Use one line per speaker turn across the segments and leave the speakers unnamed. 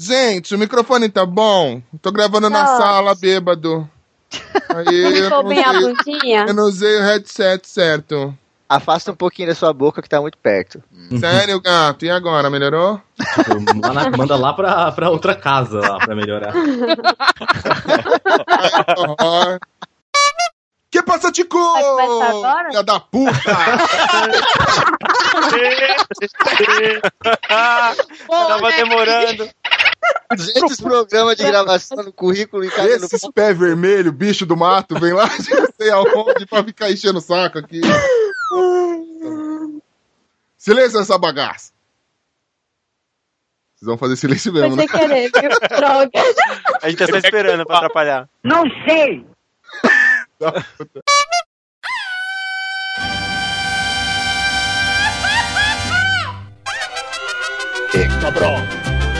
Gente, o microfone tá bom? Tô gravando na
Tá.
sala, bêbado. Aí eu É
Ficou
não,
bem a
usei,
bundinha?
eu não usei o headset certo.
Afasta um pouquinho da sua boca que tá muito perto.
Sério, gato? E agora? Melhorou?
Tipo, lá na- manda lá pra, pra outra casa lá pra melhorar.
Ó. que passa, Tico?
Vai começar agora?
Filha da puta!
Tava demorando.
200 programas de gravação no currículo e cada no...
Esses pé vermelho, bicho do mato, vem lá de não sei aonde pra ficar enchendo o saco aqui. Silêncio essa bagaça. Vocês vão fazer silêncio
Foi
mesmo, né?
sem querer, viu? Droga.
A gente tá só
é
esperando pra atrapalhar.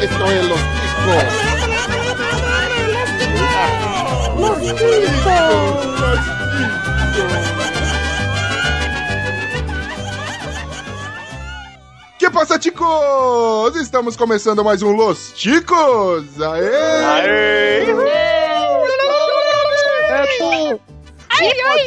Esto es los ticos. Que passa, ticos? Estamos começando mais um Los Ticos! Aê!
Aê!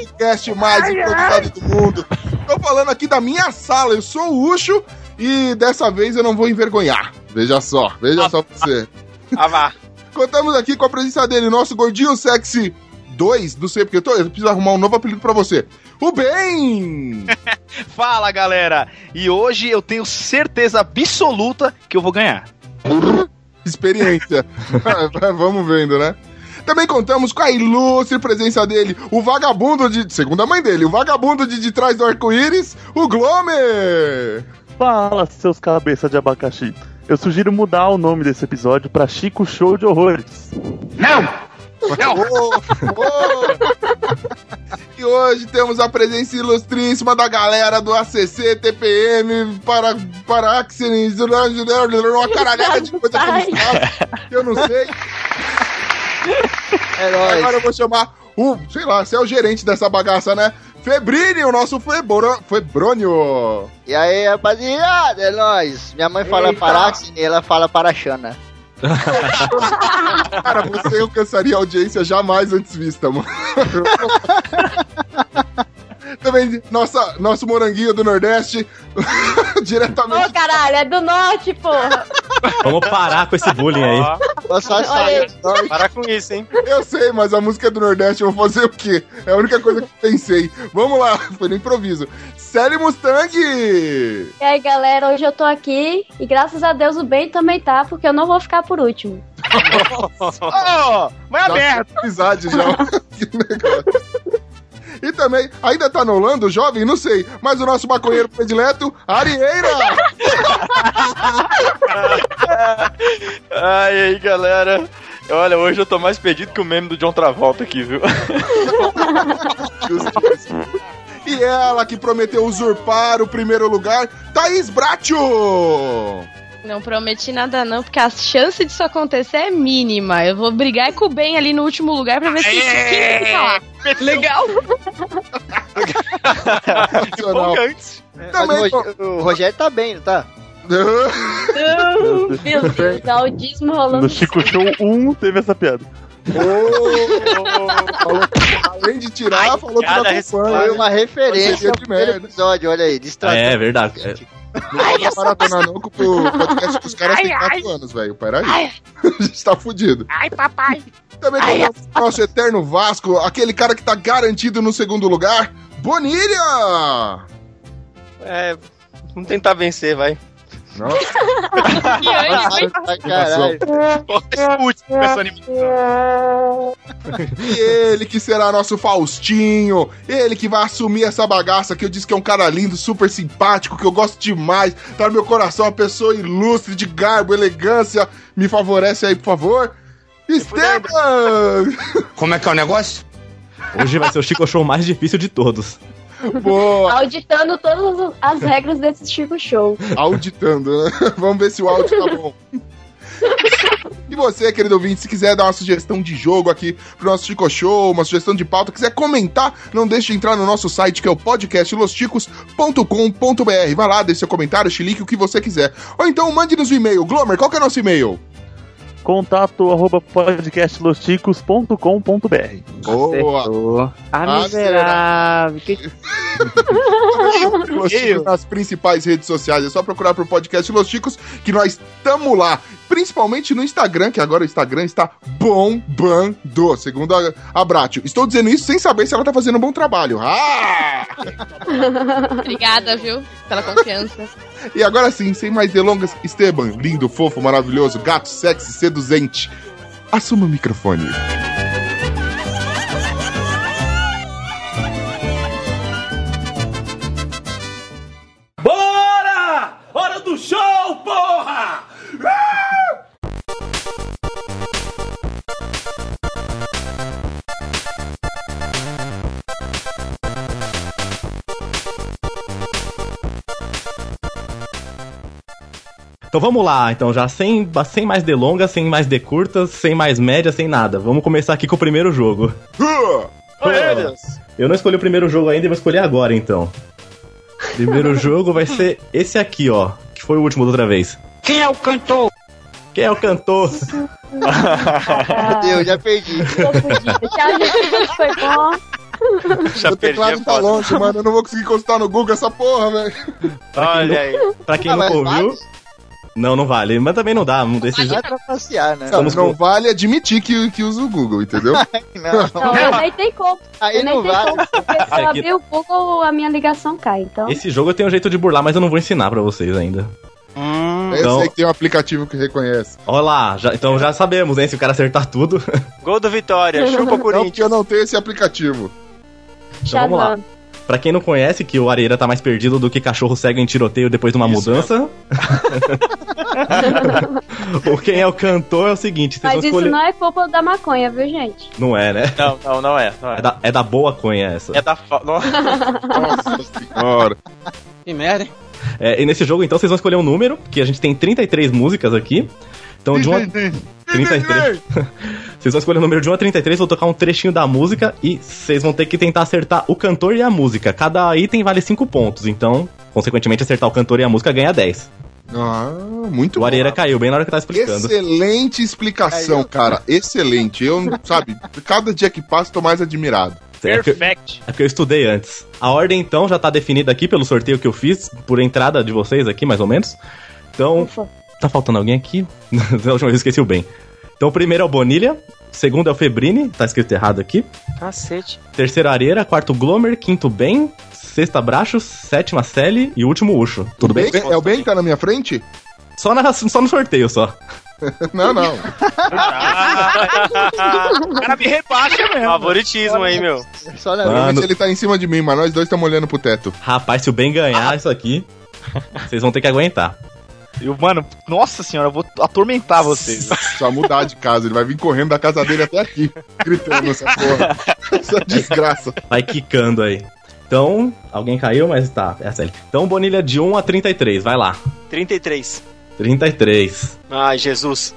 Podcast mais improvisado do mundo. Tô falando aqui da minha sala, eu sou o Ucho e dessa vez eu não vou envergonhar. Veja só, veja só pra você.
Ah, vá.
Contamos aqui com a presença dele, nosso gordinho sexy 2, não sei porque eu, tô, eu preciso arrumar um novo apelido pra você. O Ben!
Fala, galera. E hoje eu tenho certeza absoluta que eu vou ganhar.
experiência. Vamos vendo, né? Também contamos com a ilustre presença dele, o vagabundo de. Segundo a mãe dele, o vagabundo de, de trás do arco-íris, o Glomer!
Fala, seus cabeças de abacaxi. Eu sugiro mudar o nome desse episódio pra Chico Show de Horrores.
Ô, ô. E hoje temos a presença ilustríssima da galera do ACC, TPM, para, Paraxenes, uma caralhada de coisa que eu não falo, que eu não sei.
É nóis.
Agora eu vou chamar o, sei lá, você é o gerente dessa bagaça, né? Febrini, o nosso Febro... Febrônio.
E aí, rapaziada, é nóis. Minha mãe fala
Eita.
Paraxi e ela fala Paraxana.
Cara, você alcançaria a audiência jamais antes vista, mano. Também nossa, nosso moranguinho do Nordeste, diretamente
Ô, caralho, é do norte, porra.
Vamos parar com esse bullying aí.
Ó,
Nossa,
Olha
saia. Nós-
para com isso, hein?
Eu sei, mas a música é do Nordeste, eu vou fazer o quê? É a única coisa que eu pensei. Vamos lá, foi no improviso. Sally Mustang!
E aí, galera, hoje eu tô aqui e graças a Deus o bem também tá, porque eu não vou ficar por último.
Ó, vai
Já
aberto.
tem Amizade já. Que negócio. E também, ainda tá no Holanda, o jovem? Não sei. Mas o nosso maconheiro predileto, Arieira!
Ai, e aí, galera. Olha, hoje eu tô mais perdido que o meme do John Travolta aqui, viu?
E ela que prometeu usurpar o primeiro lugar, Thaís Bracho!
Não prometi nada não, porque a chance disso acontecer é mínima. Eu vou brigar com o Ben ali no último lugar pra ver se
É.
quem fica lá. Legal.
Sensacional.
antes.
Mas o,
Também com-
Rogério, o Rogério tá bem, não tá?
Meu Deus, audismo rolando.
No Chico Show 1 teve essa piada.
Ô, falou- além de tirar, falou que tá
piada
não
Foi
acompanha.
uma referência
Parceria
ao
de
primeiro
merda.
episódio, olha aí,
Ah,
distração.
é verdade. É,
Não vou dar maratona não, que o podcast dos caras tem 4 anos, velho. Peraí. A gente tá fudido. Ai, papai. Também tem o nosso eterno Vasco, aquele cara que tá garantido no segundo lugar, Bonilha!
É, vamos tentar vencer, vai.
Nossa,
E antes,
Ai, ai, caralho.
Bota esse último com essa animação.
E ele que será nosso Faustinho, ele que vai assumir essa bagaça que eu disse que é um cara lindo, super simpático, que eu gosto demais, tá no meu coração, uma pessoa ilustre, de garbo, elegância, me favorece aí, por favor. Esteban! é
hoje vai ser o Chico Show mais difícil de todos.
Boa!
Auditando todas as regras desse Chico Show.
auditando, né? Vamos ver se o áudio tá bom. E você, querido ouvinte, se quiser dar uma sugestão de jogo aqui pro nosso Chico Show, uma sugestão de pauta, quiser comentar, não deixe de entrar no nosso site que é o podcastlosticos.com.br. Vai lá, deixe seu comentário, chilique, o que você quiser. Ou então mande-nos um e-mail. Glomer, qual que é o nosso e-mail?
contato arroba podcastlosticos.com.br.
Boa.
Ah, miserável. Que...
Los Chicos nas principais redes sociais. É só procurar pro podcast Los Chicos que nós estamos lá. Principalmente no Instagram, que agora o Instagram está bombando. Segundo a, a Bratio. Estou dizendo isso sem saber se ela tá fazendo um bom trabalho. Ah!
Obrigada, viu, pela confiança.
E agora sim, sem mais delongas, Esteban, lindo, fofo, maravilhoso, gato, sexy, seduzente. Assuma o microfone.
Bora! Hora do show, porra!
Então vamos lá, então já sem, sem mais delongas, sem mais decurtas, sem mais média, sem nada. Vamos começar aqui com o primeiro jogo. Eu não escolhi o primeiro jogo ainda, eu vou escolher agora então. Primeiro jogo vai ser esse aqui, ó, que foi o último da outra vez.
Quem é o cantor?
Quem é o cantor?
Meu Deus, já perdi.
Tchau, gente. Foi bom.
Já
o teclado tá longe, mano. Eu não vou conseguir consultar no Google essa porra, velho.
Olha aí.
Pra quem
Ah, mas
nunca ouviu,
vale?
não, não vale. Mas também não dá, um desses
Vai trapacear, né?
Não,
Estamos
não
com-
vale admitir que, que usa o Google, entendeu?
Não,
Não, eu nem tem como.
aí
Eu
não
nem tem
vai.
como. Porque se
Esse
eu
aqui-
abrir o Google, a minha ligação cai. Então,
Esse jogo eu tenho um jeito de burlar, mas eu não vou ensinar pra vocês ainda.
Eu
Hum.
Então-
sei que tem um aplicativo que reconhece.
Olha lá, já- então já sabemos, hein? Se o cara acertar tudo.
Gol do Vitória, chupa
Não, É porque
Corinthians.
eu não tenho esse aplicativo.
Então vamos lá. Pra quem não conhece, que o Areira tá mais perdido do que cachorro cego em tiroteio depois de uma
Isso
mudança. o quem é o cantor é o seguinte, vocês
Mas
vão
isso
escolher. Não...
não é culpa da maconha, viu, gente?
é, né?
Não, não, não é. não é.
É da, é da boa conha essa.
É da fa... Nossa,
Nossa senhora.
Que merda, hein?
É, e nesse jogo, então, vocês vão escolher um número, que a gente tem 33 músicas aqui. Então, de uma. 33. vocês vão escolher o número de 1 a 33, vou tocar um trechinho da música e vocês vão ter que tentar acertar o cantor e a música. Cada item vale 5 pontos, então, consequentemente, acertar o cantor e a música ganha 10.
Ah, muito
O
bom.
Areira caiu bem na hora que eu tava explicando.
Excelente explicação, cara. Excelente. Eu, sabe, cada dia que passa, tô mais admirado.
É que-
perfect.
É porque eu estudei antes. A ordem, então, já tá definida aqui pelo sorteio que eu fiz, por entrada de vocês aqui, mais ou menos. Então,
Ufa.
Então, é tá
Cacete.
Terceiro, Areira, quarto, Glomer, quinto, Ben, sexta, Bracho, sétima, Sally e último, Ucho. Tudo bem?
É o bem que tá na minha frente?
Só, na- só no sorteio, só.
Não, não.
O cara me rebaixa mesmo.
Favoritismo aí, meu.
né? Só na
Mano.
vida.
Realmente ele tá em cima de mim, mas nós dois estamos olhando pro teto.
Rapaz, se o Ben ganhar isso aqui, vocês vão ter que aguentar.
Eu, mano, nossa senhora, eu vou atormentar vocês.
Só mudar de casa. Ele vai vir correndo da casa dele até aqui, gritando essa porra. Essa desgraça.
Vai quicando aí. Então, alguém caiu, mas tá, é a Sally. Então, Bonilha, de 1 a 33, vai lá.
33.
33.
Ai, Jesus.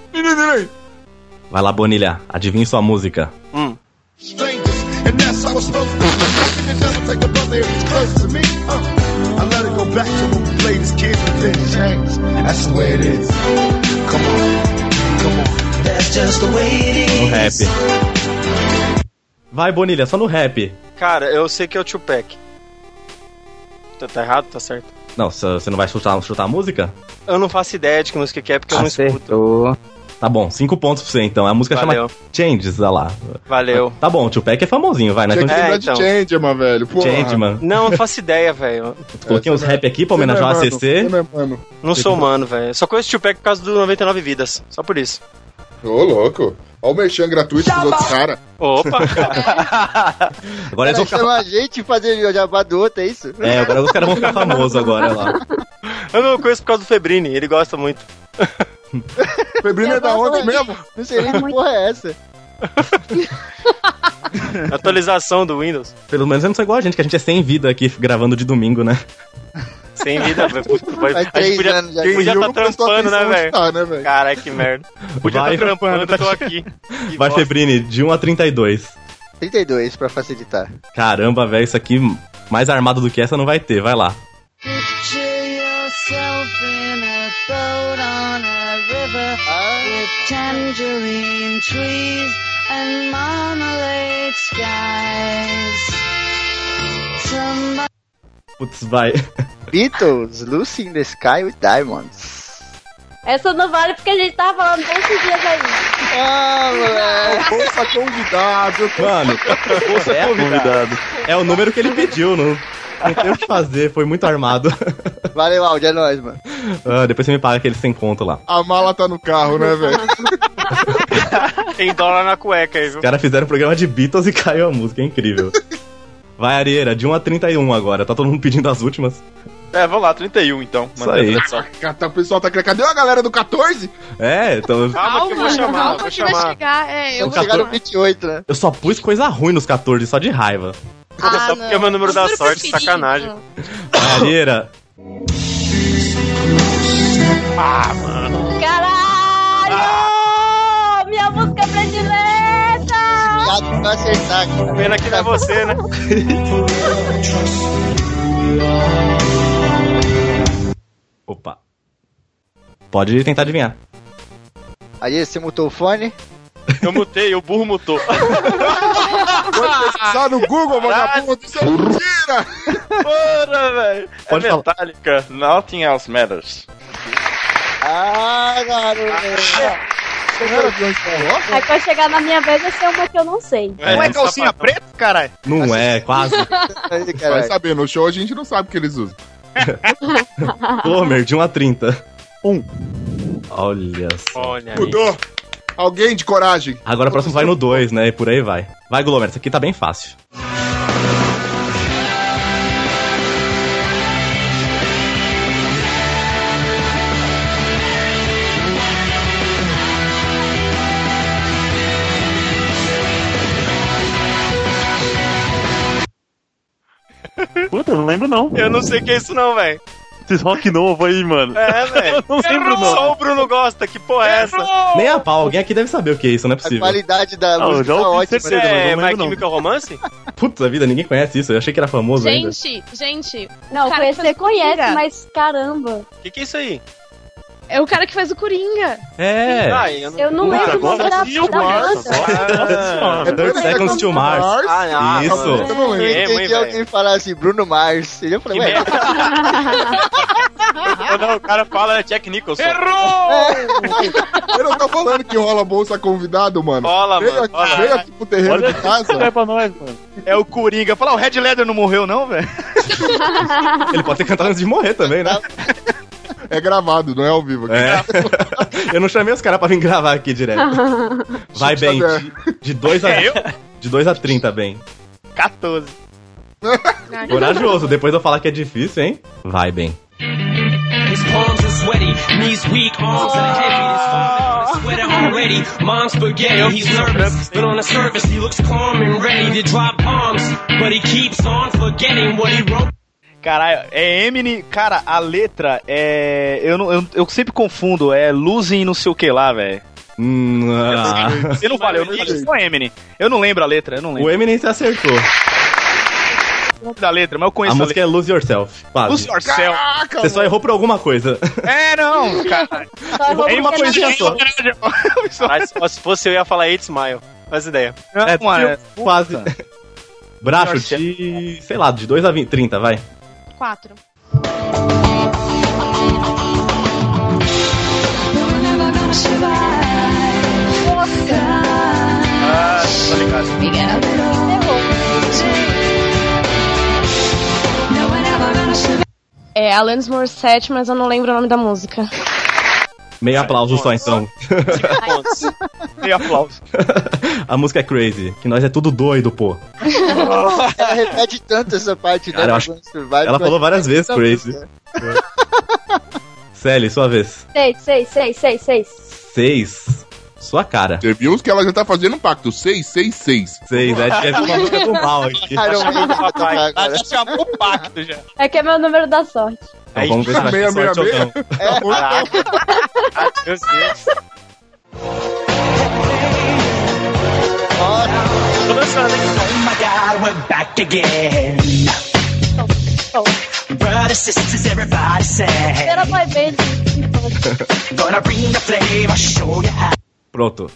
Vai lá, Bonilha, adivinha sua música. No rap. Vai, Bonilha, só no rap.
Cara, eu sei que é o Tupac. Tá, tá errado? Tá certo?
Não, c- você não vai chutar, chutar a música?
Eu não faço ideia de que música que é, porque
Ah,
eu não escuto.
Acertou.
Tá bom, cinco pontos pra você então. A música
Valeu,
chama Changes, olha lá.
valeu.
Tá bom, o Tupac é famosinho, vai, né?
Tinha que
Então,
É,
lembrar
então.
de Changeman, velho. Porra.
Changeman.
Não, eu não faço ideia, velho.
Coloquei uns rap aqui pra homenagear o
É, Você não é mano,
ACC.
você não é mano.
Não sou humano, velho. Eu Só conheço o Tupac por causa do 99 Vidas. Só por isso.
Ô, louco. Ó o merchan gratuito dos outros caras.
Opa!
Agora
Cara,
eles vão ficar.
chama a gente fazer o jabá do outro, é isso?
É, agora os caras vão ficar famosos agora olha lá.
eu não conheço por causa do Febrini, ele gosta muito.
Febrino é da onde mesmo?
Não sei nem
É
que
muito-
porra é essa.
Atualização do Windows.
Pelo menos eu não sou igual a gente, que a gente é sem vida aqui gravando de domingo, né?
Sem vida, velho. Puta, vai-
Faz
A gente
três
podia,
anos já.
a gente podia
O Gil
tá
não prestou
trampando, né,
atenção onde
velho?
tá, né, velho?
Caralho, que merda. Podia
Vai,
tá trampando, eu tô aqui. Que
Vai,
bosta.
Febrini, de 1 a 32.
32, pra facilitar.
Caramba, velho, isso aqui mais armado do que essa não vai ter, vai lá.
Ah,
tangerine trees and marmalade skies. Somebody
Putz, vai.
Beatles, Lucy in the Sky with Diamonds.
Essa não vale porque a gente tava falando esses dias aí.
Ah, moleque.
Bolsa convidado.
Mano, você é convidado. É o número que ele pediu, não, não tem o que fazer, foi muito armado.
Valeu, Aldi, é nóis, mano.
Ah, depois você me paga aquele sem conto lá.
A mala tá no carro, né, velho?
Tem dólar na cueca aí, viu?
Os caras fizeram um programa de Beatles e caiu a música, é incrível. Vai, Areira, de 1 a 31 agora, tá todo mundo pedindo as últimas.
É, vamos lá, 31 então.
Isso aí.
Tá, O pessoal tá querendo. Cadê a galera do 14?
É, então.
Calma, que eu vou chamar,
calma
vou
que vai
chamar.
chegar. É, eu
São
vou
14.
chamar.
28, né?
Eu só pus coisa ruim nos 14, só de raiva.
Ah,
Só porque é o meu número da sorte, sacanagem.
Vai, Areira,
Ah, mano.
Caralho! Minha música é predileta!
Viado não vai acertar, cara.
Pena que não é você, né?
Opa. Pode tentar adivinhar.
Aí, você mutou o fone?
Eu mutei, o burro mutou.
Só no Google, vagabundo. Isso é mentira.
Bora, velho. É
Pode falar.
Metallica, Nothing Else Matters.
Ah, garoto.
Aí quando chegar na minha vez, vai ser uma que eu não sei.
É,
Não é calcinha
sapatão.
preta, caralho?
Não é, quase.
Aí,
Vai
caralho.
saber, no show a gente não sabe o que eles usam.
Homer, de 1 a 30.
Um.
Olha só.
Olha aí.
Mudou. Alguém de coragem.
Agora o próximo vai no 2, né? E por aí vai. Vai, Glomer, isso aqui tá bem fácil.
Puta, eu não lembro não.
Eu não sei o que é isso não, velho.
Esses rock novo aí, mano.
É, velho.
Eu não lembro não.
Só o Bruno gosta, que porra é essa?
Nem a pau, alguém aqui deve saber o que é isso, não é
A
possível.
qualidade da
Não, Ah, eu
música
já
tá
ouvi
ótima.
certeza,
né?
mas
É,
eu não
My
lembro não.
Chemical Romance?
Puta vida, ninguém conhece isso. Eu achei que era famoso ainda.
Gente, gente,
Não,
Cara,
conhecer
faz
conhece,
mentira.
mas caramba.
O que, que é isso aí?
é o cara que faz o Coringa.
É.
Ah, eu não...
Eu não
Puta,
lembro o nome
agora
da,
sim, o
da
Marcos,
banda.
Ah, Third
É,
Seconds to Mars.
Ah,
Isso.
Eu não
Eu
lembro.
É, mãe,
entendi
velho.
alguém falar assim, Bruno Mars. Eu falei,
Que
ué,
não. Não, o cara fala Jack Nicholson.
Eu não tô falando que rola bolsa convidado, mano.
Fala,
Veio
mano.
aqui,
fala.
veio aqui pro terreno
Olha
de
isso
casa.
é pra nós, mano.
É o Coringa. Fala, o Red Leather não morreu, não, velho?
Ele pode ter cantado antes de morrer também, né?
É gravado, não é ao vivo. aqui.
É. Eu não chamei os caras pra vir gravar aqui direto. Vai, Ben. de- De 2 a.
É eu?
De 2 a 30, Ben.
14.
Corajoso, depois eu falar que é difícil, hein? Vai, Ben.
His palms are sweaty, knees weak, arms are heavy. His father got a sweater already. Mom's spaghetti, he's nervous, but on the surface he looks calm and ready to drop bombs. But he keeps on forgetting what he wrote.
Caralho, é Eminem. Cara, a letra é. Eu, não, eu, eu sempre confundo. É Losing não sei o que lá, velho.
Hum, ah.
Você não fala, eu não falei só Eminem. Eu não lembro a letra, eu não
O
lembro
Eminem se acertou.
o nome da letra, mas eu
A
conheço a
música é Lose Yourself.
letra.
Quase.
Lose Yourself.
Caraca,
Você só errou por alguma coisa.
É, não, cara.
Só errou
É uma
porque
coisinha
não lembro.
só.
Mas se fosse eu ia falar Eight Mile. Faz ideia.
Não,
É,
mano, é-
quase. Braço
Yourself.
de. sei lá, de 2 a 20, 30, vai.
Quatro.
We're never gonna survive.
Ah, tá ligado.
We get a little No, we're never gonna survive.
É Alanis Morissette, mas eu não lembro o nome da música.
Meio aplauso só então.
Pontos. E aplauso.
A música é crazy, que nós é tudo doido, pô.
ela repete tanto essa parte né?
Cara,
dela.
eu acho- Ela falou várias vezes crazy. Sally, sua vez.
Seis, seis, seis, seis, seis.
Seis. Sua cara.
Você viu que ela já tá fazendo um pacto. 666.
Seis, é, é uma música do mal aqui.
Iron Maiden vai
Papai,
tocar
ela
agora.
já chamou o pacto já.
É que é meu número da sorte.
Então vamos ver se vai ter
Meia,
sorte
meia,
ou não.
Ai, meu Deus.
Nossa,
Tô dançando, hein?
Oh my God, we're back again. Brothers, sisters, everybody say,
Era boy band. de infância.
gonna bring the flame, I'll show you how.
Pronto.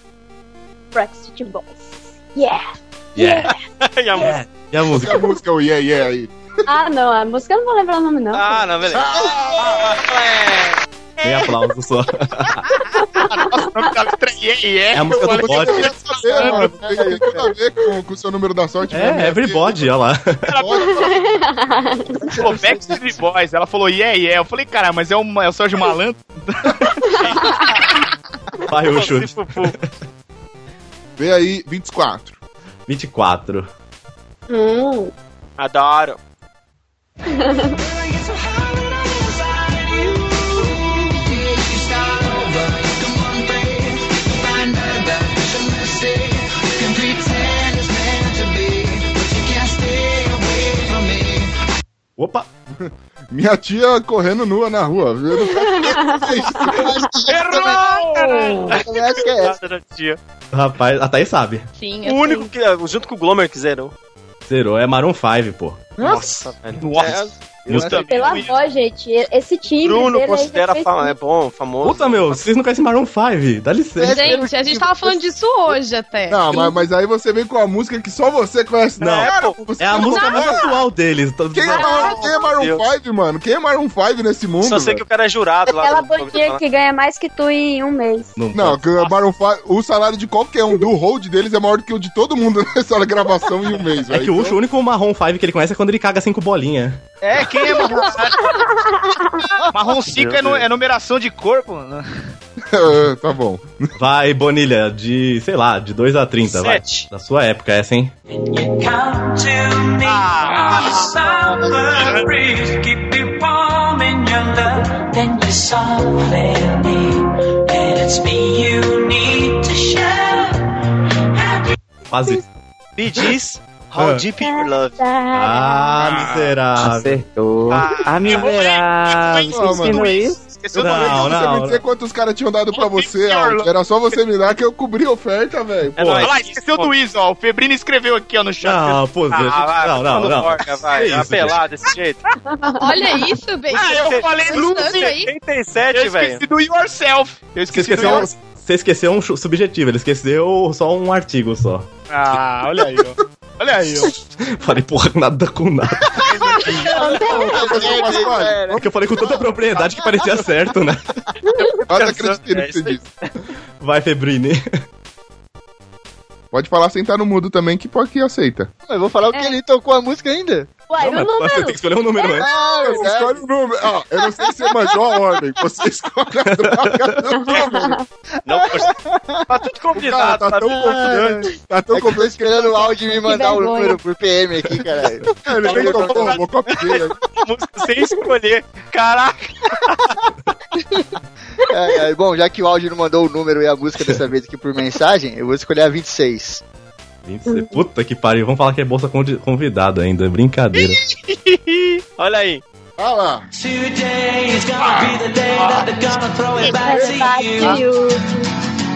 Brexit Balls. Yeah!
Yeah.
e a música?
E a música?
a música, o yeah, yeah aí.
Ah, não, a música eu não vou lembrar o nome, não.
Ah, não, beleza.
Tem aplauso só.
É
a música do bode.
É, mano, tem tem tudo a ver com- com o seu número da sorte.
É, everybody, olha lá.
Pô, Backstreet Boys, ela falou yeah, yeah. Eu falei, cara, mas é, uma, é o Sérgio Malandro?
Vai, o chute.
Vê aí, 24.
24.
Hum.
Adoro.
Opa!
Minha tia correndo nua na rua. viu? Eu não sei o que é isso.
Errou!
Acho que é essa.
tá
Nada da tia.
Rapaz, a Thaís sabe.
Sim,
O único que. ah, Junto com o Glomer que zerou.
Zerou, é Maroon 5, pô.
Nossa, velho.
é
Nossa.
É,
Música.
Pela voz, gente. Esse time.
Bruno
dele aí já
considera
fez
fam... é bom, famoso.
Puta, meu, vocês não conhecem Maroon 5, dá licença.
Gente, a gente tava falando disso hoje até.
Não, mas, mas aí você vem com a música que só você conhece.
Não,
Cara, você
É a
não
música mais
conhece.
atual deles. Tô-
Quem é Maroon, quem é Maroon
Deus.
5, mano? Quem é Maroon 5 nesse mundo?
Só sei que
velho?
o cara é jurado lá.
Aquela
no- no-
bandinha que ganha mais que tu em um mês.
Não,
Não, que o Maroon 5, o salário de qualquer um do hold deles é maior do que o de todo mundo nessa gravação em um mês,
É
velho.
que o único- o único marrom 5 que ele conhece é quando ele caga cinco bolinhas.
É, quem é Marrom 5? Marrom 5 é, nu-
Deus.
é numeração de corpo. mano.
Então, é, tá bom.
Vai, Bonilha, de, sei lá, de 2 a 30, vai.
Sete.
Da sua época, essa, hein?
Come to me,
Ah,
I'll suffer breeze. Keep you warm in your love, then you softly leave. And it's me you need to share.
Quase.
Bee Gees, How
Ah.
Deep Your Love.
Ah, miserável.
Acertou. Ah, miserável.
Ah,
Você ensinou
mano.
isso?
Esqueceu
Não,
do nome.
Você
não,
me dizer
não.
quantos caras tinham dado pra você, Aldo. Era só você me dar que eu cobri a oferta, velho.
É
Pô,
nóis.
Olha lá, esqueceu do Wiz, ó. O Febrino escreveu aqui, ó, no chat.
Não, pô, gente,
vai,
não,
vai
não,
tomando
não.
Porca, vai,
Que isso,
apelar Ah, desse jeito.
Olha isso, baby.
Ah, eu falei
Esse
Lucy.
tanto aí.
87,
Eu
velho.
esqueci do Yourself. Eu
Você
esqueci do
esqueceu,
Yourself.
você esqueceu um chu- subjetivo, ele esqueceu só um artigo só.
Ah, olha aí, ó. Olha aí, ó.
Falei, porra, nada com nada. Porque eu falei com tanta propriedade que parecia certo, né?
Quase acreditei no
É
que você
isso aí.
disse.
Vai, Febrini.
Pode falar sem estar no mudo também, que pode que aceita.
Eu vou falar o que ele tocou a música ainda.
Uai, o
Não, mas você tem que
número.
escolher um número antes.
Ah,
Você
né?
escolhe o número. Ah, eu não sei se é major ou homem. Você escolhe a droga do número.
Não, poxa. Tá tudo
Cara,
combinado,
tá tão
né?
confiante. Tá
É
tão
É eu tô
confiante que ele
esperando o áudio me mandar o
vergonha.
número por PM aqui, caralho.
ele nem tocou,
né?
roubou o copo dele.
música sem escolher. Caraca.
Ai, ai, Bom, já que o áudio não mandou o número e a música dessa vez aqui por mensagem, eu vou escolher a 26.
26. Puta que pariu, vamos falar que é bolsa condi- convidado ainda, brincadeira.
Olha aí.
Ah lá.
Today is gonna be the day that they're gonna throw it back to you.
Brasil.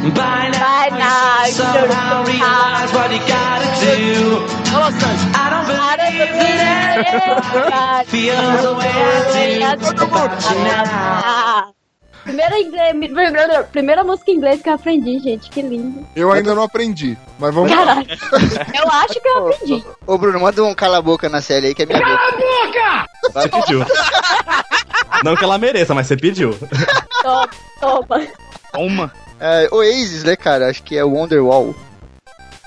By
By now,
now, you should somehow realize what you gotta do. I don't believe that it feels the way I do about you now.
Ah, Primeira, inglês, primeira música em inglês que eu aprendi, gente. Que lindo.
Eu ainda não aprendi. Mas vamos lá.
Caralho. Eu acho que eu aprendi.
Ô, Bruno, manda um cala a boca na série aí que é minha boca.
Você pediu. Não que ela mereça, mas você pediu.
Toma, toma.
Uma.
É, Oasis, né, cara? Acho que é Wonderwall.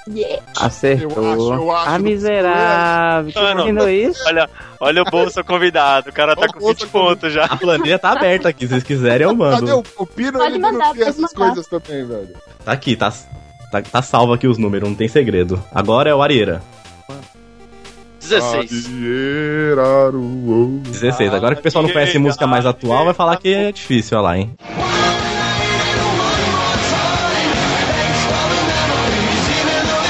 Yeah.
Eu acho,
Acertou.
eu acho. é.
Ah, miserável. Você
Mano.
ensinou Ah, isso?
Olha, olha o bolsa convidado. O cara tá
Olha o
com
bolsa
20 pontos já.
A planilha tá aberta aqui, se vocês quiserem eu
Cadê
mando.
o, o Pino?
Pode
ele
mandar,
denuncia
pode
essas
mandar.
coisas também, velho.
Tá aqui, tá, tá, tá salvo aqui os números, não tem segredo. Agora é o Arieira.
16.
Adieraru.
16. Agora que o pessoal não conhece música mais atual, vai falar que é difícil, olha lá, hein?
Caramba.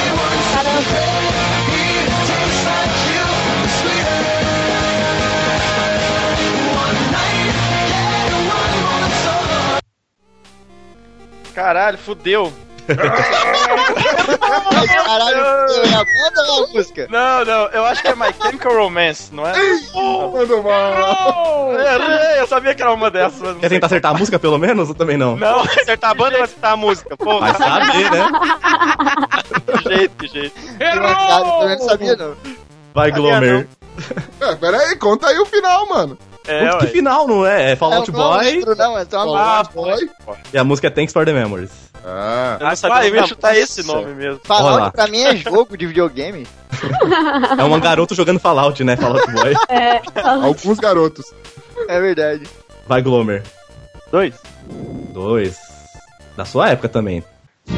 Ah, Caralho, fudeu.
Caralho, é a banda ou a música?
Não, não, eu acho que é My Chemical Romance, não é?
Mano,
mal. Errei, eu sabia que era uma dessas. mas não
Quer
sei.
tentar acertar a música pelo menos? Ou também não?
Não, acertar a banda ou acertar a música? Porra.
Vai saber, né?
Que jeito, que jeito.
Eu também não sabia, não.
Vai, Glomer.
É, peraí, conta aí o final, mano.
É,
que
ué.
final não é? É
É
Fallout
um
Boy
monstro, Não, é só uma
Ah,
música.
Boy?
e a música é Thanks for the Memories.
Ah,
Ah,
sabia
eu ia
essa
chutar
música.
esse nome mesmo.
Olha lá.
Fallout pra mim é jogo de videogame.
É um garoto jogando Fallout, né? Fallout Boy.
É,
alguns garotos.
É verdade.
Vai, Glomer.
Dois.
Dois. Da sua época também.
I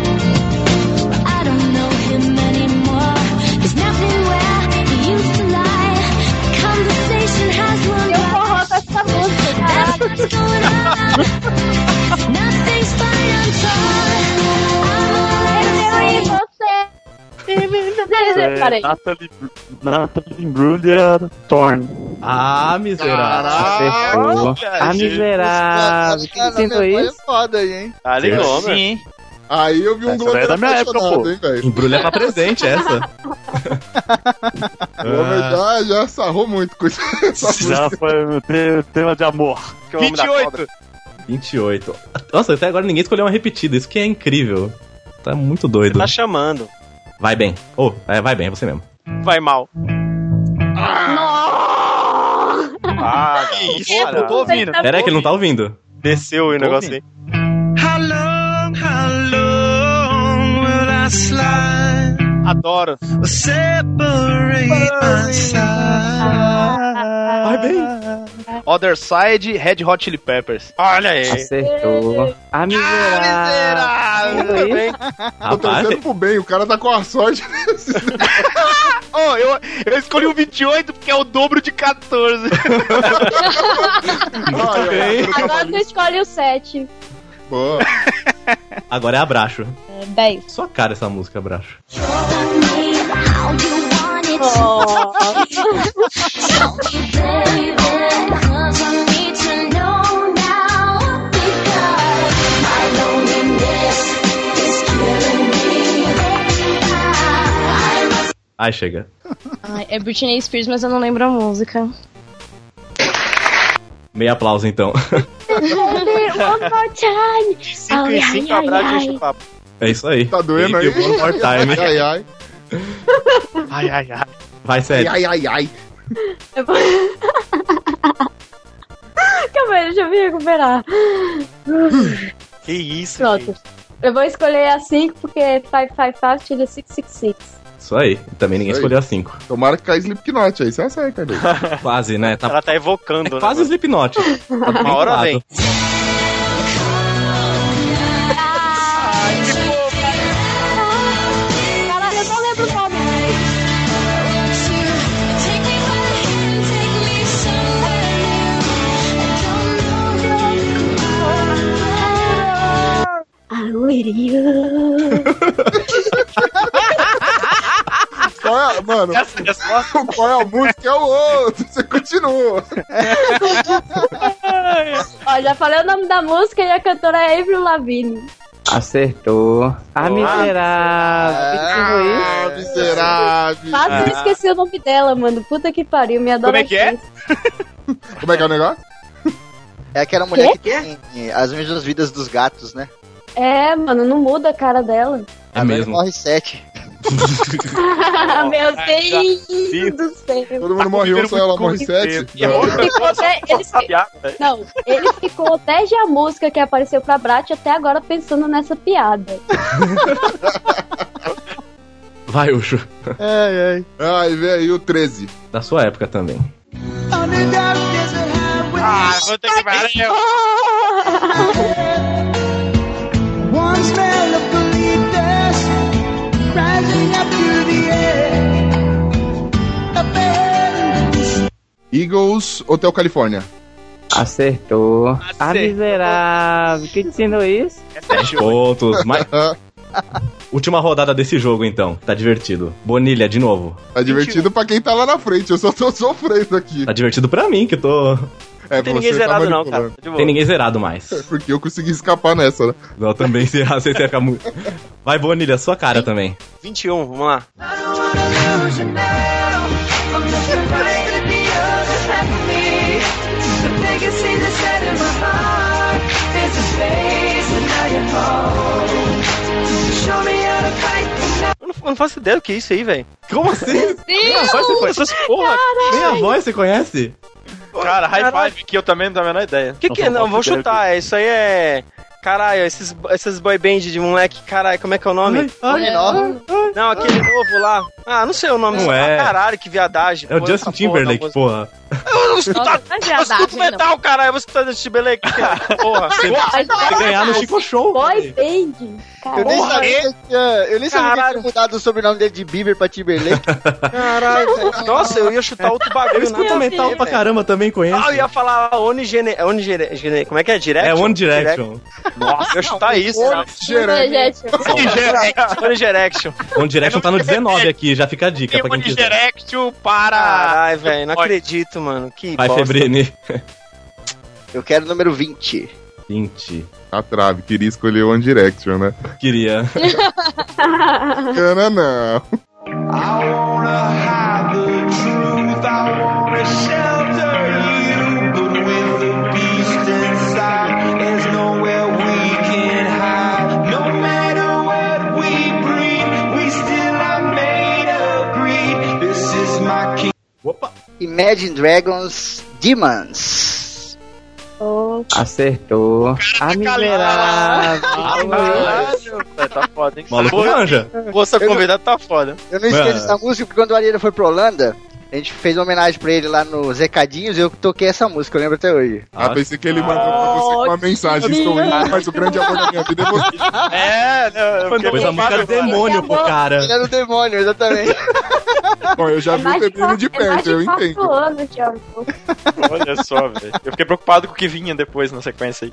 don't know him anymore. There's nothing where he used to lie. The conversation has run
Eu
out.
forró com essa música, cara.
Nothing's going on. Nothing's fine, I'm torn. I'm
Eu
all
e
over
você.
É,
Peraí.
Natalie, Natalie Imbruglia Thorne.
Ah, miserável.
Acertou.
Cara,
Ah, miserável.
Os
que
caras
que
na
tentou
memória
isso?
É foda aí, hein?
Ah, legal, né?
Sim.
Aí eu vi um
Essa daí é
Glomer
da minha época,
apaixonado,
pô.
hein, velho.
Embrulha pra presente essa.
Glomer
Ah,
já, é já sarrou muito com isso. essa
Já
música.
foi o te- tema de amor.
Que é o nome da
28.
cobra.
Ah, 28. Nossa, até agora ninguém escolheu uma repetida. Isso que é incrível. Tá muito doido.
Tá chamando.
Vai bem. Oh, é, vai bem, é você mesmo.
Vai mal.
Ah, que
isso, cara?
Tô ouvindo.
Pera aí que ele não tá ouvindo.
Desceu o negócio aí. Adoro.
Vai bem.
Other Side, Red Hot Chili Peppers. Olha aí.
Acertou. Ah, miserável.
Miserável.
Tudo bem?
Tô
Ah,
Rapaz,
é.
torcendo pro bem, o cara tá com a sorte.
Oh, eu, eu escolhi o 28 porque é o dobro de 14.
Olha,
bem.
Agora tu escolhe o 7.
Boa.
agora é Abraxo.
10.
Sua cara essa música, Abraxo.
me. How you want it? Tell me, baby, 'cause I need to know now. Because my loneliness is killing me.
Ai, chega.
Ai, é Britney Spears, mas eu não lembro a música.
Meio aplauso então.
One more time.
5
Ai,
e
ai,
5
ai,
abraço
ai.
e enche papo.
É isso aí.
Tá doendo aí?
Thank you, one more time.
Ai, ai,
Ai, ai, ai.
ai.
Vai,
Ai,
É.
sério.
ai, ai, ai.
Eu vou- Calma aí, deixa eu me recuperar.
Que isso,
Pronto. Eu vou escolher a 5 porque 555 tira 666.
Isso aí. Também ninguém
Isso aí.
escolheu a 5.
Tomara que caia Slipknot aí, você acerta, velho.
Quase, né? Tá
Ela tá evocando,
É quase o
né?
Slipknot. Tá bem
Uma hora
colado.
vem.
Caralho, eu não lembro o nome.
Take me by the hand, take me somewhere new. I don't know
Qual é, a- mano,
Essa
Tá
resposta.
qual é a música? É o outro. Você continua.
Ó, já falei o nome da música e a cantora é Avril Lavigne.
Acertou.
tá
Ah, miserável. Que que foi isso?
Ah, miserável.
Quase eu esqueci o nome dela, mano. Puta que pariu, minha
Ah. Como é que é?
adolescência.
Como é que é o negócio?
É aquela mulher que tem as mesmas vidas dos gatos, né?
É, mano, não muda a cara dela.
É
Agora
mesmo.
Morre sete.
Ah, Meu Deus
Deus.
do céu.
Todo
Tá
mundo morre um, só ela morre sete.
E é outra
Ficou
pessoa
até-
só
ele-
sabe a-
Não, ele ficou desde a música que apareceu pra Brat até agora pensando nessa piada.
Vai, Ucho.
Ai, ai.
Ai, vem aí o 13.
Da sua época também.
Ah, vou ter que parar.
One smell of believers rising up to the air. Up ahead.
Eagles, Hotel Califórnia.
Acertou. Ah, miserável. Que que ensinou isso?
10 pontos. Mais... Última rodada desse jogo, então. Tá divertido. Bonilha, de novo.
É Tá divertido pra quem tá lá na frente, eu só tô sofrendo aqui.
Tá divertido pra mim, que tô
É,
tem ninguém
você tá
zerado não,
manipulando. É
cara. De boa.
Tem ninguém zerado mais.
Porque eu consegui escapar nessa, né?
Não, também se errar, você ia ficar muito. Vai, Bonilha, sua cara também.
21, vamos lá. Eu não, eu não faço ideia do que é isso aí, velho.
Como assim?
Minha voz você conhece essas porra?
Minha voz você conhece?
Cara, high
Caralho.
five aqui, eu também não tenho a menor ideia. O que, que é?
Não, não
Não, vou
faço ideia
chutar. Isso aí é. Caralho, esses, esses boy band de moleque, caralho, como é que é o nome?
ai, É. ai,
não, aquele novo lá. Ah, não sei o nome.
Não
desse-
é.
Ah, caralho, que viadagem.
É o
pô,
Justin
essa porra da
Timberlake,
música.
porra.
Eu não escuto,
Nossa,
eu escuto
viadagem,
metal, caralho. Você tá Justin Timberlake, que é? porra.
Tá,
Você
ganhar no Chico Show.
Boy Band.
Eu nem
Caralho.
sabia que tinha- eu nem sabia que
Caralho.
tinha mudado o sobrenome dele de Bieber pra Timberlake.
Caralho, velho. nossa, eu ia chutar outro
Eu
bagulho.
escuto
nada a
metal
ver,
pra
velho.
caramba, também conheço.
Ah, eu ia falar One Gene... One Gene... Gene- Como é que é? Direction?
É One Direction.
Nossa, eu ia chutar isso. cara.
É
One Direction.
One Direction tá no 19 aqui, já fica a dica pra quem quiser.
Direction para... Caralho, velho, não acredito, mano. Que
Vai,
bosta.
Febrini.
Eu quero o número 20.
20.
A trave, queria escolher One Direction, né?
Queria.
Cana não.
Opa!
Imagine Dragons Demons.
Acertou. A miserável.
Velho, Tá foda, hein?
Maluco
Moça-
manja.
Moça
Eu não-
convidada tá foda.
Eu não esqueço
Mano.
essa música porque quando o Ariano foi pra Holanda, a gente fez uma homenagem pra ele lá no Zecadinhos e eu toquei essa música, eu lembro até hoje.
Ah, pensei que ele mandou pra você com uma mensagem. Estou indo, mas o grande amor da minha vida é você.
É, não, eu fiquei
Pois a música é
preocupado.
demônio pro cara.
Ele era o demônio, exatamente.
Bom,
É
eu já vi o Pepino de perto, eu entendo.
anos, Thiago.
Olha só, velho.
Eu fiquei preocupado com o que vinha depois na sequência aí.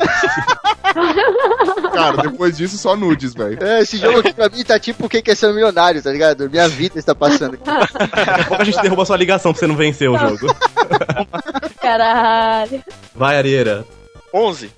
Cara, depois disso, só nudes, velho.
É, esse jogo aqui pra mim tá tipo quem quer ser um milionário, tá ligado? Minha vida está passando aqui.
Daqui a pouco a gente derruba a sua ligação pra você não vencer o jogo.
Caralho.
Vai, Arieira.
11.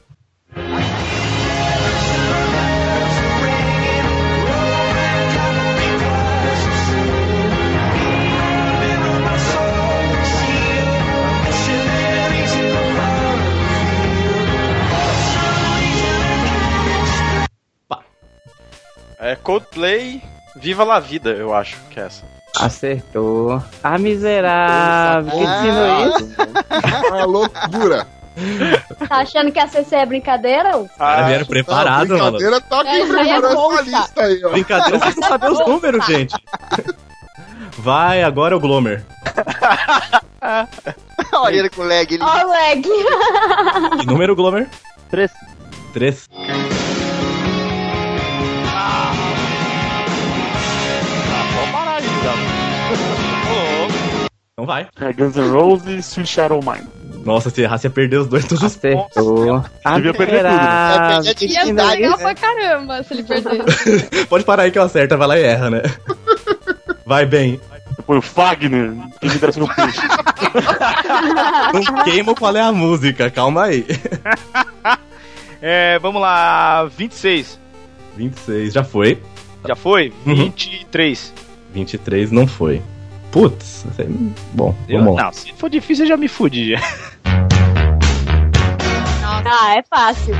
É Coldplay, Viva La Vida, eu acho que é essa.
Acertou. A miserável. Quem te
Ah.
ensinou isso?
É Uma loucura.
Tá achando que a CC é brincadeira? ô?
Cara,
Ah,
vieram preparados,
a
maluco.
Tá, brincadeira tá aqui
É, é
preparando
bolsa.
essa lista aí, ó.
Brincadeira, vocês não sabem os números, gente. Vai, agora é o Glomer.
Olha ele com lag, ele
Ah,
Ó, o lag.
Que número, Glomer?
Três.
3.
Vamos parar de dar.
Então vai.
É Guns N' Roses, Sweet Shadow Mine.
Nossa, se errar, você perdeu os dois todos os
Acertou. A
Devia perder tudo, né?
miserável.
Vai
Quem te
perder tá de
Ia ser
ensinou
idade, né?
isso?
legal pra caramba se ele perder.
Pode parar aí que eu acerta, vai lá e erra, né? Vai bem.
Foi o Fagner, que me trouxe no peixe.
Não queima qual é a música, calma aí.
É, vamos lá, 26.
26, já foi.
Já foi?
Uhum.
23.
23, não foi. Putz, você- é bom,
Eu-
vamos lá.
não, se for difícil, eu já me fudi. já.
Ah, é fácil.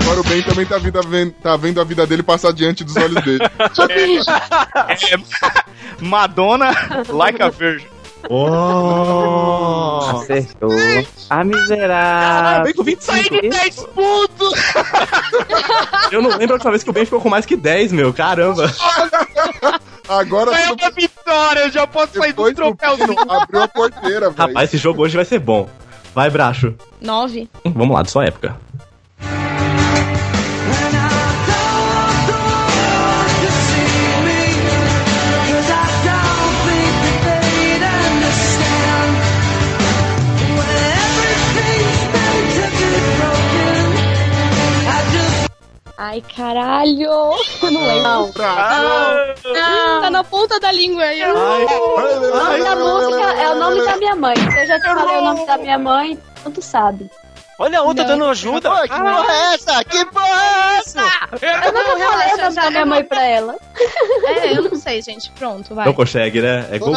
Agora o Ben também tá vendo, a ven- tá vendo a vida dele passar diante dos olhos dele.
É, Madonna, like a virgin.
Oh!
Acertou. A miserável.
Ah, Bem com 25!
tá
Puto!
Eu não lembro a última vez que o Ben ficou com mais que 10, meu, caramba.
Agora
Ganhou é uma vitória, eu já posso sair do
depois do
troféuzinho.
Pino abriu a porteira, velho.
Rapaz, esse jogo hoje vai ser bom. Vai, Bracho.
Nove.
Hum, Vamos lá, de sua época.
Ai, caralho! Eu não lembro. Ah, Tá na ponta da língua aí.
O nome da música é o nome da minha mãe. Se eu já te falei o nome da minha mãe, tu sabe.
Olha a outra dando ajuda.
que porra é essa? Que porra é essa?
Eu nunca falei o nome da minha mãe pra ela.
É, eu não sei, gente. Pronto, vai.
Não consegue, né? É Google.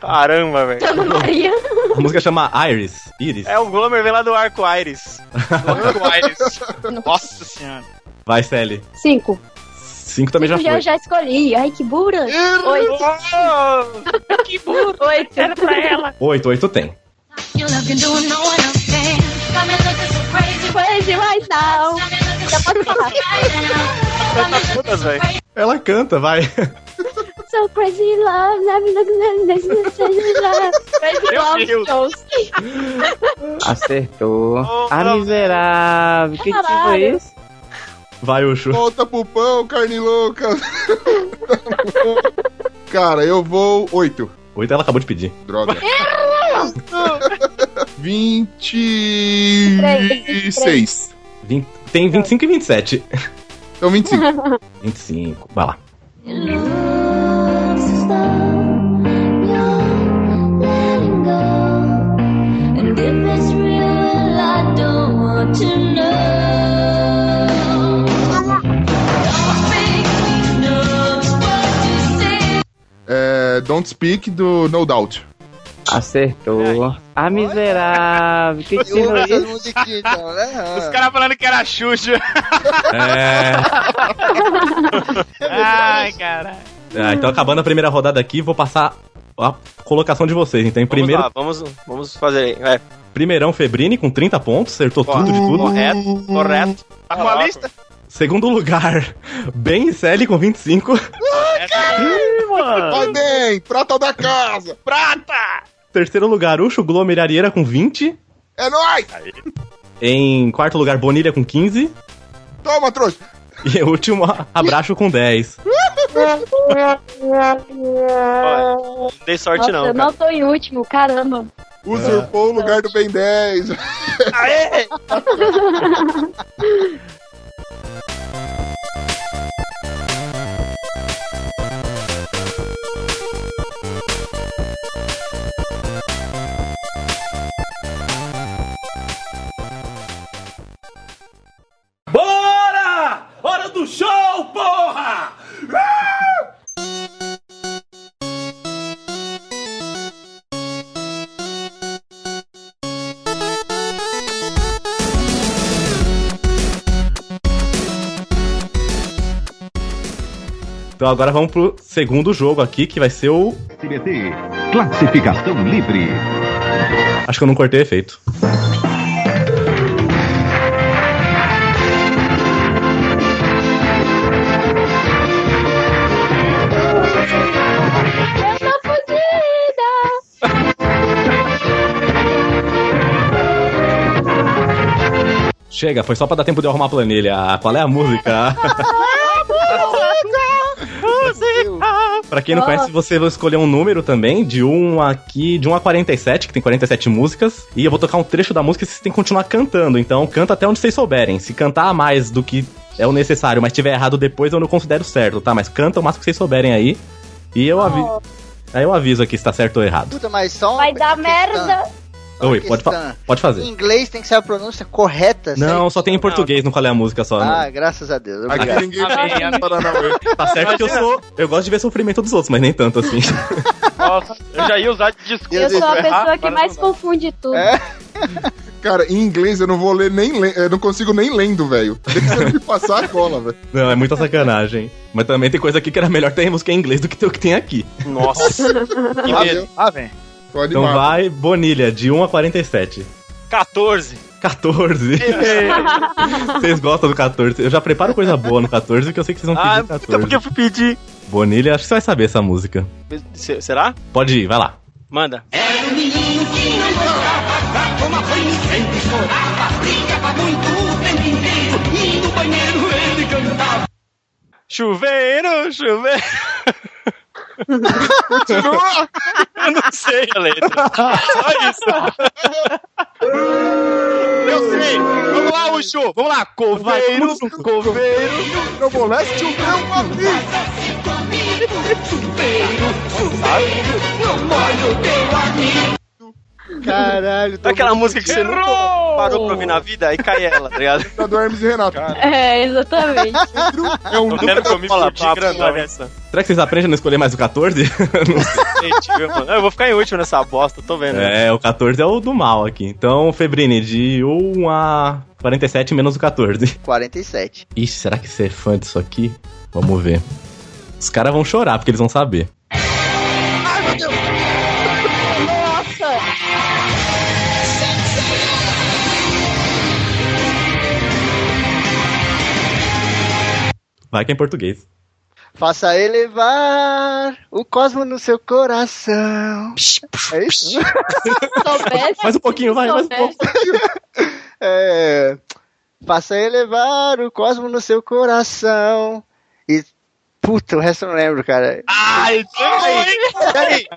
Caramba, velho.
Dona Maria.
A música chama Iris. Iris.
É o Glomer vem lá do arco-íris. Do arco-íris. Nossa senhora.
Vai, Sally.
Cinco.
Cinco também já
Eu já,
foi.
já escolhi. Ai, que burra. Oito. que burra. Oito. Era pra ela.
Oito, oito tem.
Crazy right now. Já pode falar.
Todas, velho. Ela canta, vai.
So crazy love. Let me look at this. Crazy love. Crazy
Meu
love
Deus.
shows.
Acertou. ah, miserável. Que tipo é
Caralho.
isso?
Vai, Ucho.
Volta pro pão, carne louca. Cara, eu vou. Oito.
Oito ela acabou de pedir.
Droga. 26.
Vin- Tem 25 e 27.
Então
25.
25, vai lá.
And if it's real, I don't want to know. Don't make me nervous, what you say.
É, don't Speak do No Doubt.
Acertou. Ah, miserável. Que tipo é isso?
então, né? Ah,
Os caras falando que era Xuxa.
É...
Ai, cara.
Ah, então, acabando a primeira rodada aqui, vou passar a colocação de vocês. Então, em
Vamos
primeiro,
lá, vamos, vamos fazer é, aí. Vai.
primeirão, Febrini com 30 pontos, acertou tudo de tudo.
Correto, é, correto. Tá com a lista?
Segundo lugar, Ben e Sally com 25.
Ah.
Vai bem, prata da casa.
Prata!
Terceiro lugar, Ucho Glomer e Arieira com 20.
É nóis!
Em quarto lugar, Bonilha com 15.
Toma, trouxa.
E o último, Abraço com 10.
Não dei
Nossa,
sorte, não.
eu
cara.
não tô em último, caramba.
Ah.
Usurpou o lugar do Ben 10.
Bora! Hora do show, porra!
Então agora vamos pro segundo jogo aqui, que vai ser o.
SBT, classificação livre.
Acho que eu não cortei efeito.
Eu tô fodida.
Chega, foi só pra dar tempo de eu arrumar a planilha. Qual é a música? pra quem não conhece, você vai escolher um número também, de 1 aqui, de 1 a 47, que tem 47 músicas. E eu vou tocar um trecho da música e vocês têm que continuar cantando. Então canta até onde vocês souberem. Se cantar a mais do que é o necessário, mas tiver errado depois, eu não considero certo, tá? Mas canta o máximo que vocês souberem aí. E eu
Oh.
aviso. Aí eu aviso aqui se tá certo ou errado.
Puta, mas só uma
Vai dar merda.
Oi, pode, fa-
questão.
pode
Em
fazer.
inglês tem que ser a pronúncia correta.
Não, só tem em português, não qual é a música só. não.
Ah, graças a Deus.
Aqui
Obrigado.
ninguém fala Amém, amém. Tá certo que eu
Imagina.
sou. Eu gosto de ver sofrimento dos outros, mas nem tanto assim.
Nossa, eu já ia usar de desculpa.
Eu sou a
pra errar,
pessoa que
agora
mais
não dá.
confunde tudo.
Cara, em inglês eu não vou ler nem le- eu não consigo nem lendo, velho. Deixa eu me passar a cola, velho.
Não, é muita sacanagem. Mas também tem coisa aqui que era melhor ter música em inglês do que ter o que tem aqui.
Nossa. Que
Ah,
medo.
meu.
Ah, vem.
Tô
Então
animado.
vai, Bonilha, de 1 a 47.
14.
14. vocês gostam do 14. Eu já preparo coisa boa no 14, que eu sei que vocês vão
Ah,
pedir
então
14.
por que eu fui pedir?
Bonilha, acho que você vai saber essa música.
Se- Será?
Pode ir, vai lá.
Manda. É,
Era um menino que não chorava, pra tomar banho sempre chorava, brigava muito o tempo inteiro, e no banheiro ele cantava.
Chuveiro, chuveiro.
Continua.
Eu não sei a letra. Só isso.
Eu sei.
Ei, vamos lá, Ucho! Vamos lá! Coveiro, coveiro,
meu moleste o meu amigo!
Caralho, tô Aquela música que você nunca parou pra ouvir na vida, aí cai ela, tá ligado?
Da do Hermes e Renato.
É, exatamente.
É um eu quero que eu me senti grandão nessa.
Será que vocês aprendem a não escolher mais o 14? Não sei.
Gente, viu, mano? Eu vou ficar em último nessa bosta, tô vendo.
é, o 14 é o do mal aqui. Então, Febrini, de 1 a 47 menos o 14.
47.
Ixi, será que você é fã disso aqui? Vamos ver. Os caras vão chorar, porque eles vão saber. Vai que é em português.
Faça elevar o cosmo no seu coração. É isso?
Mais um pouquinho, vai, mais um pouco.
É, faça elevar o cosmo no seu coração. E. Puta, o resto eu não lembro, cara.
Ai, errou, hein?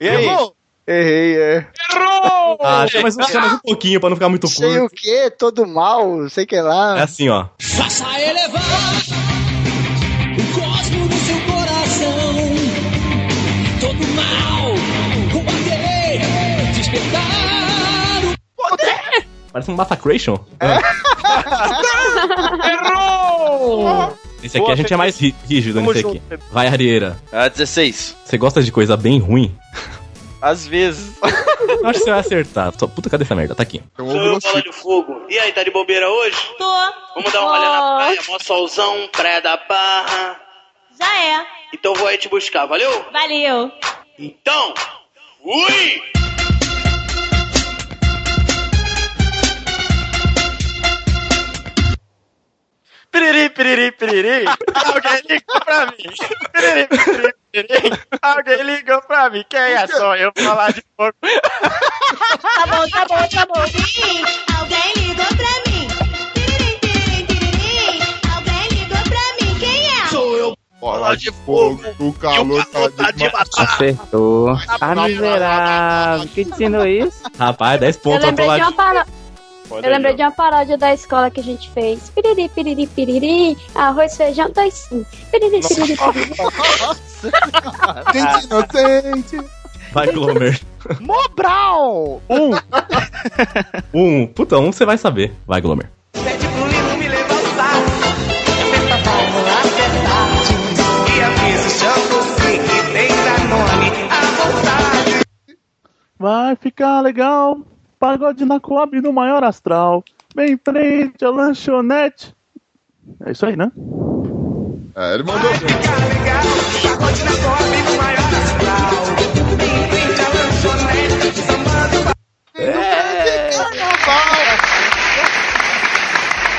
E aí?
Errou!
Errei, é.
Errou!
Ah, deixa mais, um, deixa mais um pouquinho pra não ficar muito
Sei
curto.
o que, todo mal, sei que lá.
É assim, ó.
Faça elevar o cosmo do seu coração. Todo mal, o bater, despertar o poder.
Parece um Massacration.
É.
É.
Errou!
Esse aqui
Boa,
a gente é mais ri- rígido
Tamo
nesse aqui. Vai, Arieira.
Ah, 16.
Você gosta de coisa bem ruim?
Às vezes.
Eu acho que você vai acertar. Só- Puta, cadê essa merda? Tá aqui.
Sou eu, bola de fogo. E aí, tá de bobeira hoje? Tô. Vamos dar uma olhada na praia, mó solzão, praia da barra. Já é. Então vou aí te buscar, valeu? Valeu. Então, fui!
Piriri, piriri, piriri. Alguém ligou pra mim. Piriri, piriri, piriri. Alguém ligou pra mim. Quem é só eu falar de fogo?
Tá bom, tá bom, tá bom. Alguém ligou pra mim. Tirim, tirim, tirim. Alguém ligou pra mim. Quem é? Sou eu.
Bola de fogo, o calor tá de
Acertou. Ah, miserável. Quem te ensinou isso?
Rapaz, 10
Eu
pontos
lembrei, de uma,
atoladinho.
paro...
Olha
eu lembrei
aí,
de uma paródia da escola que a gente fez. Piriri, piriri, piriri, arroz, feijão, dois sim. Piriri, piriri, piriri.
Tente, não tente.
Vai, Glomer.
Mobral!
Um! Um. Puta, um você vai saber. Vai, Glomer.
Pede pro Lino me levantar. Vamos lá, acertar. E avisa o shampoo que tem Danone à vontade.
Vai ficar legal. Pagode na Coab no maior astral. Bem em frente à lanchonete. É isso aí, né?
É, ele mandou.
Pagode na Coab no maior astral. Bem em frente à lanchonete, sambando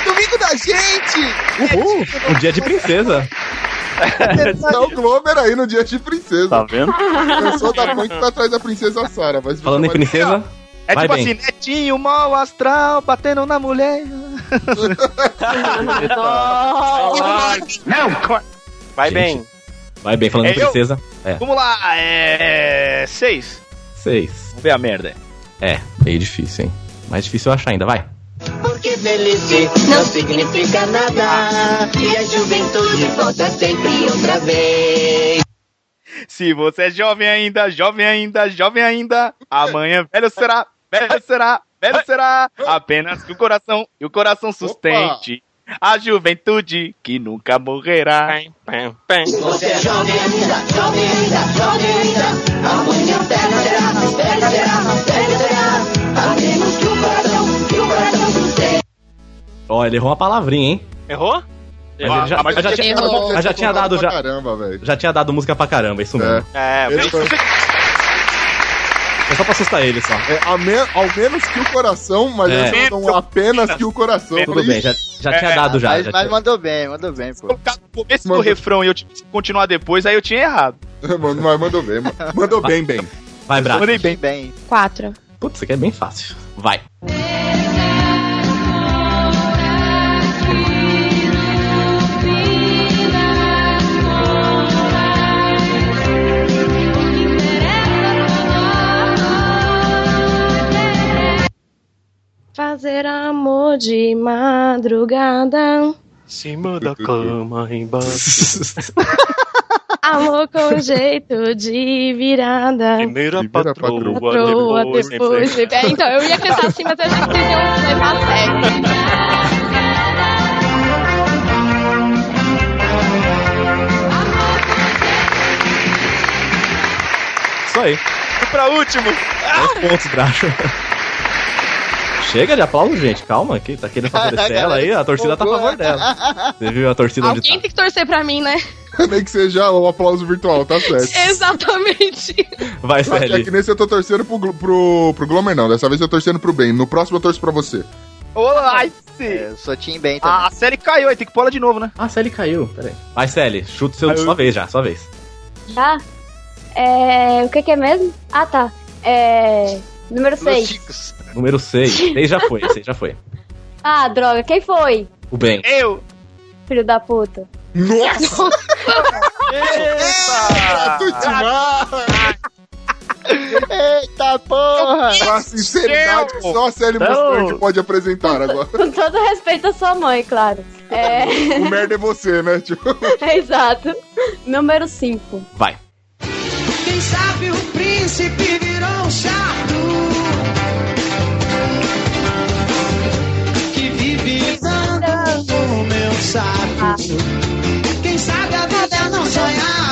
Domingo da gente!
Uhul! Um dia de princesa.
Tá o Glover aí no dia de princesa. Tá
vendo?
Eu sou da mãe que tá atrás da princesa Sara. vai se
Falando em
chamar de-
princesa.
É
vai
tipo
bem.
assim, netinho, mal astral, batendo na mulher. Não! Vai
Gente,
bem.
Vai bem, falando
É
em
eu?
princesa. É.
Vamos lá, é. Seis.
Seis.
Vamos ver a merda.
É, meio difícil, hein? Mais difícil eu achar ainda, vai.
Porque velhice não significa nada. E a juventude volta sempre outra vez.
Se você é jovem ainda, jovem ainda, jovem ainda, amanhã velho será, velho será, velho será. Apenas que o coração e o coração sustente a juventude que nunca morrerá.
Você é jovem ainda, jovem ainda, jovem ainda. Amanhã velho será, velho será, velho será. Apenas que o coração, que o coração sustenta.
Ó, ele errou uma palavrinha, hein?
Errou?
Mas ele já,
Ah, mas
mas já tinha,
errou.
mas já tinha dado já.
Caramba, velho.
Já tinha dado música pra caramba, isso mesmo.
É,
Ele foi-
É só pra assustar ele só.
É, a me- ao menos que o coração, mas
É.
eles mandam apenas que o coração.
Tudo bem, já, já tinha dado já.
Mas,
já
mas
tinha-
mandou bem, mandou bem, pô.
Esse do refrão e eu tive que continuar depois, aí eu tinha errado.
Mano, mas mandou bem, mano. Mandou bem, bem.
Vai, Braco.
Mandei bem.
Bem.
Quatro.
Putz, isso aqui é bem fácil. Vai.
Faz fazer amor de madrugada.
Cima da cama, embaixo.
Amor com jeito de virada.
Primeira patroa,
Patroa, depois,
depois, depois.
depois. É, então, eu ia cantar assim, mas eu achei que vocês iam levar a sério.
Isso aí.
Pra último.
Dois pontos, Dracho. Chega de aplauso, gente. Calma, que tá querendo favorecer ela aí. A torcida tá a favor dela. Você viu a torcida onde tá?
Alguém tem que torcer pra mim, né?
Nem que seja um aplauso virtual, tá certo.
Exatamente.
Vai,
Só que
Sally.
é que nesse eu tô torcendo pro, Glo- pro, pro Glomer, não. Dessa vez eu tô torcendo pro bem. No próximo eu torço pra você.
Ah,
Olá,
é,
é.
Eu sou Tim Ben também.
A série caiu, aí tem que pôr ela de novo, né?
Ah, a série caiu, peraí. Vai, Sally. Chuta seu, sua vez já, sua vez.
Tá? É, o que, que é mesmo? Ah, tá. É, número 6.
Número 6. 6 já foi, 6 já foi.
Ah, droga, quem foi?
O bem.
Eu!
Filho da puta.
Nossa!
Eita porra!
Com a sinceridade que só a Sally Mustang pode apresentar agora.
Com todo respeito à sua mãe, claro. É,
O merda é você, né, tio?
exato. Número 5.
Vai.
Quem sabe o príncipe virou um chato que vive andando no meu saco. Quem sabe a vida não sonhar.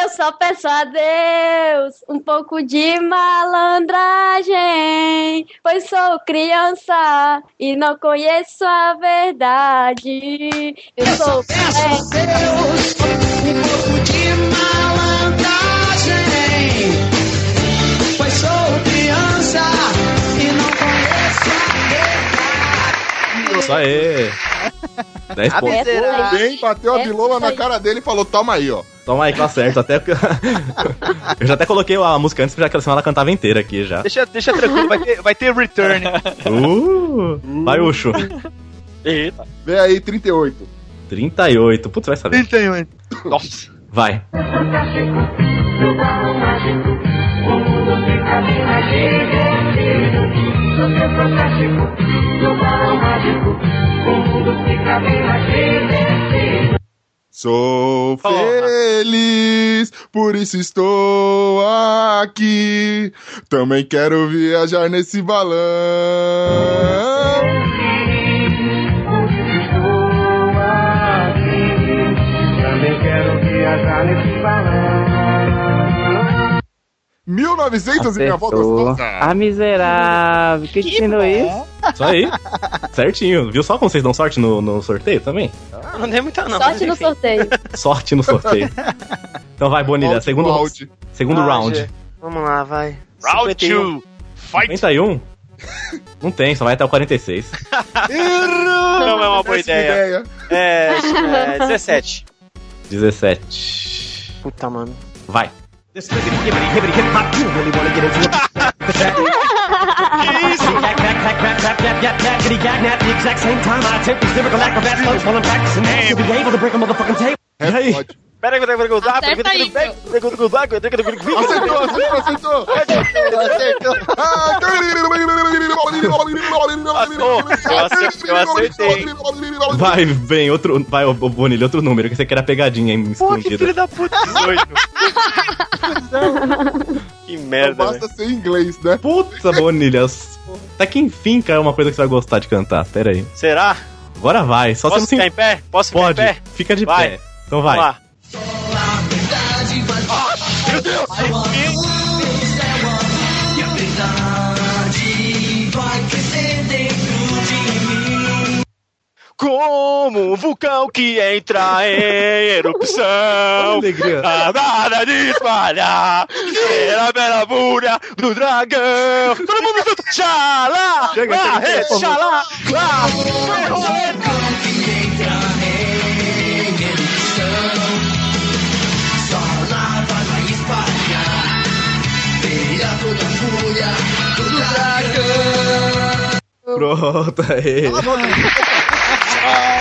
Eu só peço a Deus um pouco de malandragem, pois sou criança e não conheço a verdade. Eu sou
Peço a Deus um pouco de malandragem, pois sou criança e não conheço a
Isso aí. 10
O
pontos.
bem bateu a biloba na cara dele e falou: toma aí, ó.
Toma aí que eu acerto. Até... que- eu já até coloquei a música antes, porque aquela semana ela cantava inteira aqui já.
Deixa, deixa tranquilo, vai ter, vai ter return.
Uh, vai, Ucho.
Eita.
Vem aí, 38.
38. Putz, vai saber.
38.
Nossa.
Vai.
No barro mágico, o mundo fica bem mais divertido. No seu fantástico, no barro mágico, o mundo fica bem mais divertido.
Sou feliz, por isso estou aqui. Também quero viajar nesse balão.
Também quero viajar nesse balão.
1900 e minha volta
Acertou. Ah, miserável. Quem te ensinou isso?
Isso aí. Certinho. Viu só como vocês dão sorte no, no sorteio também?
Não dei muita não.
Sorte no sorteio.
Sorte no sorteio. Então vai, Bonilha. Segundo,
round.
segundo
Ah,
round.
Gê. Vamos lá, vai.
Round
51.
2.
51? Não tem, só vai até o 46.
Errou! Não é uma boa
Péssima
ideia. É, é 17.
17.
Puta, mano.
Vai.
E
aí?
Peraí, peraí, peraí, peraí, peraí,
Acertou, acertou, acertou! Acertou!
eu acertei.
Vai, vem, outro. Vai, ô, ô, Bonilha, outro número, que você quer a pegadinha aí
Pô, que filho
escondida.
da puta. 18. Que merda,
Basta ser em inglês, né?
Puta, Bonilha. s- Até que enfim caiu uma coisa que você vai gostar de cantar. Pera aí.
Será?
Agora vai, só
Posso
você não
ficar
se.
em pé? Posso ficar em
Pode,
pé?
fica de
Vai.
pé. Então vai.
Vamos lá.
Meu Deus! E a verdade vai crescer dentro de mim.
Como um vulcão que entra em erupção.
alegria.
A nada de espalhar. Será a bela búria do dragão. Todo mundo junto. Xalá!
Chega, chega,
lá,
chega,
re,
por favor.
Xalá! lá, ferrou.
Pronto, aí.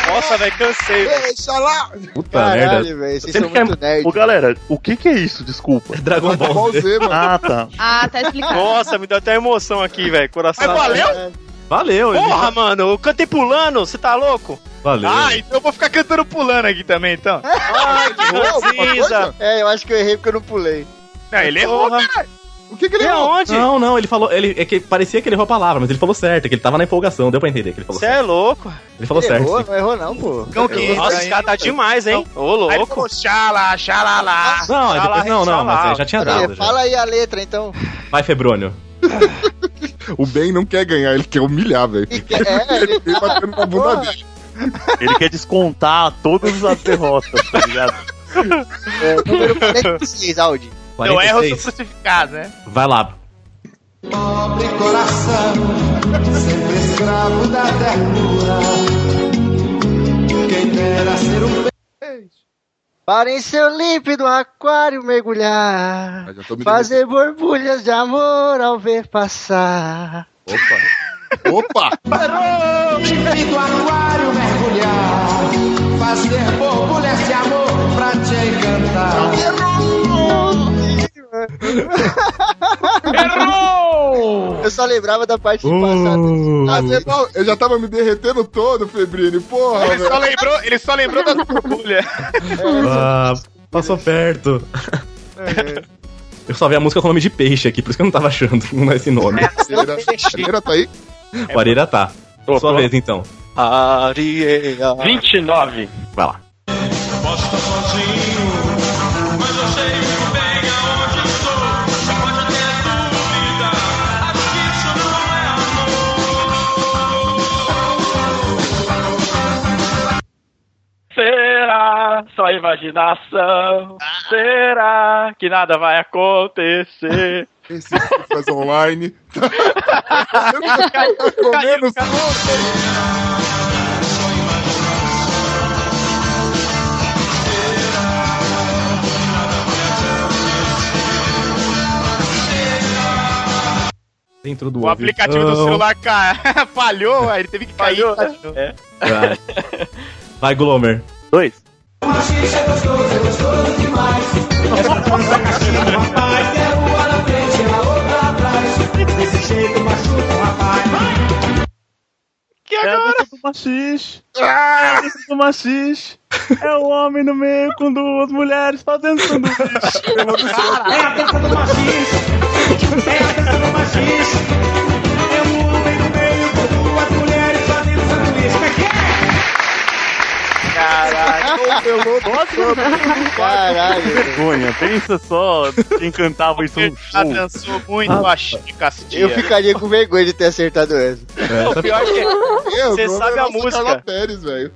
Nossa, velho, cansei. velho.
Deixa lá!
Puta merda.
velho,
vocês são muito
Ô, galera, o que que é isso? Desculpa. É
Dragon Ball Dragon Ball Z. Z, mano.
Ah, tá.
Ah, tá explicado.
Nossa, me deu até emoção aqui, velho. Coração.
Mas
É,
valeu?
Valeu,
Porra, mano, eu cantei pulando, você tá louco?
Valeu.
Ah, então eu vou ficar cantando pulando aqui também, então. Ai, que precisa.
É, eu acho que eu errei porque eu não pulei.
Não, ele é errou,
Porra.
cara.
O que que
ele errou? É Onde?
Não, não, ele falou. Ele, é que parecia que ele errou a palavra, mas ele falou certo, é que ele tava na empolgação, deu pra entender que ele falou
Você
certo.
é louco.
Ele falou
Ele
certo.
errou?
sim.
Não errou, não, pô.
Cão que Nossa, esse cara tá demais, hein? Ô, louco. Xalá, xalá,
Não, é depois, não, não, mas é, já tinha
Peraí,
dado. já.
Fala aí a letra, então.
Vai, Febrônio.
O Ben não quer ganhar, ele quer humilhar, velho.
É, ele...
tá
Ele tá batendo na bunda dele.
Ele quer descontar todas as derrotas, tá ligado?
É, número 46, Audi.
Eu erro, eu
46.
sou crucificado, né?
Vai lá.
Pobre coração, sempre escravo da ternura. Quem dera ser um
Para em seu límpido aquário mergulhar,
Ah, já tô me
fazer borbulhas de amor ao ver passar.
derretendo. Opa!
peixe do aquário mergulhar. Fazer borbulhas de amor pra te encantar.
Errou!
Eu só lembrava da parte
Uh.
do passado.
Ah, você tá- eu já tava me derretendo todo, Febrini, porra,
Ele
velho.
só lembrou, ele só lembrou das borbulhas.
Ah, passou perto. É. Eu só vi a música com nome de peixe aqui, por isso que eu não tava achando não é esse nome.
assim,
Pereira- Pereira tá aí?
É,
O Areira tá. Sua vez então.
Areia.
29.
Vai lá.
Será só imaginação? Será que nada vai acontecer?
Esse que faz online. Tá
Caiu,
comendo
Dentro do
O aplicativo do celular ca... falhou, aí ele teve que cair.
Falhou, né?
É.
Vai, Vai Glomer.
Dois.
Que
É a
agora?
dança do machixe. É a dança do machixe. É o homem no meio com duas mulheres fazendo sanduíche.
É a dança do machismo. É a dança do machismo. É um homem no meio com duas mulheres fazendo sanduíche. Como é que é?
Caralho.
Caralho.
Vergonha, pensa só quem cantava isso um no
tá
Já
show.
dançou muito a Chica
Eu ficaria com vergonha de ter acertado essa.
O pior que
Eu,
Você
Glomer
sabe a
é nossa
música.
Carla Pérez, velho.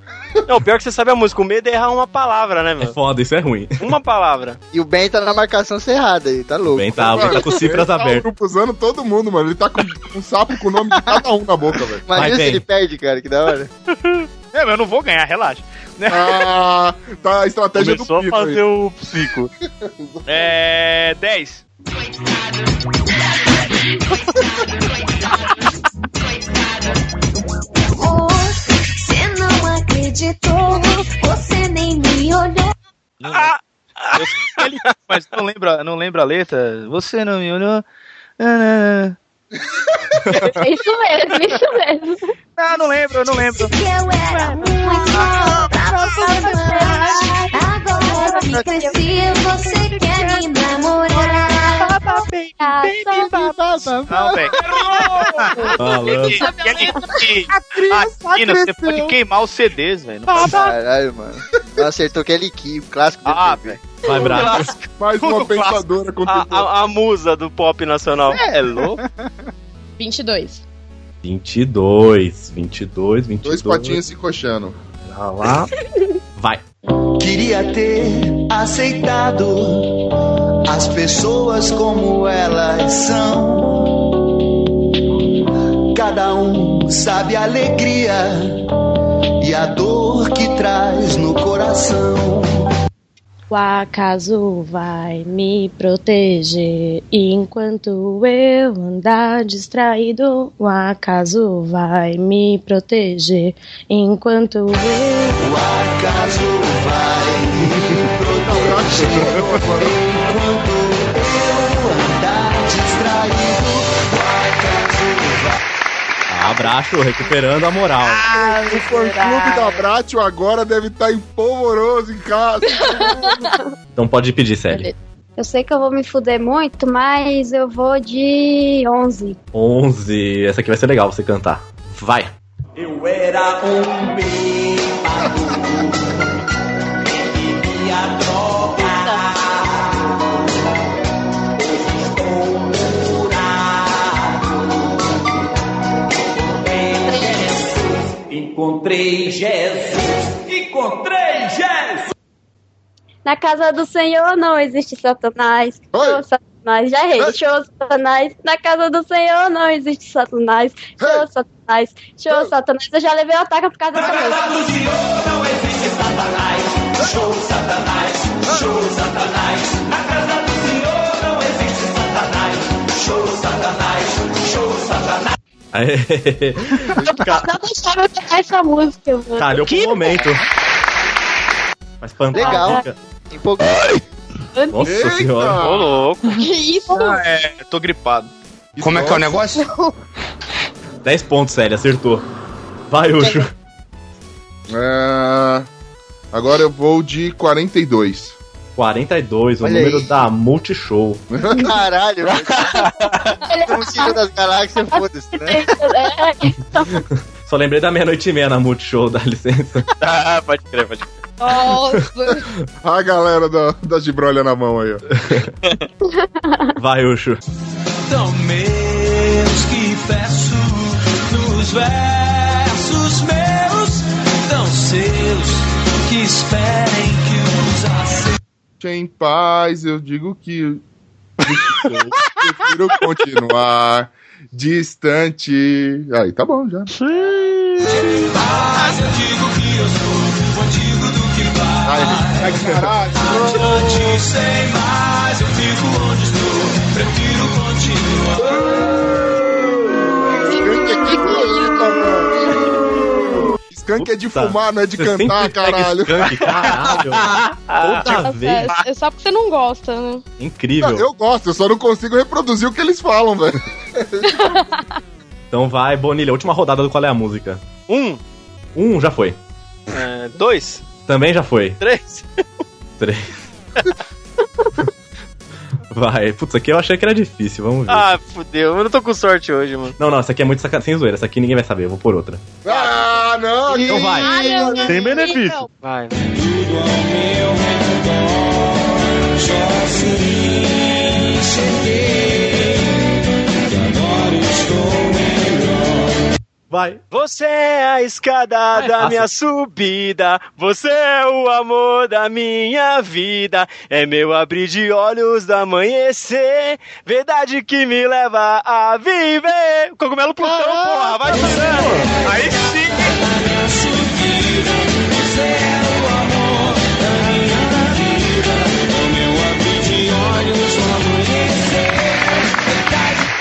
Não, o pior que você sabe a música. O medo é errar uma palavra, né,
É
meu?
foda, isso é ruim.
Uma palavra.
E o Ben tá na marcação cerrada aí, tá louco.
Bem, tá, bem, tá com
Ele
cifras
tá
abertas.
grupuzando todo mundo, mano. Ele tá com um sapo com o nome de cada um na boca, velho.
Vai,
Imagina se
Ben.
ele perde, cara, que da hora.
É, mas eu não vou ganhar, relaxa.
Ah, tá a estratégia do
Começou a
Pico aí.
fazer o psico.
É. 10.
Você não acreditou, você nem me olhou.
Eu sei que ele- Mas não lembra, não lembra a letra? Você não me olhou. Ah,
É Isso mesmo, isso mesmo.
não, não lembro, eu não lembro.
Que eu era muito boa pra você. Agora que cresci, você quer me namorar.
Não, velho.
Falando.
Aqui, você pode queimar os CDs, velho.
Caralho, mano. Não acertou Kelly Key, o clássico do
Ah,
TV.
Vai, Braga.
Mais uma
Tudo clássico.
pensadora
Ah,
A,
contemporânea.
a- a musa do pop nacional.
É louco.
22.
22, 22, 22.
Dois patinhos se coxando.
Tá lá. Vai.
Queria ter aceitado as pessoas como elas são. Cada um sabe a alegria e a dor que traz no coração.
O acaso vai me proteger enquanto eu andar distraído. O acaso vai me proteger enquanto eu.
O acaso vai me proteger enquanto eu andar distraído.
Abraço, recuperando a moral.
Ah, o fã-clube da Bratio agora deve estar em polvoroso em casa.
Então pode pedir, Sally.
Eu sei que eu vou me fuder muito, mas eu vou de 11.
11. Essa aqui vai ser legal você cantar. Vai.
Eu era um bêbado que bebia droga. Hoje estou curado. Encontrei Jesus. Encontrei Jesus.
Na casa do Senhor não existe Satanás. Sou Satanás, já errei. Show Satanás. Na casa do Senhor não existe Satanás. Show Satanás. Show Satanás. Eu já levei o ataque por causa dessa
Do
música.
Senhor não existe Satanás. Show Satanás. Show Satanás. Na casa do Senhor não existe Satanás. Show Satanás. Show Satanás.
Aê.
Não deixaram eu tocar essa música, mano.
Calhou por um momento. Mas fantástica. Nossa
Eita.
senhora.
Ô, louco.
Que isso?
É, tô gripado.
Como é que é o negócio? 10 pontos, Sally, acertou. Vai, Ucho.
Ah, agora eu vou de 42.
42, o
Olha
número
aí.
da Multishow.
Caralho, velho. Como tira das galáxias, foda-se,
É,
né?
Só lembrei da meia-noite e meia na Multishow, dá licença.
Ah, pode crer, pode crer.
A galera da, da gibrolha na mão aí, ó.
Vai, Ucho.
Então, meus que peço nos versos meus, tão seus que esperem que os acertos.
Sem paz, eu digo que. Prefiro continuar distante. Aí, tá bom já.
Mas eu digo que eu sou contigo do que vai. Adiante sem mais, eu fico onde estou. Prefiro continuar.
Skunk é de fumar, não é de cantar, caralho.
Tá
Toda
certo. É só porque você não gosta, né?
Incrível.
eu gosto, eu só não consigo reproduzir o que eles falam, velho.
Então vai, Bonilha, última rodada do Qual é a Música.
Um.
Um já foi.
É, dois.
Também já foi.
Três.
Três. Vai. Putz, aqui eu achei que era difícil, vamos ver.
Ah, fudeu. Eu não tô com sorte hoje, mano.
Não, não, essa aqui é muito sacanagem. Sem zoeira, essa aqui ninguém vai saber, eu vou por outra.
Ah, não!
Então
que
vai.
isso,
Ah,
né?
Tem benefício.
Vai.
Tudo ao meu redor já se enxerguei. E agora estou melhor.
Vai.
Você é a escada da minha subida, você é o amor da minha vida, é meu abrir de olhos do amanhecer, verdade que me leva a viver. Cogumelo Plutão, porra, vai tirando. Aí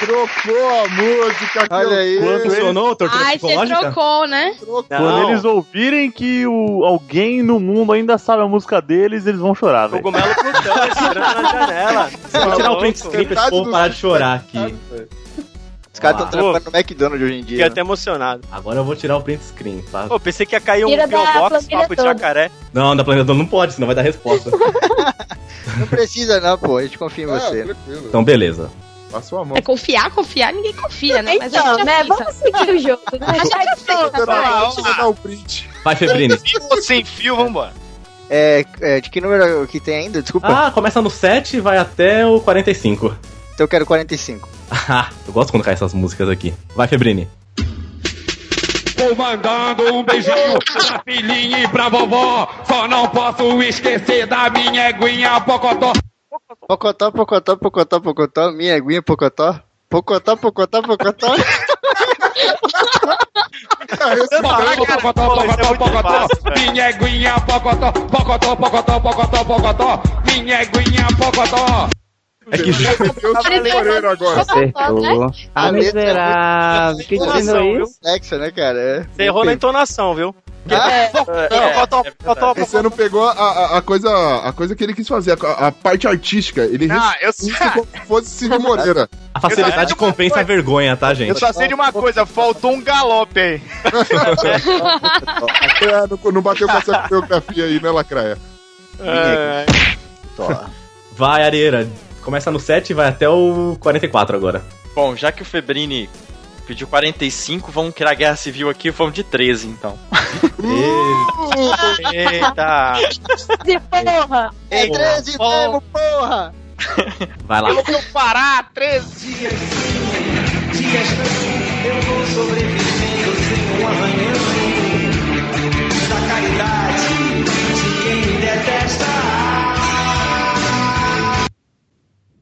Trocou a música que
Olha aí.
eu
Funcionou, tortura
Ai, você trocou, né?
Quando eles ouvirem que o, alguém no mundo ainda sabe a música deles, eles vão chorar, velho.
Cogumelo Plutão, tirando na janela.
Vou tirar o print screen pra esse povo parar de chorar aqui.
Os
Ah,
caras estão trampando no McDonald's hoje em
Fiquei
dia. né?
até emocionado.
Agora eu vou tirar o print screen, tá?
Pô, pensei que ia cair um
Tira da
P.O.Box,
planilha
papo de
toda.
jacaré.
Não, da planejadora não pode, senão vai dar resposta.
Não precisa, não, pô. A gente confia em você.
Então, beleza.
Ah, Passou a mão.
É confiar, confiar, ninguém confia, né? Mas a
Então,
gente
né?
aceita.
Vamos seguir o jogo. Né?
A gente tá aceita, vai.
Vai, Febrine.
Sem fio, vambora.
É, é, de que número que tem ainda? Desculpa.
Ah, começa no 7 e vai até o 45.
Então eu quero 45.
Ah, eu gosto quando cai essas músicas aqui. Vai, Febrine.
Vou mandando um beijinho pra filhinha e pra vovó. Só não posso esquecer da minha eguinha Pocotó.
Pocotó, pocotó, pocotó, pocotó. Minha aguinha, pocotó. Pocotó, pocotó, pocotó.
é
Minheguinha, pocotó, pocotó, pocotó, pocotó, pocotó. Minheguinha, pocotó.
É que já deu
agora.
né?
Acertou. A Ah, miserável. Que dizendo isso?
Sexo, né, cara? Ah,
Você errou na entonação, viu?
É, Você não pegou a, a- a coisa, a coisa que ele quis fazer, a, a parte artística. Ele
Não,
ressuscita
eu sei.
como se fosse Cid Moreira.
A facilidade compensa a vergonha, tá, gente?
Eu só sei de uma coisa, faltou um galope aí.
É, não, não bateu com essa biografia aí, né, Lacraia?
É.
Vai, Areira. Começa no 7 e vai até o 44 agora.
Bom, já que o Febrini pediu 45, vamos criar guerra civil aqui, vamos de 13 então. Eita!
De porra!
É 13 mesmo, porra!
Vai lá.
Eu
vou parar
13 dias. Dias eu vou sobrevivendo sem um arranhão da caridade de quem me detesta.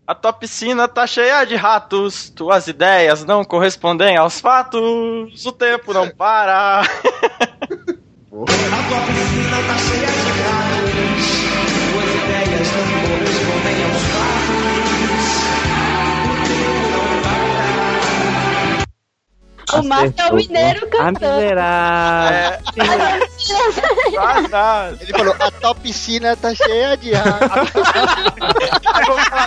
A tua piscina tá cheia de ratos, tuas ideias não correspondem aos fatos, o tempo não para.
A tua piscina tá cheia de gatos, tuas ideias não correspondem aos fatos. O tempo não para.
O Márcio
tá?
é o mineiro
Ah,
cantando.
A miserável.
Ele falou, a tua piscina tá cheia de rato.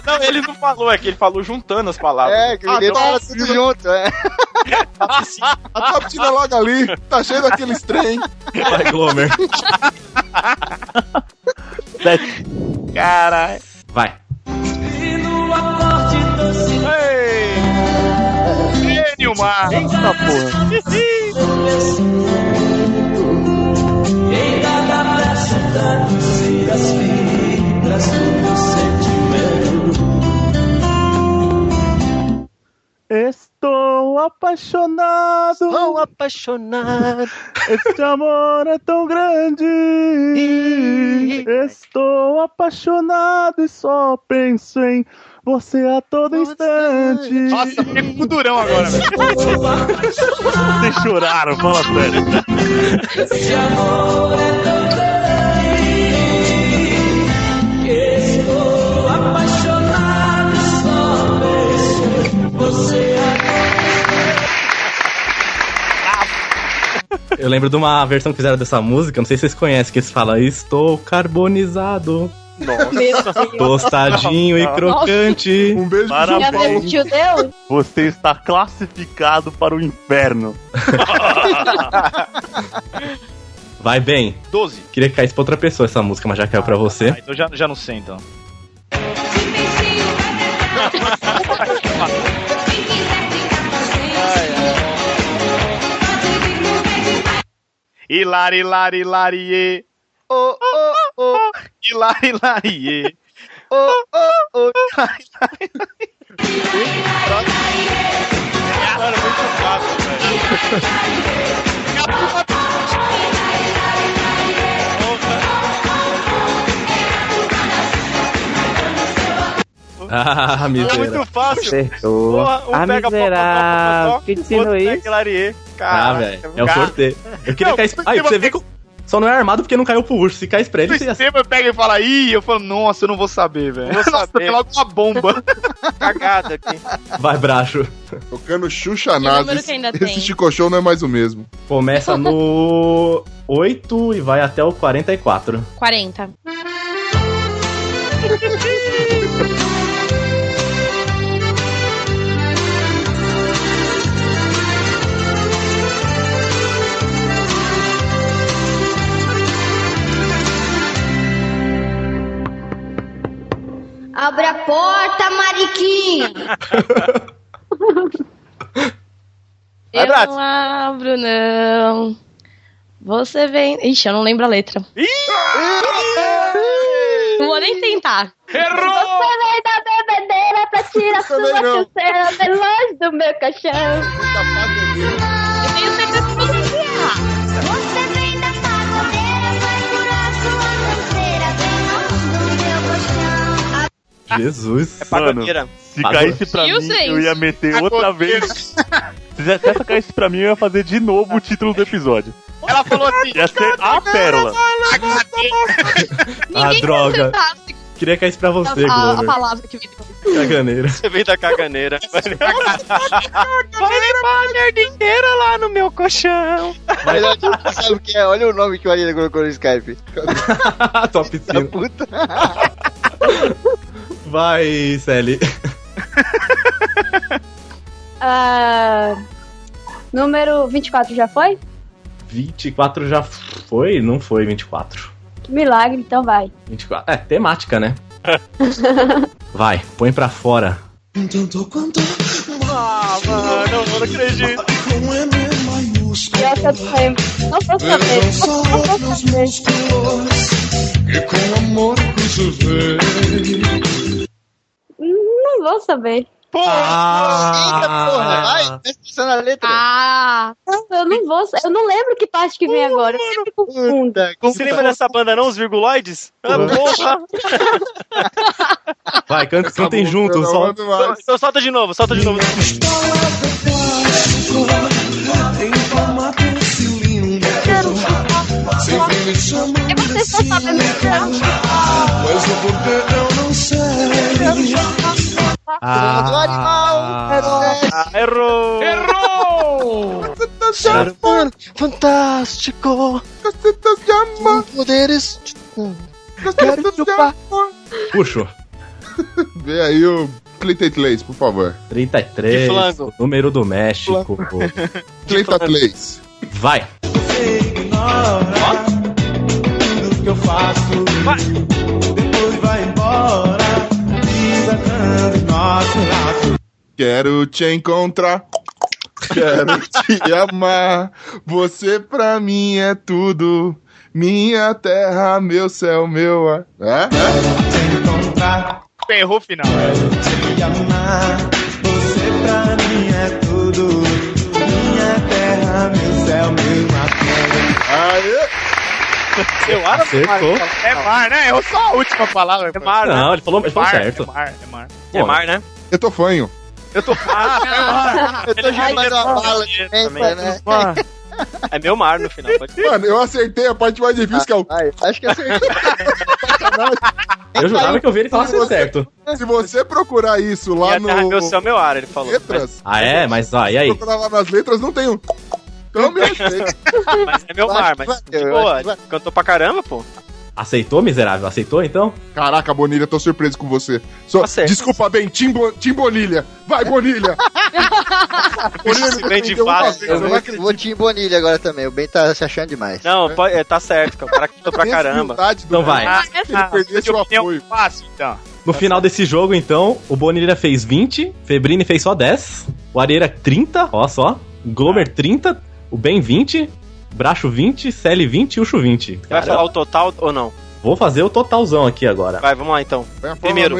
não, ele não falou, é que ele falou juntando as palavras.
É, que ele fala tudo junto, é.
A tua piscina logo ali, tá cheio daqueles trem.
Vai, Glomer. Sete.
Caralho.
Vai.
E no acorde doce. Ei! Ei, Nilmar! Eita Em cada braço traduzir as fibras do meu sentimento.
Estou apaixonado. Estou
apaixonado.
Este amor é tão grande. Estou apaixonado e só penso em você é a todo instante.
Nossa, fiquei com durão agora, velho.
Vocês choraram, fala sério.
Esse amor é tão grande. que Estou apaixonado e só penso em você
Eu lembro de uma versão que fizeram dessa música, não sei se vocês conhecem, que eles falam: Estou carbonizado. tá Tostadinho e crocante.
Um beijo
Parabéns.
Meu Deus!
Você está classificado para o inferno.
Vai bem.
12.
Queria que caísse pra outra pessoa essa música, mas já caiu pra
É?
Ah,
você.
então já, já não sei então. Hilari, lari, larie. Oh, oh, oh. Hilari, larie. Oh, oh, oh. Hilari, lari, larie. Mano, muito fácil,
Ah,
É
miserável.
muito fácil.
Acertou.
Porra,
oh.
um
a
pega
miserável.
pocotó,
Que ensinou isso?
Clarier.
Ah,
Cara,
velho. É o sorteio. Eu queria cair. Aí, pra você ver que. eu- Só não é armado porque não caiu pro urso. Se caísse pra ele, você ia.
Sempre pega e fala, ih, eu falo, nossa, eu não vou saber, velho.
Vou
Nossa,
saber.
tem logo uma bomba.
Cagada aqui.
Vai, Bracho.
Tocando Xuxa
Que número
Nazi.
que ainda
Esse
tem?
Chico Show não é mais o mesmo.
Começa no 8 e vai até o 44.
40.
Abre a porta, Mariquinha!
Eu não abro, não. Você vem. Ixi, eu não lembro a letra. Não vou nem tentar.
Errou! Você vem da bebedeira pra tirar sua
Também não.
chuteira de longe do meu caixão. Eu tenho certeza que você se erra.
Você vem da patoneira, vai furar sua canseira, vem longe do meu colchão.
Jesus. É
pagodeira.
Se caísse pra
E os
mim,
dentes?
eu ia meter outra vez. Se essa caísse pra mim, eu ia fazer de novo o título do episódio.
Ela falou assim:
Ia ser a pérola.
Ah, droga. Queria cair isso pra
A,
você,
Ah,
a- a
Glover.
palavra que me
Caganeira.
Você veio da caganeira.
Vai levar a merda inteira lá no meu colchão.
Mas olha, sabe o que é? Olha o nome que o Alina colocou no Skype.
Tua piscina.
Puta.
Vai, Sally.
Ah, número 24 já foi?
24 já foi? Não foi 24.
Que milagre, então vai.
24. É, temática, né? Vai, põe pra fora.
Ah, mano, eu não acredito.
Já que eu tô aí, não vou saber. Não vou saber. Não vou saber.
Ah!
porra, vai, presta atenção na letra.
Ah, eu não vou, eu não lembro que parte que vem agora. Eu sempre confundo.
Você lembra dessa banda não, os virguloides? Ah, porra.
Vai, canta, cantem juntos. Só...
Então- Então solta de novo, solta de novo.
É
tá
você só sabe me
Ah!
Errou! Errou!
fantástico. Poderes.
Quero chupar.
Puxo.
Vê aí o 33, por favor.
33.
De flango.
Número do México.
33.
Vai.
que eu faço. Vai. Depois vai embora. Desatando nosso laço.
Quero te encontrar. Quero te amar. Você pra mim é tudo. Minha terra, meu céu, meu ar. É?
Ferrou o final.
Aê!
Eu acho
Acertou.
É mar, né? Errou só a última palavra. É mar,
Não, ele falou- ele falou
Mar,
tá certo.
É mar, é mar.
Pô,
né?
Eu tô fanho.
Eu tô. Ah,
Eu tô jogando a bala de
também.
mesa, né?
É meu mar no final. Pode...
Mano, eu acertei a parte mais difícil que é o.
acho que acertei.
Eu jurava que eu vi ele falar assim certo.
Se você procurar isso lá
Ah. Minha
no.
terra, meu céu, meu ar, ele falou.
Letras?
Ah, é? Mas ó, e aí?
procurar lá nas letras, não tem um. Então me achei.
Mas é meu mar, mas. De
é
boa, cantou pra caramba, pô.
Aceitou, miserável? Aceitou então?
Caraca, Bonilha, tô surpreso com você.
Tá
Só- Desculpa, bem, Tim, Bo- Tim Bonilha. Vai, Bonilha! Bonilha,
Se vende
deu uma
fácil,
vez,
né?
eu não acredito.
Eu vou te embonilha agora também. O Ben tá se achando demais.
Não, pode- é, tá certo, cara. O cara cantou pra caramba.
tá
Então vai.
Ah,
Ele perdeu
é
seu apoio. Fácil, então.
No final desse jogo, então, o Bonilha fez 20, Febrini fez só 10, o Areira 30, ó só, Glomer 30, o Ben 20, Bracho 20, CL 20 e o Chu 20.
Vai
Cara,
falar o total ou não?
Vou fazer o totalzão aqui agora.
Vai, vamos lá então. Primeiro.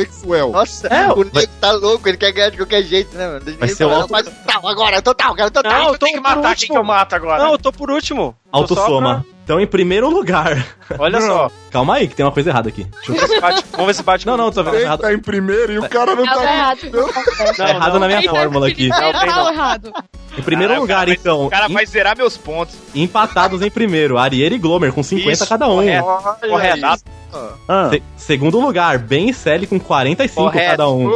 Nossa,
É,
o
vai-
nego tá louco, ele quer ganhar de qualquer jeito, né, mano?
Vai ser o auto-
Mas total, agora, total, quero total.
Não, eu tô
Tem que
por
matar,
último. Não, eu tô por último. Tô
Autossoma.
só
Então, em primeiro lugar.
Olha só.
Calma aí, que tem uma coisa errada aqui. Deixa eu ver.
pra- Bate- Vamos ver se bate.
Não, não, tô vendo
Ele
errado.
tá em primeiro e o cara não
Não, tá
tá.
errado.
Tá errado na minha fórmula aqui.
Tá
errado.
Em primeiro lugar, então.
O cara
em-
vai zerar meus pontos.
Empatados em primeiro, Ariel e Glomer com 50
Isso,
cada um.
correto.
Correto.
Correto.
Ah.
Se- segundo lugar, Ben e Sally com 45
Correto.
cada um.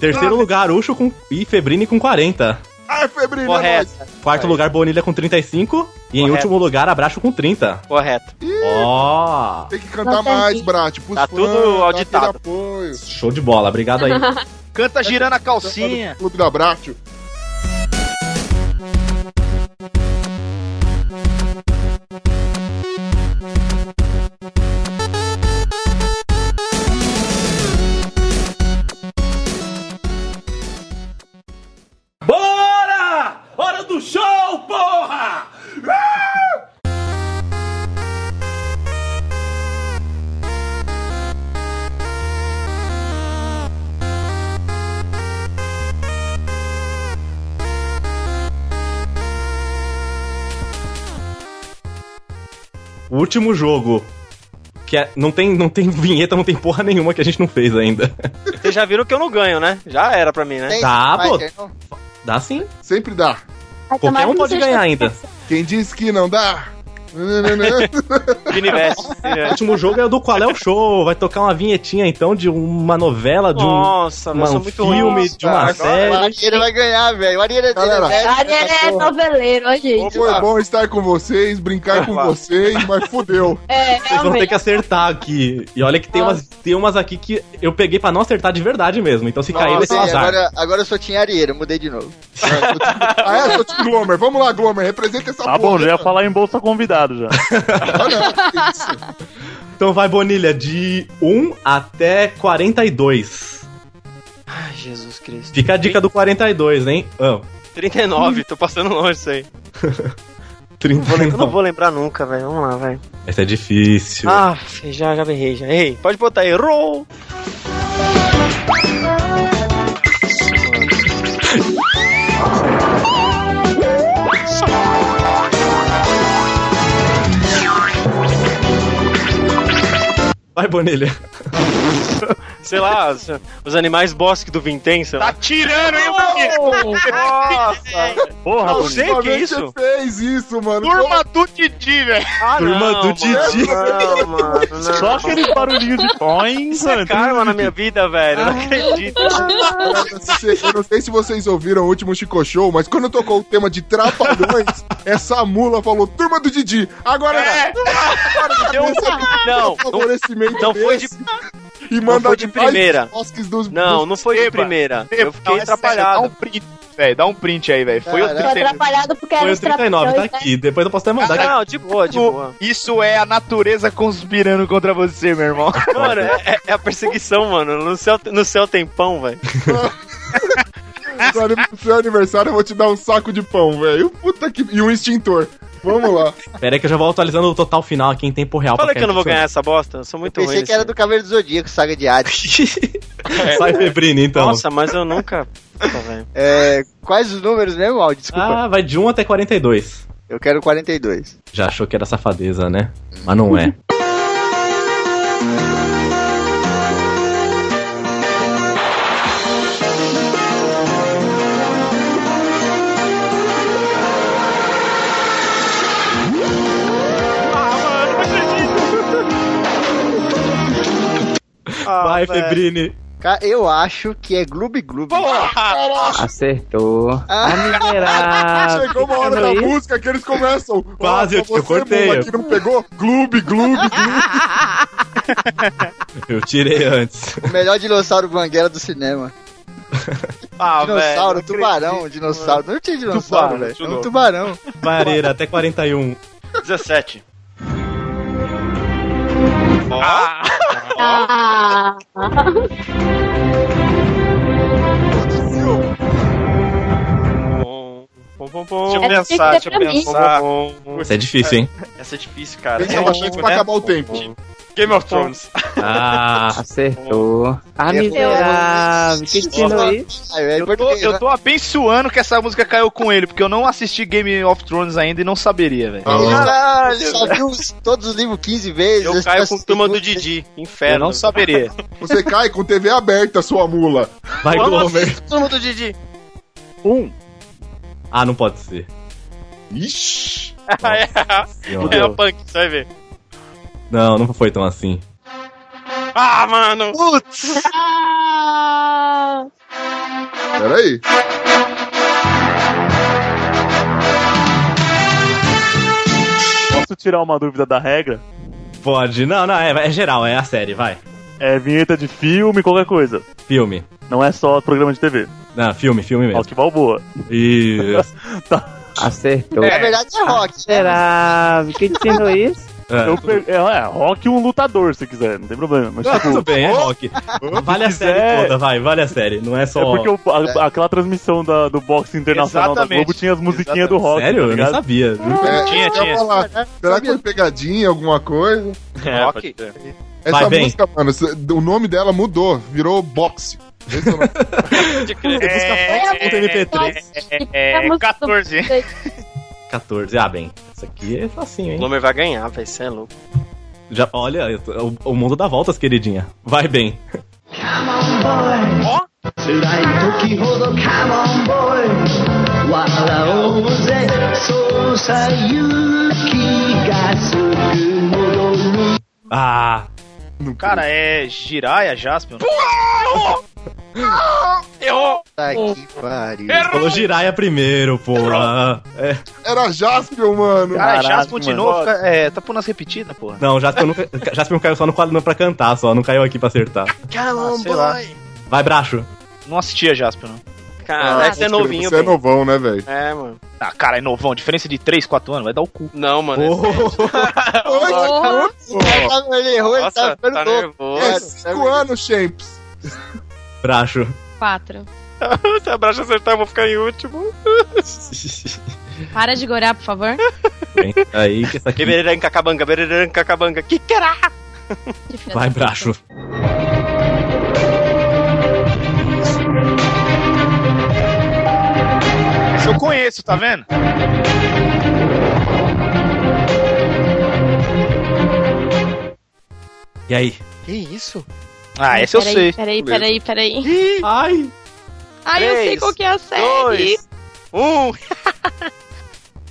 Terceiro lugar, Ucho com... e Febrini com 40.
Ai, é Febrina,
Correto.
Quarto lugar, Bonilha com 35. E em
Correto.
último lugar, Abraço com 30.
Correto.
Ó,
Tem que cantar mais, Brat. Pros
Tá tudo
dá
auditado.
aquele apoio.
show de bola. Obrigado aí.
Canta girando a
Tá no Clube da Bratio.
Bora! Hora do show, porra!
Último jogo. que é- não, tem, não tem vinheta, não tem porra nenhuma que a gente não fez ainda.
Vocês já viram que eu não ganho, né? Já era pra mim, né?
Tá, pô. Dá sim.
Sempre dá.
Qualquer um pode ganhar ainda.
Quem diz que não dá?
O último jogo é o do Qual é o Show. Vai tocar uma vinhetinha, então, de uma novela, de um,
Nossa,
uma-
eu sou
um
muito ruim.
filme, de uma
Nossa,
série.
O Ariel vai ganhar, velho. O Ariel é
Galera.
Ariel é noveleiro, ó, gente.
Foi bom estar com vocês, brincar com vocês, mas fudeu.
É,
Vocês vão ter
realmente.
que acertar aqui. E olha que tem umas, tem umas aqui que eu peguei pra não acertar de verdade mesmo. Então se cair vai ser um azar.
agora, agora eu só tinha Arieira, mudei de novo.
Ah, é, seu tio Glomer? Vamos lá, Glomer, representa essa
Tá
né?
bom, já ia falar em bolsa convidado já.
Então vai, Bonilha, de 1 até 42. Ai,
Ah, Jesus Cristo.
Fica a dica do 42, hein? Ah,
39, tô passando longe isso aí.
30.
Vou lembrar- não vou lembrar nunca, velho. Vamos lá, velho.
Essa é difícil.
Ah, já, já errei, já errei. Pode botar aí. Errou!
Vai, Bonilha.
Sei lá, os, os animais bosque do Vintém, sei lá.
Tirando, hein,
Nossa! Porra, não sei o que é isso.
fez isso, mano.
Ah, Turma do Didi, velho.
Ah,
Turma
não,
do
mano.
Didi.
Não, mano, não.
Só aquele barulhinho de então pões.
Isso é karma na minha vida, velho. Eu não acredito.
Eu não sei- Eu não sei se vocês ouviram o último Chico Show, mas quando tocou o tema de Trapalhões, essa mula falou, turma do Didi, agora é!
Deu um- Não,
favorecimento
não foi de-
desse. E manda
foi de
demais
primeira.
bosques dos,
Não, não foi de
Seba.
primeira.
Seba,
Eu fiquei
não, é sério,
atrapalhado.
dá um
print, velho. Dá um print aí, velho. Foi o
Tô atrapalhado porque
Foi
era né?
o 39,
né?
tá aqui. Depois eu posso até mandar.
Não, de boa, de boa.
Isso é a natureza conspirando contra você, meu irmão.
Mano, é, é- é a perseguição, mano. No céu, no céu tem pão, velho.
Seu anim- seu aniversário, eu vou te dar um saco de pão, velho. Puta que. E um extintor. Vamos lá.
Pera aí que eu já vou atualizando o total final aqui em tempo real.
Fala
pra é
que
cair
eu não vou
tudo.
ganhar essa bosta. Eu sou muito ruim.
Pensei que era do Cavaleiro do Zodíaco, Saga de Hades.
Sai, Febrine, então.
É. Nossa, mas eu nunca. Puta, velho.
É, quais os números mesmo, Aldi? Desculpa.
Ah, vai de 1 até 42.
Eu quero 42.
Já achou que era safadeza, né? Mas não é.
Vai,
Febrine.
Eu acho que é Gloob Gloob.
Acertou.
Ah.
miserável.
Chegou uma hora da
Isso.
música que eles começam.
Ah, Quase,
Ó,
eu-
pra
eu cortei.
mula, que não pegou? Gloob, gloob, gloob.
Eu tirei antes.
Ah.
O melhor dinossauro banguela do cinema.
Ah,
dinossauro,
velho, não
tubarão,
acredito,
dinossauro. Não tinha dinossauro,
Tubarão,
velho. É um
tubarão.
tubarão.
Vai, Areira, até 41.
17.
Ah.
Pom, pom, pom. Deixa eu
Essa
pensar,
tem
deixa
que ser
eu
pra mim.
pensar.
Isso é difícil, hein?
Essa é difícil, cara.
Tem que ter uma chance pra acabar o tempo.
Game of Thrones.
Ah,
acertou. Ah,
miserável,
que é ensinou
isso?
Eu tô, eu tô abençoando que essa música caiu com ele, porque eu não assisti Game of Thrones ainda e não saberia, velho.
Ah. Caralho, só viu os- todos os livros 15 vezes.
Eu caio com turma do Didi. Inferno.
Eu não saberia.
Você cai com TV aberta, sua mula.
Ah, Vai,
Como
Glover.
assim, Turma do Didi.
Um. Ah, não pode ser. Ixi.
é, é o punk, você vai ver.
Não, não foi tão assim.
Ah, mano!
Putz!
Peraí.
Posso tirar uma dúvida da regra?
Pode. Não, não, é, é geral, é a série, vai.
É vinheta de filme, qualquer coisa.
Filme.
Não é só programa de TV.
Não, filme, filme mesmo.
Rock Balboa.
Isso.
Acertou.
Na verdade é rock.
Miserável, que ensinou isso?
É,
Eu pe- é, é, rock e um lutador, se quiser, não tem problema. Mas,
Ah,
tipo,
tudo bem, é rock. Vale a série
quiser-
toda, vai, vale a série. Não é só.
É porque o- a- aquela transmissão da- do boxe internacional da
Exatamente.
Globo tinha as musiquinhas do rock.
Sério?
tá
eu
ligado?
não sabia.
É,
Tinha,
eu ia
tinha.
falar, será que foi pegadinha, alguma coisa?
É,
Rock?
Essa
Vai, vem.
música, mano, essa- o nome dela mudou, virou boxe. Esse é o nome.
É, 14.
14. Ah, bem. Isso aqui é
O
facinho, hein?
Glomer vai ganhar, velho. Você é louco.
Já, olha, o, o mundo dá voltas, queridinha. Vai bem.
Ó!
Ah!
Cara, é Jiraya Jaspion?
Errou!
Tá que pariu.
Falou Jiraya primeiro, porra. É.
Era Jaspion, mano.
Cara,
Caralho,
é Jaspion de
mano.
novo? fica- é, tá por nas repetidas, porra.
Não, Jaspion, nunca, Jaspion caiu só no quadro não pra cantar, só. Não caiu aqui pra acertar.
Ah,
Caramba, sei lá.
Vai, Bracho.
Não assistia Jaspion, não.
Cara, esse é novinho,
Você é novão, né, velho?
É, mano.
Ah, cara, é novão. Diferença de 3, 4 anos. Vai dar o cu.
Não, mano.
Oh.
Tá
Ele
é
errou, ele
Nossa,
tá ficando
tá
louco.
nervoso.
É,
Cinco anos, Champs.
Bracho.
Quatro.
Se a Bracha acertar, eu vou ficar em último.
Para de gorar, por favor.
Vem Aí, que essa aqui.
Beberanca, cabanga, beberanca, cabanga. Que terá?
Vai, Bracho.
Esse eu conheço, tá vendo?
E aí?
Que isso? Ah, esse eu
Peraí,
sei.
Peraí, peraí, peraí.
Ai!
Ai, eu sei
Três,
qual que é a série.
dois, Um.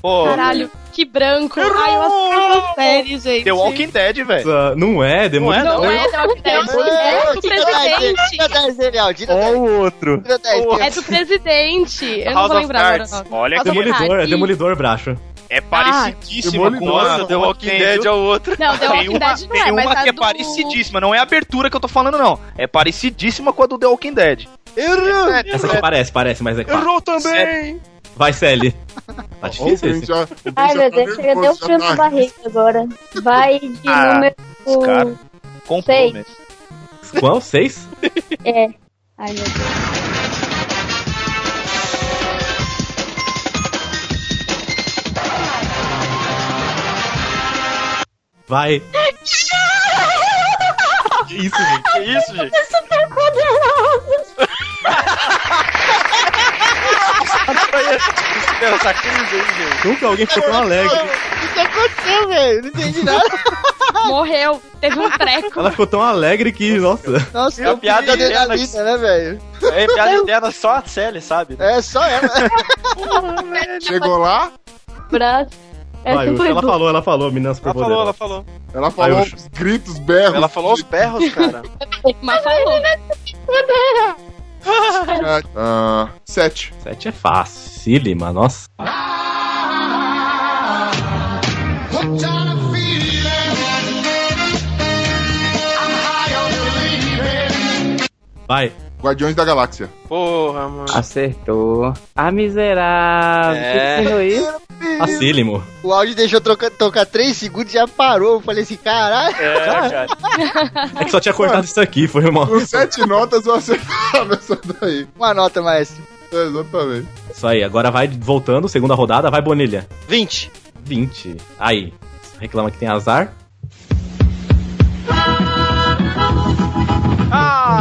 Pô,
Caralho, que branco. Ai, eu assisto a série, gente.
The Walking Dead, velho.
Nossa, Não é,
Não é,
demônio.
Não é The Walking Dead. É do
tá
presidente.
Ó o outro.
É do presidente. Eu não
House
vou
of
lembrar agora.
Cards.
o nome.
Olha
House
que
of
Demolidor, é
Cards.
Demolidor, Bracho.
É parecidíssimo
Demolidor.
com a...
Nossa, The Walking
tem
Dead
o-
é o
outro.
Não, The
Tem
Walking
uma,
Dead não é,
tem
mas
uma
a
que é
do-
parecidíssima, não é a abertura que eu tô falando, não. É parecidíssima com a do The Walking Dead.
Errou!
Essa aqui parece, parece, mas é quatro.
Errou também!
Vai, Sally. Tá
Ó,
difícil
o Ben
esse.
já- o Ben
Ai,
já
meu
tá
Deus, chega, deu um
nervoso, já
frio na
tá-
barriga agora. Vai de
Ah,
número. Seis.
Qual? Seis?
É. Ai, meu Deus.
Vai. Que isso, gente?
Que isso, gente?
É super poderoso!
Meu, essa crise aí, gente.
Nunca alguém ficou alegre.
O que aconteceu, velho? Não entendi nada.
Morreu. Teve um treco.
Ela ficou tão alegre que, nossa.
Nossa,
É uma
eu
piada
piada da
interna
vida, né, velho?
É piada interna só a Sally, sabe?
É, só ela.
Chegou lá?
Braço.
Vai,
Essa
Ucho,
foi
ela
boa.
falou, ela falou, meninas
Ela
superpoderosas.
falou, ela falou.
Ela falou
Vai, Ucho.
os gritos, berros.
Ela falou os berros, cara.
Mas falou.
Ah, ah, sete.
Sete é facílima, nossa. Vai.
Guardiões da Galáxia.
Porra, mano.
Acertou. Ah, miserável.
É.
Que sendo isso?
Facílimo.
O áudio deixou troca- tocar 3 segundos e já parou. Eu falei assim, caralho.
É,
É que só tinha cortado isso aqui, foi uma.
Com sete notas eu acertava essa daí. É,
Uma nota, maestro.
Exatamente.
Isso aí, agora vai voltando, segunda rodada, vai Bonilha.
20.
20. Aí. Reclama que tem azar.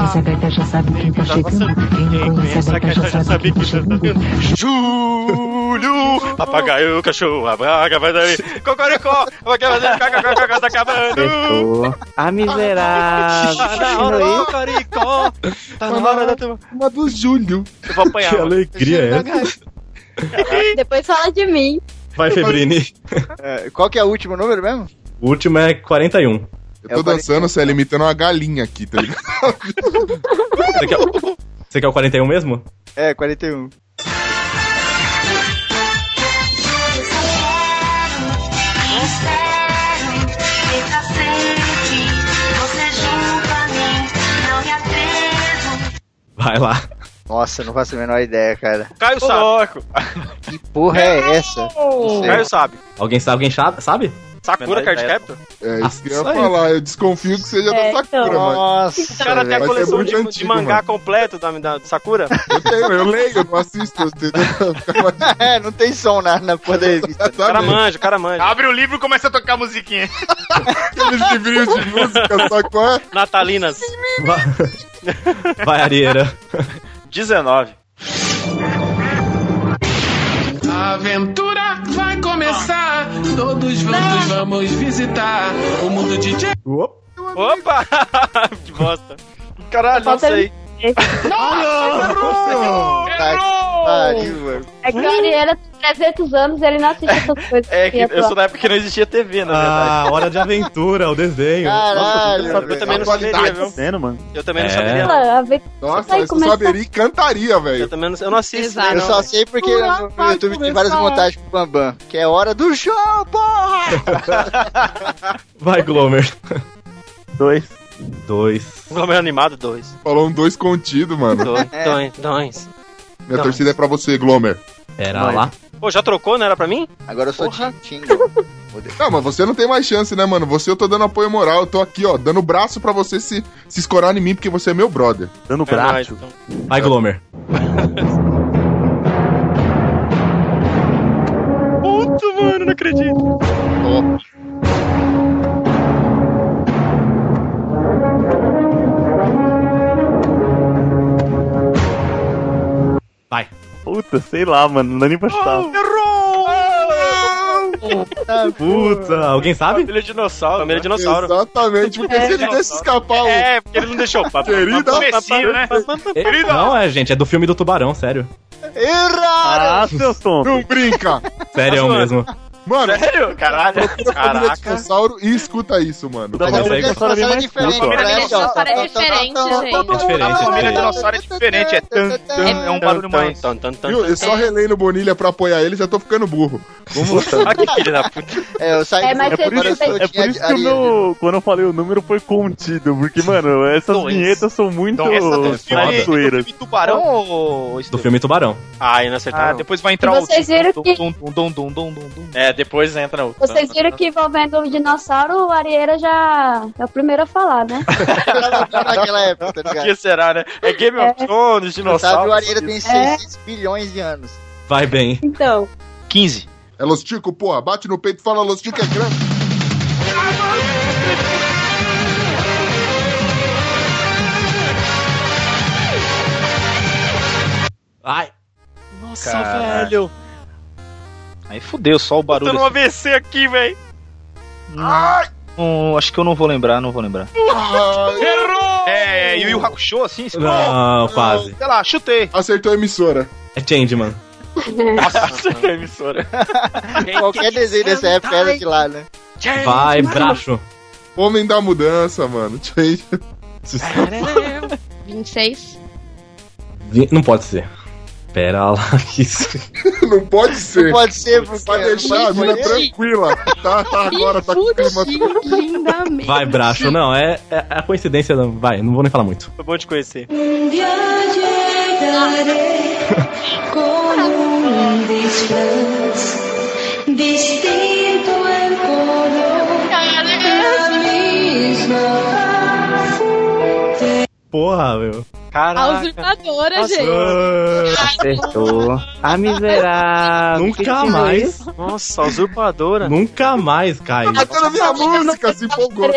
Essa gaita já sabe quem tá chegando. Quem conhece a gaita já sabe quem tá chegando.
Júlio! Papagaio, cachorro, a braga, vai daí. Cocoricó! Vai que vai daí, caca, caca, caca, tá acabando.
Acertou. Ah, miserável.
Tá
Que
na
sendo
hora do
isso?
cocoricó. Tá na hora da tua...
Uma do Júlio.
Eu vou apanhar.
Que alegria é essa?
Depois fala de mim.
Vai, Febrini.
É, qual que é o último número mesmo?
O último é 41.
Eu tô dançando, você é limitando uma galinha aqui, tá ligado?
Você quer, o- você quer o 41 mesmo?
É, 41.
Vai lá.
Nossa, não faço a menor ideia, cara.
Caio sabe.
Que porra é essa? Não sei.
Caio sabe.
Alguém sabe? Alguém cha- sabe?
Sakura Card Captor?
É isso que eu ia
isso aí.
falar. Eu desconfio que seja
É,
da Sakura,
então.
mas
Nossa.
O cara tem a
Vai ser
coleção
muito
de, de
antigo,
mangá
mano.
completo da, da do Sakura?
eu tenho, eu leio, eu não assisto, entendeu?
É, não tem som na, na porra da revista. né?
O cara manja, o cara manja.
Abre o livro e começa a tocar a musiquinha.
Aqueles livrinhos de música, sabe qual é?
Natalinas.
Vai, Vai Arieira.
19.
A aventura vai começar, todos juntos vamos visitar o mundo de Jack.
Opa! que bosta.
Caralho, não sei.
Não!
Tá
É que o Ariana tem 300 anos e ele não assiste essas coisas.
É que eu sou da época que não existia né? TV, na verdade.
Ah, Hora de Aventura, o desenho.
Caralho,
Nossa,
eu também não saberia,
Tá
viu?
mano.
Eu também não
É.
saberia.
Ela, a vez-
Nossa,
vai
mas eu
começar-
saberia e cantaria, velho.
Eu também não, eu não assisto.
Eu só sei porque
Ela
no
vai
YouTube tem
começar.
várias montagens com o Bambam, que é hora do show, porra!
Vai, Glomer.
Dois.
Dois.
O Glomer um animado, dois.
Falou um dois contido, mano.
Dois, dois, dois.
Minha
Dois.
torcida é pra você, Glomer.
Era
Vai. lá.
Pô, já trocou, não era pra mim?
Agora eu sou
Porra.
Não, mas você não tem mais chance, né, mano? Você eu tô dando apoio moral, eu tô aqui, ó, dando o braço pra você se, se escorar em mim, porque você é meu brother.
Dando
braço? Vai, Glomer.
Puta, mano, não acredito.
Vai.
Puta, sei lá, mano. Não dá nem pra chutar.
Puta, alguém sabe?
Família
Tá,
dinossauro.
né?
Família dinossauro.
Exatamente, porque
É.
se ele desse escapar o...
É, porque ele não deixou.
Querida-
comecinho, né?
Não, é, gente, é do filme do Tubarão, sério.
Errado!
Ah, seus tontos.
Não brinca!
Sério é o mesmo.
Mano,
Sério? Caralho.
família
Caraca.
dinossauro e escuta isso, mano.
Não, mas aí-
Dinossauro é diferente,
Família
Flash, ó.
Dinossauro é diferente, gente.
É
diferente,
A família
gente.
dinossauro é
tá,
diferente. É, tan, tan, é um barulho mais.
Então
Viu?
tá
Eu só relei no Bonilha pra apoiar ele, já tô ficando burro. Vamos lá.
Ah, que filho da puta.
É, eu saí
É, mas
do
você
agora eu
também-
sou
É por
tinha
isso que o
Ariana.
meu. Quando eu falei o número foi contido, porque, mano, essas
Dois.
vinhetas são muito.
Então, essa do filme, do
traiçoeiras.
filme Tubarão ou...
Do filme Tubarão.
Ah, eu não acertava.
Ah, depois vai entrar
E vocês viram
o.
que-
Dum, dum, dum, dum, dum, dum, dum.
É, depois entra o...
Vocês viram que envolvendo o dinossauro, o Arieira já é o primeiro a falar, né?
Naquela época, tá
O
ligado?
que será, né? É Game of Thrones,
Sabe,
dinossauro.
o Ariana tem
É.
6 bilhões de anos.
Vai bem.
Então,
15.
É Los Tico, porra. Bate no peito e fala Los Tico é grande.
Ai.
Nossa,
Caralho.
velho.
Aí fudeu só o
Tô
barulho.
no AVC aqui, velho.
Hum, acho que eu não vou lembrar, não vou lembrar.
Ah,
É, é, e o Yu Hakusho, assim? esse-
Não, quase.
Sei lá, chutei.
Acertou a emissora.
É Changeman.
Nossa, emissora. é
Qualquer desenho dessa época era de lá, né?
Vai, braço.
Homem da mudança, mano. Change.
26.
Vi- Não pode ser. Pera lá, que isso.
Não pode ser.
Não pode ser, porque...
Pra deixar a mina tranquila. Tá, tá agora, tá com clima.
Lindamente.
Vai, braço. Não, é, é é a coincidência. Não. Vai, não vou nem falar muito.
Foi bom te conhecer.
um
Porra, meu.
A
Caraca.
usurpadora, gente.
Acertou. Ah,
Ah,
miserável.
Nunca
que
mais.
Nossa, a usurpadora.
Nunca mais, cai.
Tá
Matando minha
né?
música, se empolgou.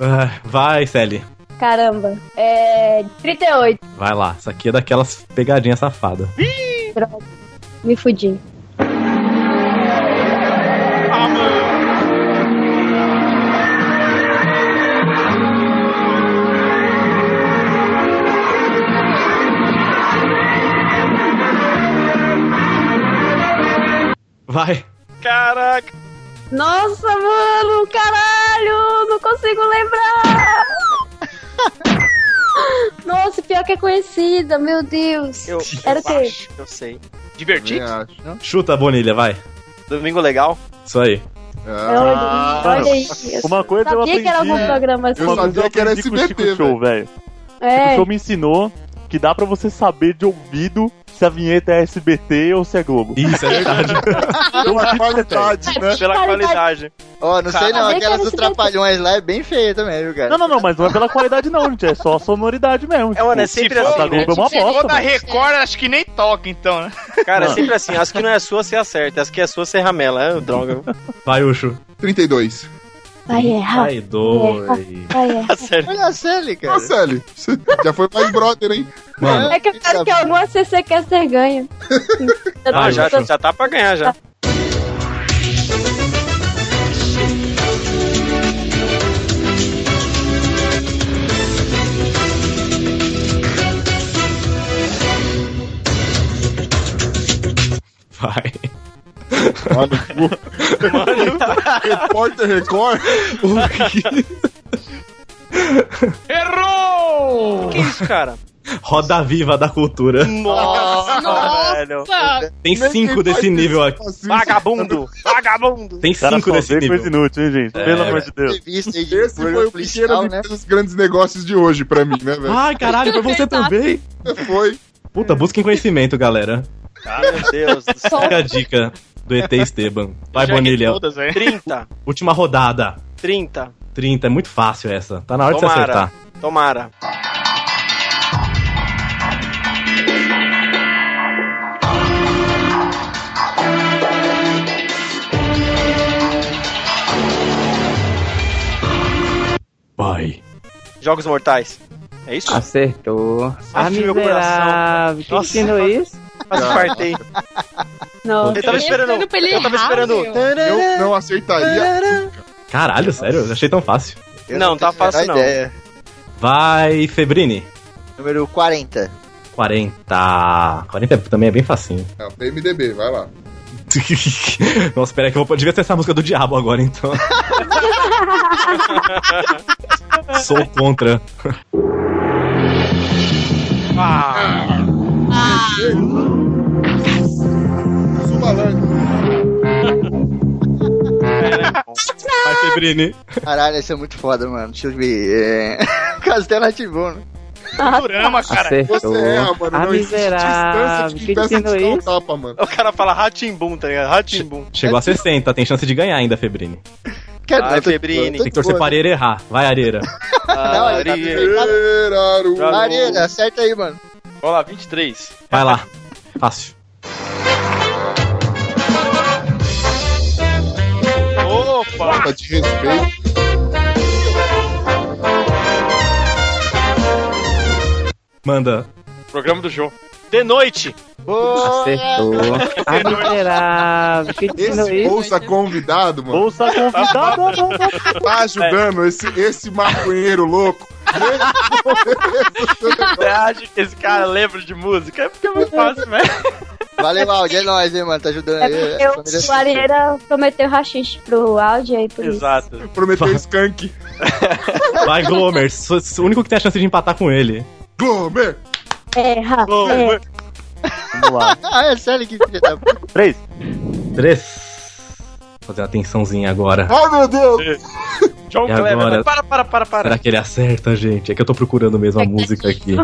Ah, Vai, Sally.
Caramba. É. 38.
Vai lá. Isso aqui é daquelas pegadinhas safadas.
Droga. Me fudi.
Vai.
Caraca.
Nossa, mano, caralho! Não consigo lembrar! Nossa, pior que é conhecida, meu Deus.
Eu,
Era o
eu
quê?
acho que eu sei.
Também
Divertido?
acho.
Chuta a bonilha, vai.
Domingo legal.
Isso aí.
É.
É
Olha, olha aí. Eu
Uma coisa eu
sabia
aprendi.
que era algum programa assim.
Eu
uma
sabia
coisa
que era
aprendi com o
SBT,
Chico Show, velho. O
É,
show me ensinou que dá pra você saber de ouvido se a vinheta é SBT ou se é Globo.
Isso, é verdade.
Pela qualidade, né?
Pela qualidade.
Ó, não sei não,
Sabia que
aquelas
era
dos
SBT.
Trapalhões lá é bem feia também, viu, cara?
Não, não, não, mas não é pela qualidade não, gente. É só a sonoridade mesmo.
É, mano, é sempre
a da
assim,
Globo é uma
Se for
bosta,
da
Na
mano.
Record, acho que nem toca, então, né?
Cara, é
Mano.
sempre assim. As que não é sua, você acerta. As que é sua, você ramela. É, droga.
Vai, Ucho.
32.
vai errar.
Vai, dois.
Vai errar.
Acerta.
Olha a Sally, cara.
Ô, Sally, você já foi mais brother, hein?
Mano,
É que eu quero que alguma CC Caster ganhe.
Ah,
Ah, já, já tá pra ganhar, já.
Mano, repórter Record?
Errou! Que isso, cara?
Roda viva da cultura.
Nossa, velho.
Tem cinco desse nível aqui.
Vagabundo! Vagabundo!
Tem
Cara,
cinco
só
desse
vê
nível. É,
coisa inútil, hein, gente? Pelo amor de Deus.
Esse foi o pequeno de dos grandes negócios de hoje pra mim, né, velho?
Ai, caralho, foi você também?
Foi.
Puta, busquem conhecimento, galera.
Ah, meu Deus do céu.
Pega a dica do ET Esteban. Vai,
Já que
Bonilha.
todas,
né?
hein? 30,
Última rodada.
30.
30, é muito fácil essa. Tá na hora de você
Tomara.
acertar.
Tomara.
Pai.
Jogos Mortais. É isso?
Acertou. Ah,
meu coração.
miserável. Quem
Nossa.
ensinou isso?
Quase fartei.
Nossa,
Eu tava esperando. Eu tava esperando.
Eu não acertaria.
Caralho, sério, eu achei tão fácil.
não, tá fácil
menor
não.
ideia.
Vai, Febrini.
Número 40.
40. 40 é- também é bem facinho.
É o PMDB, vai lá.
Nossa, pera que eu vou... devia ter essa música do diabo agora, então. Sou contra.
Ah,
Vai, Febrini.
Caralho, esse é muito foda, mano. Deixa eu ver. É... Castelo Ativou, né?
Ah.
Dorama, cara.
Acertou.
Você erra, mano.
Ah,
Não existe
miserável.
distância
Quem
impeça de
ensinou
dar um
isso?
Tapa, mano.
O cara fala Ratimbum, tá ligado? Ratimbum.
Chegou a 60, tem chance de ganhar ainda, Febrini.
Quer
Ai, Febrini.
Tem que torcer pra areira errar. Vai, areira.
Ah,
Não, ele tá
acertado.
Maria, acerta aí, mano.
Vamos lá, 23.
Vai lá. Fácil.
Opa!
Falta ah, tá de respeito.
Manda.
Programa do jogo. De noite.
Acertou. Ah, miserável. Quem ensinou
Esse
isso?
bolsa convidado, mano.
Bolsa convidado,
Tá ajudando esse, esse maconheiro louco.
Você acha que esse cara lembra de música? É porque é muito fácil, velho.
Valeu, Aldi. É nóis, hein, mano. Tá ajudando
É
aí. a
porque
família.
o Arieira prometeu rachixe pro áudio aí, por isso.
Exato.
Prometeu skunk.
Vai, Glomer. sou- sou O único que tem a chance de empatar com ele.
Glomer!
Erra, erra.
Vamos lá.
Ah, é sério que filha da puta.
Três. Três. Vou fazer uma atençãozinha agora.
Ai, meu Deus!
John
E agora?
Clever. né? Para, para, para, para.
Será que ele acerta, gente? É que eu tô procurando mesmo a música aqui.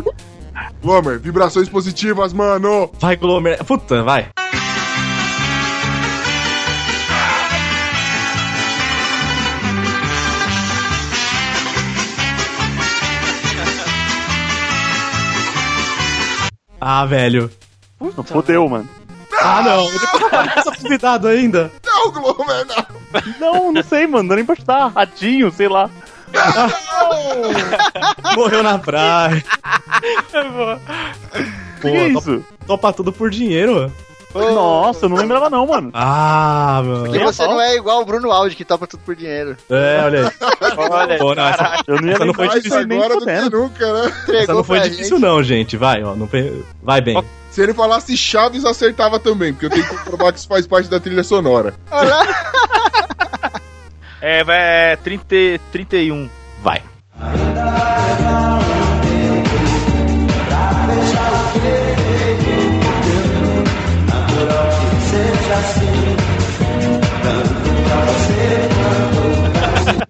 Glomer, vibrações positivas, mano.
Vai, Glomer. Puta, vai. Ah, velho.
Fudeu, mano.
Ah, não. Eu tô convidado ainda.
Não, É Glomer, não.
Não, não sei, mano. Não nem pra chutar. Ratinho, sei lá.
Morreu na praia. Pô,
que é
top-
isso?
Topa tudo por dinheiro.
Nossa, eu não lembrava não, mano.
Ah, mano.
E você não é igual o Bruno Aldi, que topa tudo por dinheiro.
É, olha aí.
Olha,
Pô, não, essa,
Eu não ia
essa não
lembrar
foi
Mais
difícil,
agora do que nunca, né?
essa
Entregou
não foi
pra
difícil não, gente. Vai, ó. Não... pe- Vai bem.
Se ele falasse Chaves, acertava também, porque eu tenho que comprovar que isso faz parte da trilha sonora.
É, vai, é 30, e- 31.
Vai.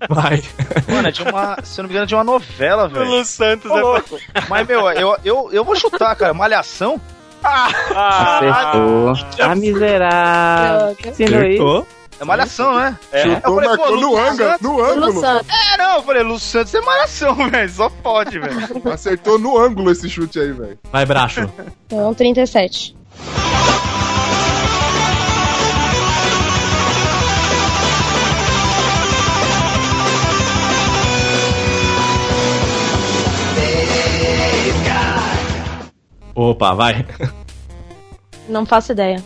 Vai.
Mano, é de uma. Se eu não me engano, é de uma novela,
O
velho.
Lu Santos
Ô,
é
louco. Mas, meu, eu, eu, eu vou chutar, cara. Malhação?
Acertou. Ah,
Ah.
miserável. Quem ensinou isso?
Acertou.
É malhação, né? É.
Chutou, marcou no ângulo, no ângulo.
É, não, eu falei, Lu Santos é malhação, velho. Só pode, velho.
Acertou no ângulo esse chute aí, velho.
Vai, Bracho.
Então, 37.
Opa, vai.
Não faço ideia.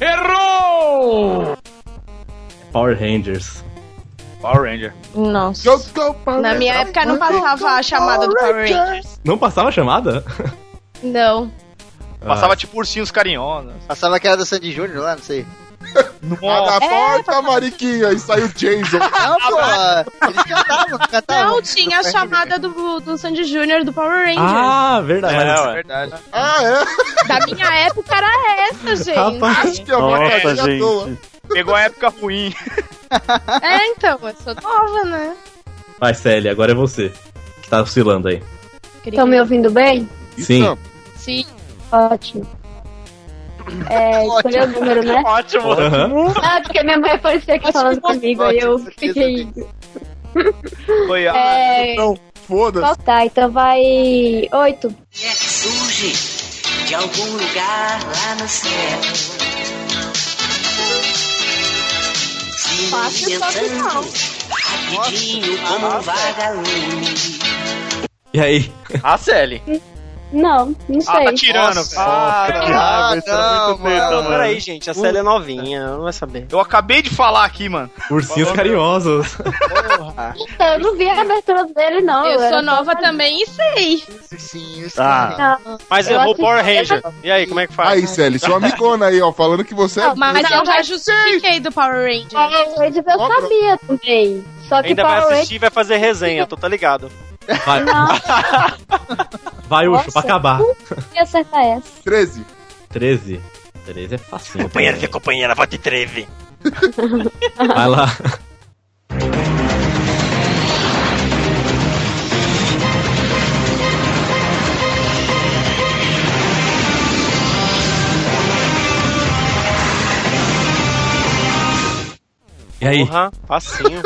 Errou!
Power Rangers.
Power Ranger.
Nossa.
Go, go, Power
Na minha
Ranger.
época não passava a chamada do Power Rangers.
Não passava a chamada?
Não.
Passava tipo ursinhos carinhosos.
Passava aquela do Sandy Júnior lá, não sei.
Nada
É,
porta, Mariquinha, e saiu Jason.
Não, Ah, pô, eles cantavam, cantavam.
Não, tinha a chamada do, do Sandy Júnior do Power Rangers.
Ah, verdade.
É,
Mas-
ué. verdade.
Ah, é?
Da minha época era essa, gente.
Rapaz,
é uma
nossa,
porcaria à
gente.
toa. Pegou a época ruim.
É, então, eu sou nova, né?
Vai, Célia, agora é você. Que tá oscilando aí.
Estão me ouvindo bem?
Sim.
Sim.
Ótimo. É, escolheu o número, né?
Ótimo.
Aham.
Ah, porque minha mãe apareceu aqui falando comigo, aí eu fiquei.
Foi a.
É...
foda-se.
Tá, então vai. Oito.
é, Surge de algum lugar lá no céu. Se
Fácil, só que não.
rapidinho como
Ah,
um vagalume.
E aí?
A Célia.
Não, não sei.
tá
tipo
tirando, Nossa, velho.
Ah,
Ah, não, mano. Peraí, gente, a Célia é
Uh.
novinha, não vai saber.
Eu acabei de falar aqui, mano.
Ursinhos carinhosos.
Eu não vi a abertura dele, não.
Eu sou
era
nova também e sei.
Ah,
Não.
mas
Eu
errou
assisti-
Power Ranger. E aí, como é que faz?
Aí, Célia, sua amigona aí, ó, falando que você é.
Não, mas eu já justifiquei do Power Rangers. Power
Rangers eu sabia também. Só
Ainda vai assistir e vai fazer resenha, tô tá ligado.
Vai, vai Ucho, pra acabar.
E acertar essa.
13.
13. 13 é fácil.
Companheiro, minha companheira, vote treve.
Vai lá. E aí?
Porra, facinho.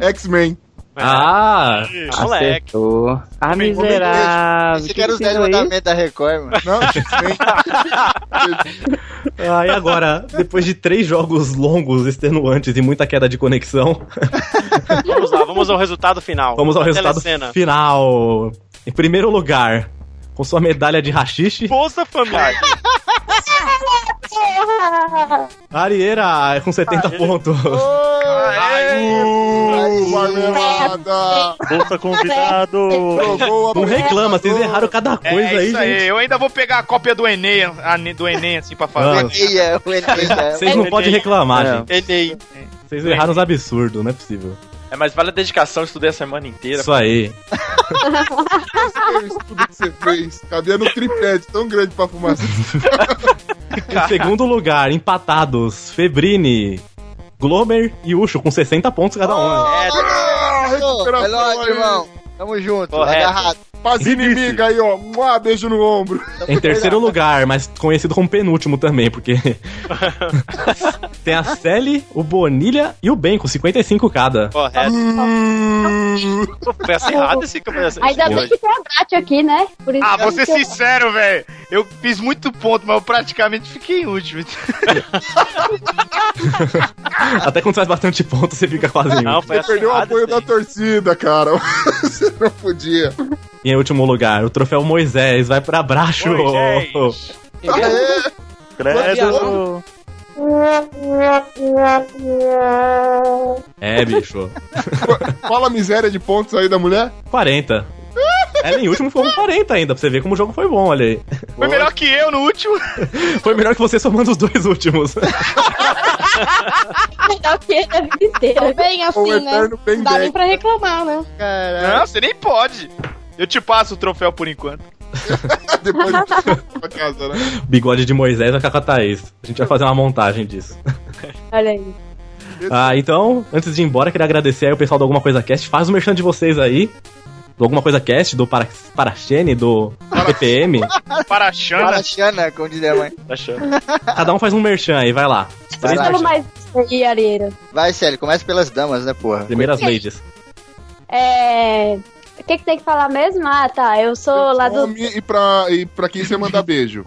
X-Men.
Ah,
moleque.
acertou. Ah, miserável.
Você quer os 10 mandamentos da Record, mano?
Não,
Ah, e agora, depois de três jogos longos, extenuantes e muita queda de conexão,
Vamos lá, vamos ao resultado final.
vamos ao
Da
resultado
telecena.
final. Em primeiro lugar, com sua medalha de rachixe,
Bolsa Família.
Porra!
Arieira é com 70 pontos.
Ah, é.
Uh,
É.
marmelada!
né?
Bolsa convidado.
Jogou a
Não reclama, vocês erraram cada
É,
coisa aí,
isso aí.
gente.
Eu ainda vou pegar a cópia do Enem, a- do Enem, assim, pra fazer.
Mano.
Eia, o Eneia.
Vocês não
É.
podem reclamar,
É.
gente.
Enem.
Vocês erraram os absurdos, não é possível.
É, mas vale a dedicação, eu estudei a semana inteira.
Isso aí.
Tudo que você fez. Cabia no tripé de tão grande pra fumar.
Em segundo lugar, empatados, Febrini, Glomer e Ucho com 60 pontos cada um.
É,
Ah,
Vai
recuperação
longe,
aí.
irmão. Tamo junto,
Correto.
agarrado.
Paz inimiga aí, ó. Mua, beijo no ombro.
Oh, é
Em terceiro lugar, mas conhecido como penúltimo também, porque. Tem a Sally, o Bonilha e o Ben com 55 cada.
correto. Pô, Foi acirrado esse campeonato.
Ainda bem que tem a Brat aqui, né? Por isso
Ah,
que
vou ser
eu-
sincero, velho. Eu fiz muito ponto, mas eu praticamente fiquei em último. então.
Até quando faz bastante ponto, você fica quase em
Não,
último.
foi
Você perdeu o
acirrado.
apoio da torcida, cara. Você não podia.
E em último lugar, o troféu Moisés vai pra Bracho.
Moisés.
Aê!
Credo.
É, bicho.
Fala a miséria de pontos aí da mulher.
40. Ela em É, último foi com 40 ainda, pra você ver como o jogo foi bom, olha aí.
Foi melhor que eu no último.
Foi melhor que você somando os dois últimos.
Melhor que ele a Tá vida
Tô
inteira.
bem
O
assim, né?
eterno É, Ben
Não dá nem
10.
pra reclamar, né?
É?
Caralho.
Não, você nem pode. Eu te passo o troféu por enquanto.
Depois de pra casa, né?
Bigode de Moisés vai ficar com a Thaís. A gente vai fazer uma montagem disso.
Olha aí.
Ah, então, antes de ir embora, queria agradecer aí o pessoal do Alguma Coisa Cast. Faz o merchan de vocês aí. Do Alguma Coisa Cast, do Para- Paraxene, do TPM.
Para a Xana.
Para a Xana, como diria a mãe.
Tá achando.
Cada um faz um merchan aí, vai lá.
Vai
Três
lá.
merchan.
Pelo mais aí, Areira.
Vai, Célio, começa pelas damas, né, porra?
Primeiras ladies.
É. O que, que tem que falar mesmo? Ah, tá. Eu sou lá do.
Homem e pra, e pra quem você mandar beijo.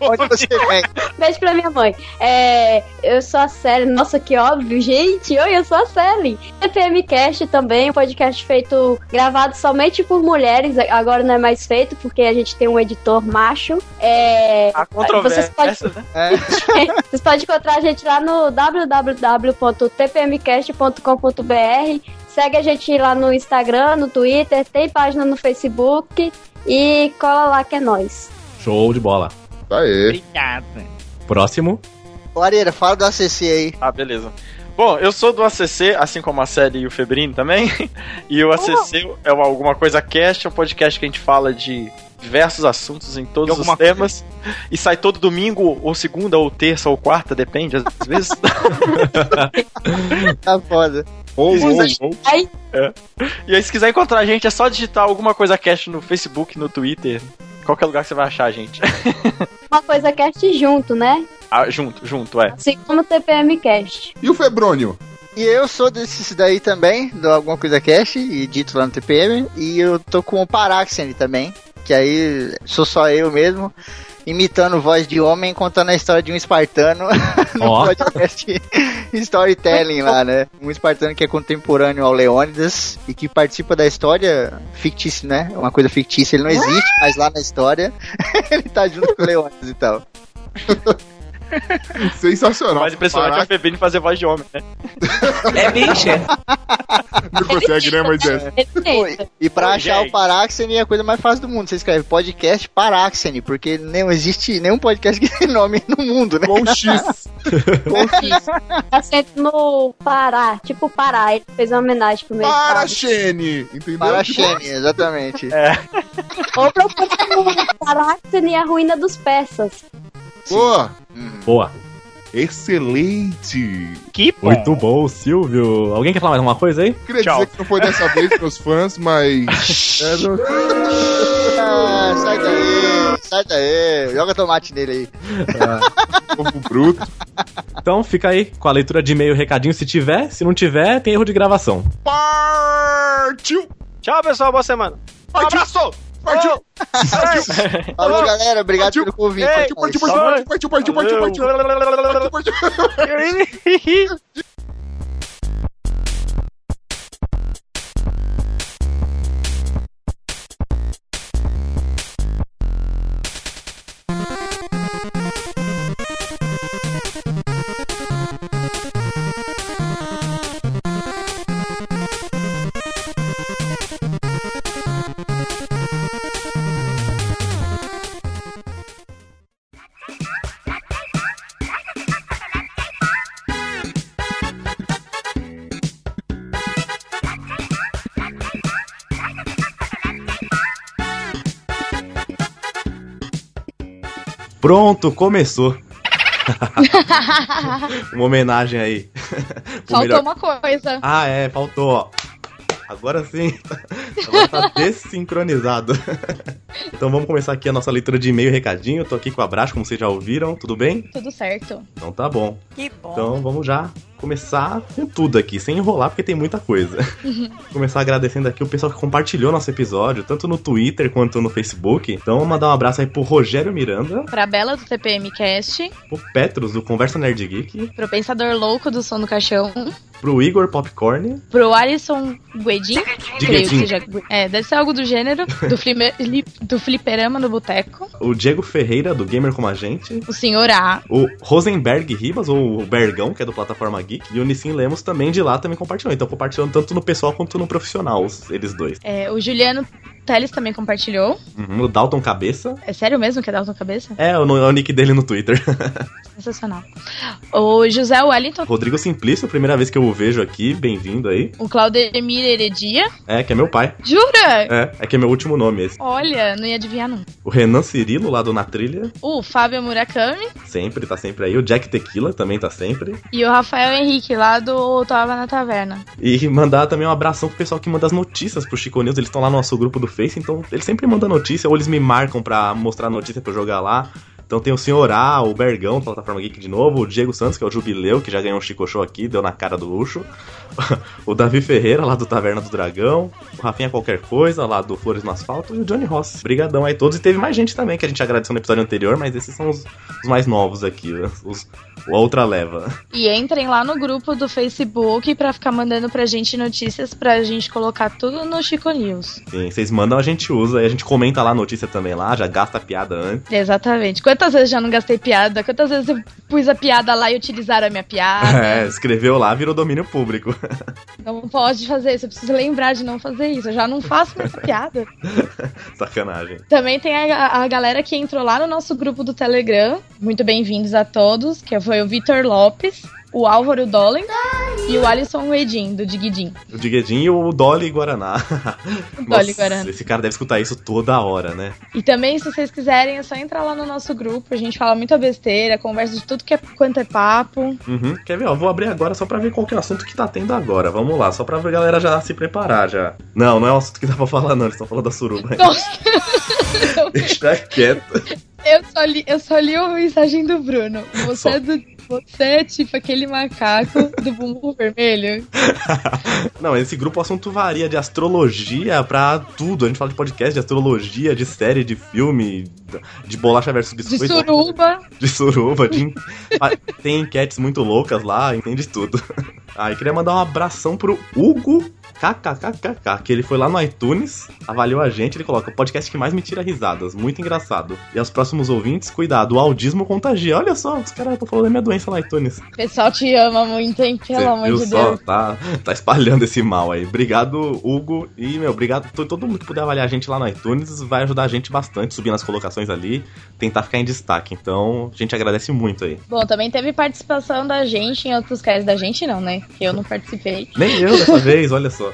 Onde você vem?
Beijo pra minha mãe. É, eu sou a Sally. Nossa, que óbvio, gente. Oi, eu sou a Sally. TPM Cast também, um podcast feito, gravado somente por mulheres. Agora não é mais feito, porque a gente tem um editor macho. É,
A
vocês,
controvérsia.
podem,
É,
vocês podem encontrar a gente lá no www.tpmcast.com.br. Segue a gente lá no Instagram, no Twitter, tem página no Facebook. E cola lá que é nóis.
Show de bola.
Tá aí.
Obrigada.
Próximo.
Ô, Areira, fala do ACC aí.
Ah, beleza. Bom, eu sou do ACC, assim como a Célia e o Febrino também. E
Ah.
o ACC é o alguma coisa cast, é um podcast que a gente fala de diversos assuntos em todos os temas. E sai todo domingo, ou segunda, ou terça, ou quarta, depende, às vezes.
tá foda.
Ou, ou, ou.
É. E aí, se quiser encontrar a gente, é só digitar alguma coisa cast no Facebook, no Twitter. Qualquer lugar que você vai achar a gente.
Uma coisa cast junto, né?
Ah, junto, junto, é.
Assim como o TPM Cast.
E o Febrônio?
E eu sou desse daí também, do Alguma Coisa Cast, e dito lá no TPM. E eu tô com o Paraxene também, que aí sou só eu mesmo, imitando voz de homem, contando a história de um espartano no
Ó.
podcast Storytelling lá, né? Um espartano que é contemporâneo ao Leônidas e que participa da história fictícia, né? Uma coisa fictícia, ele não existe, mas lá na história ele tá junto com o Leônidas então. e tal.
Sensacional.
Mas impressionante é a Febrino fazer voz de homem, né?
É bicha.
Não consegue, né, Moisés?
Pô, E pra
Ô,
achar
gente.
o Paráxene é a coisa mais fácil do mundo. Você escreve podcast Paráxene, porque não existe nenhum podcast que tem nome no mundo, né?
Com X.
Tá sendo no Pará, tipo Pará, ele fez uma homenagem pro meu
Para,
estado.
Xene! Entendeu?
Paraxene, exatamente.
Ou procura Paráxene e a ruína dos persas.
Boa!
Boa.
Excelente!
Que
bom.
Muito bom, Silvio. Alguém quer falar mais alguma coisa aí?
Queria dizer que não foi dessa vez meus fãs, mas. É, não-
Ah, sai daí, sai daí. Joga tomate nele aí.
Povo bruto.
Então fica aí com a leitura de e-mail, recadinho, se tiver. Se não tiver, tem erro de gravação.
Partiu!
Tchau, pessoal, boa semana. Um abraço!
Partiu!
Falou, galera. Obrigado pelo convite. É
Partiu, partiu, partiu, partiu, partiu, partiu, partiu, partiu, partiu,
partiu.
Pronto, começou. Uma homenagem aí. Pro
Faltou
melhor-
uma coisa.
Ah, é, faltou, ó. Agora sim. Agora tá desincronizado. então vamos começar aqui a nossa leitura de e-mail e recadinho. Eu tô aqui com a Brás, como vocês já ouviram, tudo bem?
Tudo certo.
Então tá bom.
Que bom.
Então vamos já começar com tudo aqui, sem enrolar, porque tem muita coisa. começar agradecendo aqui o pessoal que compartilhou nosso episódio, tanto no Twitter quanto no Facebook. Então vamos mandar um abraço aí pro Rogério Miranda,
pra Bela do TPM Cast,
pro Petros do Conversa Nerd Geek,
pro Pensador Louco do Som do Caixão,
pro Igor Popcorn,
pro Alisson Guedin,
De
creio
Guedin.
que seja, é, deve ser algo do gênero, do, flime, li- do Fliperama no Boteco,
o Diego Ferreira do Gamer Como a Gente,
o Senhor A,
o Rosenberg Ribas, ou o Bergão, que é do Plataforma Geek, e o Nissin Lemos também de lá também compartilhou. Então compartilhando tanto no pessoal quanto no profissional, os- eles dois.
é, o Juliano Teles também compartilhou.
Uhum, o Dalton Cabeça.
É sério mesmo que é Dalton Cabeça?
É, o, no- é o nick dele no Twitter.
Sensacional. O José Wellington,
Rodrigo Simplício, primeira vez que eu o vejo aqui, bem-vindo aí.
o Claudemir Heredia.
É, que é meu pai.
Jura?
É, é que é meu último nome esse.
Olha, não ia adivinhar nunca.
O Renan Cirilo, lá do Na Trilha,
O Fábio Murakami
sempre, tá sempre aí. O Jack Tequila também tá sempre.
e o Rafael Henrique, lá do Tava na Taverna.
E mandar também um abração pro pessoal que manda as notícias pro Chico News. Eles estão lá no nosso grupo do Face, então eles sempre mandam notícia, ou eles me marcam pra mostrar a notícia pra eu jogar lá. Então tem o Senhor A, o Bergão, da plataforma Geek de novo, o Diego Santos, que é o Jubileu, que já ganhou um Chico Show aqui, deu na cara do luxo. o Davi Ferreira, lá do Taverna do Dragão, o Rafinha Qualquer Coisa, lá do Flores no Asfalto, e o Johnny Ross. Brigadão aí todos. E teve mais gente também, que a gente agradeceu no episódio anterior, mas esses são os, os mais novos aqui, né? os, a outra leva.
E entrem lá no grupo do Facebook pra ficar mandando pra gente notícias pra gente colocar tudo no Chico News.
Sim, vocês mandam, a gente usa e a gente comenta lá a notícia também lá, já gasta a piada antes.
Exatamente. Quanto Quantas vezes já não gastei piada? Quantas vezes eu pus a piada lá e utilizaram a minha piada?
É, escreveu lá, virou domínio público.
Não pode fazer isso, eu preciso lembrar de não fazer isso. Eu já não faço mais essa piada.
Sacanagem.
Também tem a, a galera que entrou lá no nosso grupo do Telegram. Muito bem-vindos a todos, que foi o Vitor Lopes, o Álvaro Dolan e o Alisson Edin, do Diguidin.
O Diguedin e o Dolly Guaraná.
O Dolly Guaraná.
Esse cara deve escutar isso toda hora, né?
E também, se vocês quiserem, é só entrar lá no nosso grupo. A gente fala muita besteira, conversa de tudo que é, quanto é papo.
Uhum. Quer ver? Ó, vou abrir agora só pra ver qual que é o assunto que tá tendo agora. Vamos lá, só pra ver a galera já se preparar já. Não, não é o assunto que dá pra falar, não. Eles estão falando da suruba. Deixa quieto.
Eu só, li, eu só li a mensagem do Bruno. Você, é do- você é tipo aquele macaco do bumbum vermelho.
Não, esse grupo o assunto varia de astrologia pra tudo. A gente fala de podcast, de astrologia, de série, de filme, de bolacha versus
De
biscoito.
suruba.
De suruba, de... Ah, tem enquetes muito loucas lá, entende tudo. Aí queria mandar um abração pro Hugo KKKKK, que ele foi lá no iTunes, avaliou a gente, ele coloca o podcast que mais me tira risadas, muito engraçado. E aos próximos ouvintes, cuidado, o audismo contagia. Olha só, os caras estão falando da minha doença no iTunes.
O pessoal te ama muito, hein? Pelo
Você
amor
viu
de
só,
Deus.
Tá, tá espalhando esse mal aí. Obrigado, Hugo. E, meu, obrigado. to- Todo mundo que puder avaliar a gente lá no iTunes vai ajudar a gente bastante, subir nas colocações ali, tentar ficar em destaque. Então, a gente agradece muito aí.
Bom, também teve participação da gente em outros casos da gente, não, né? Que eu não participei.
Nem eu dessa vez, olha só.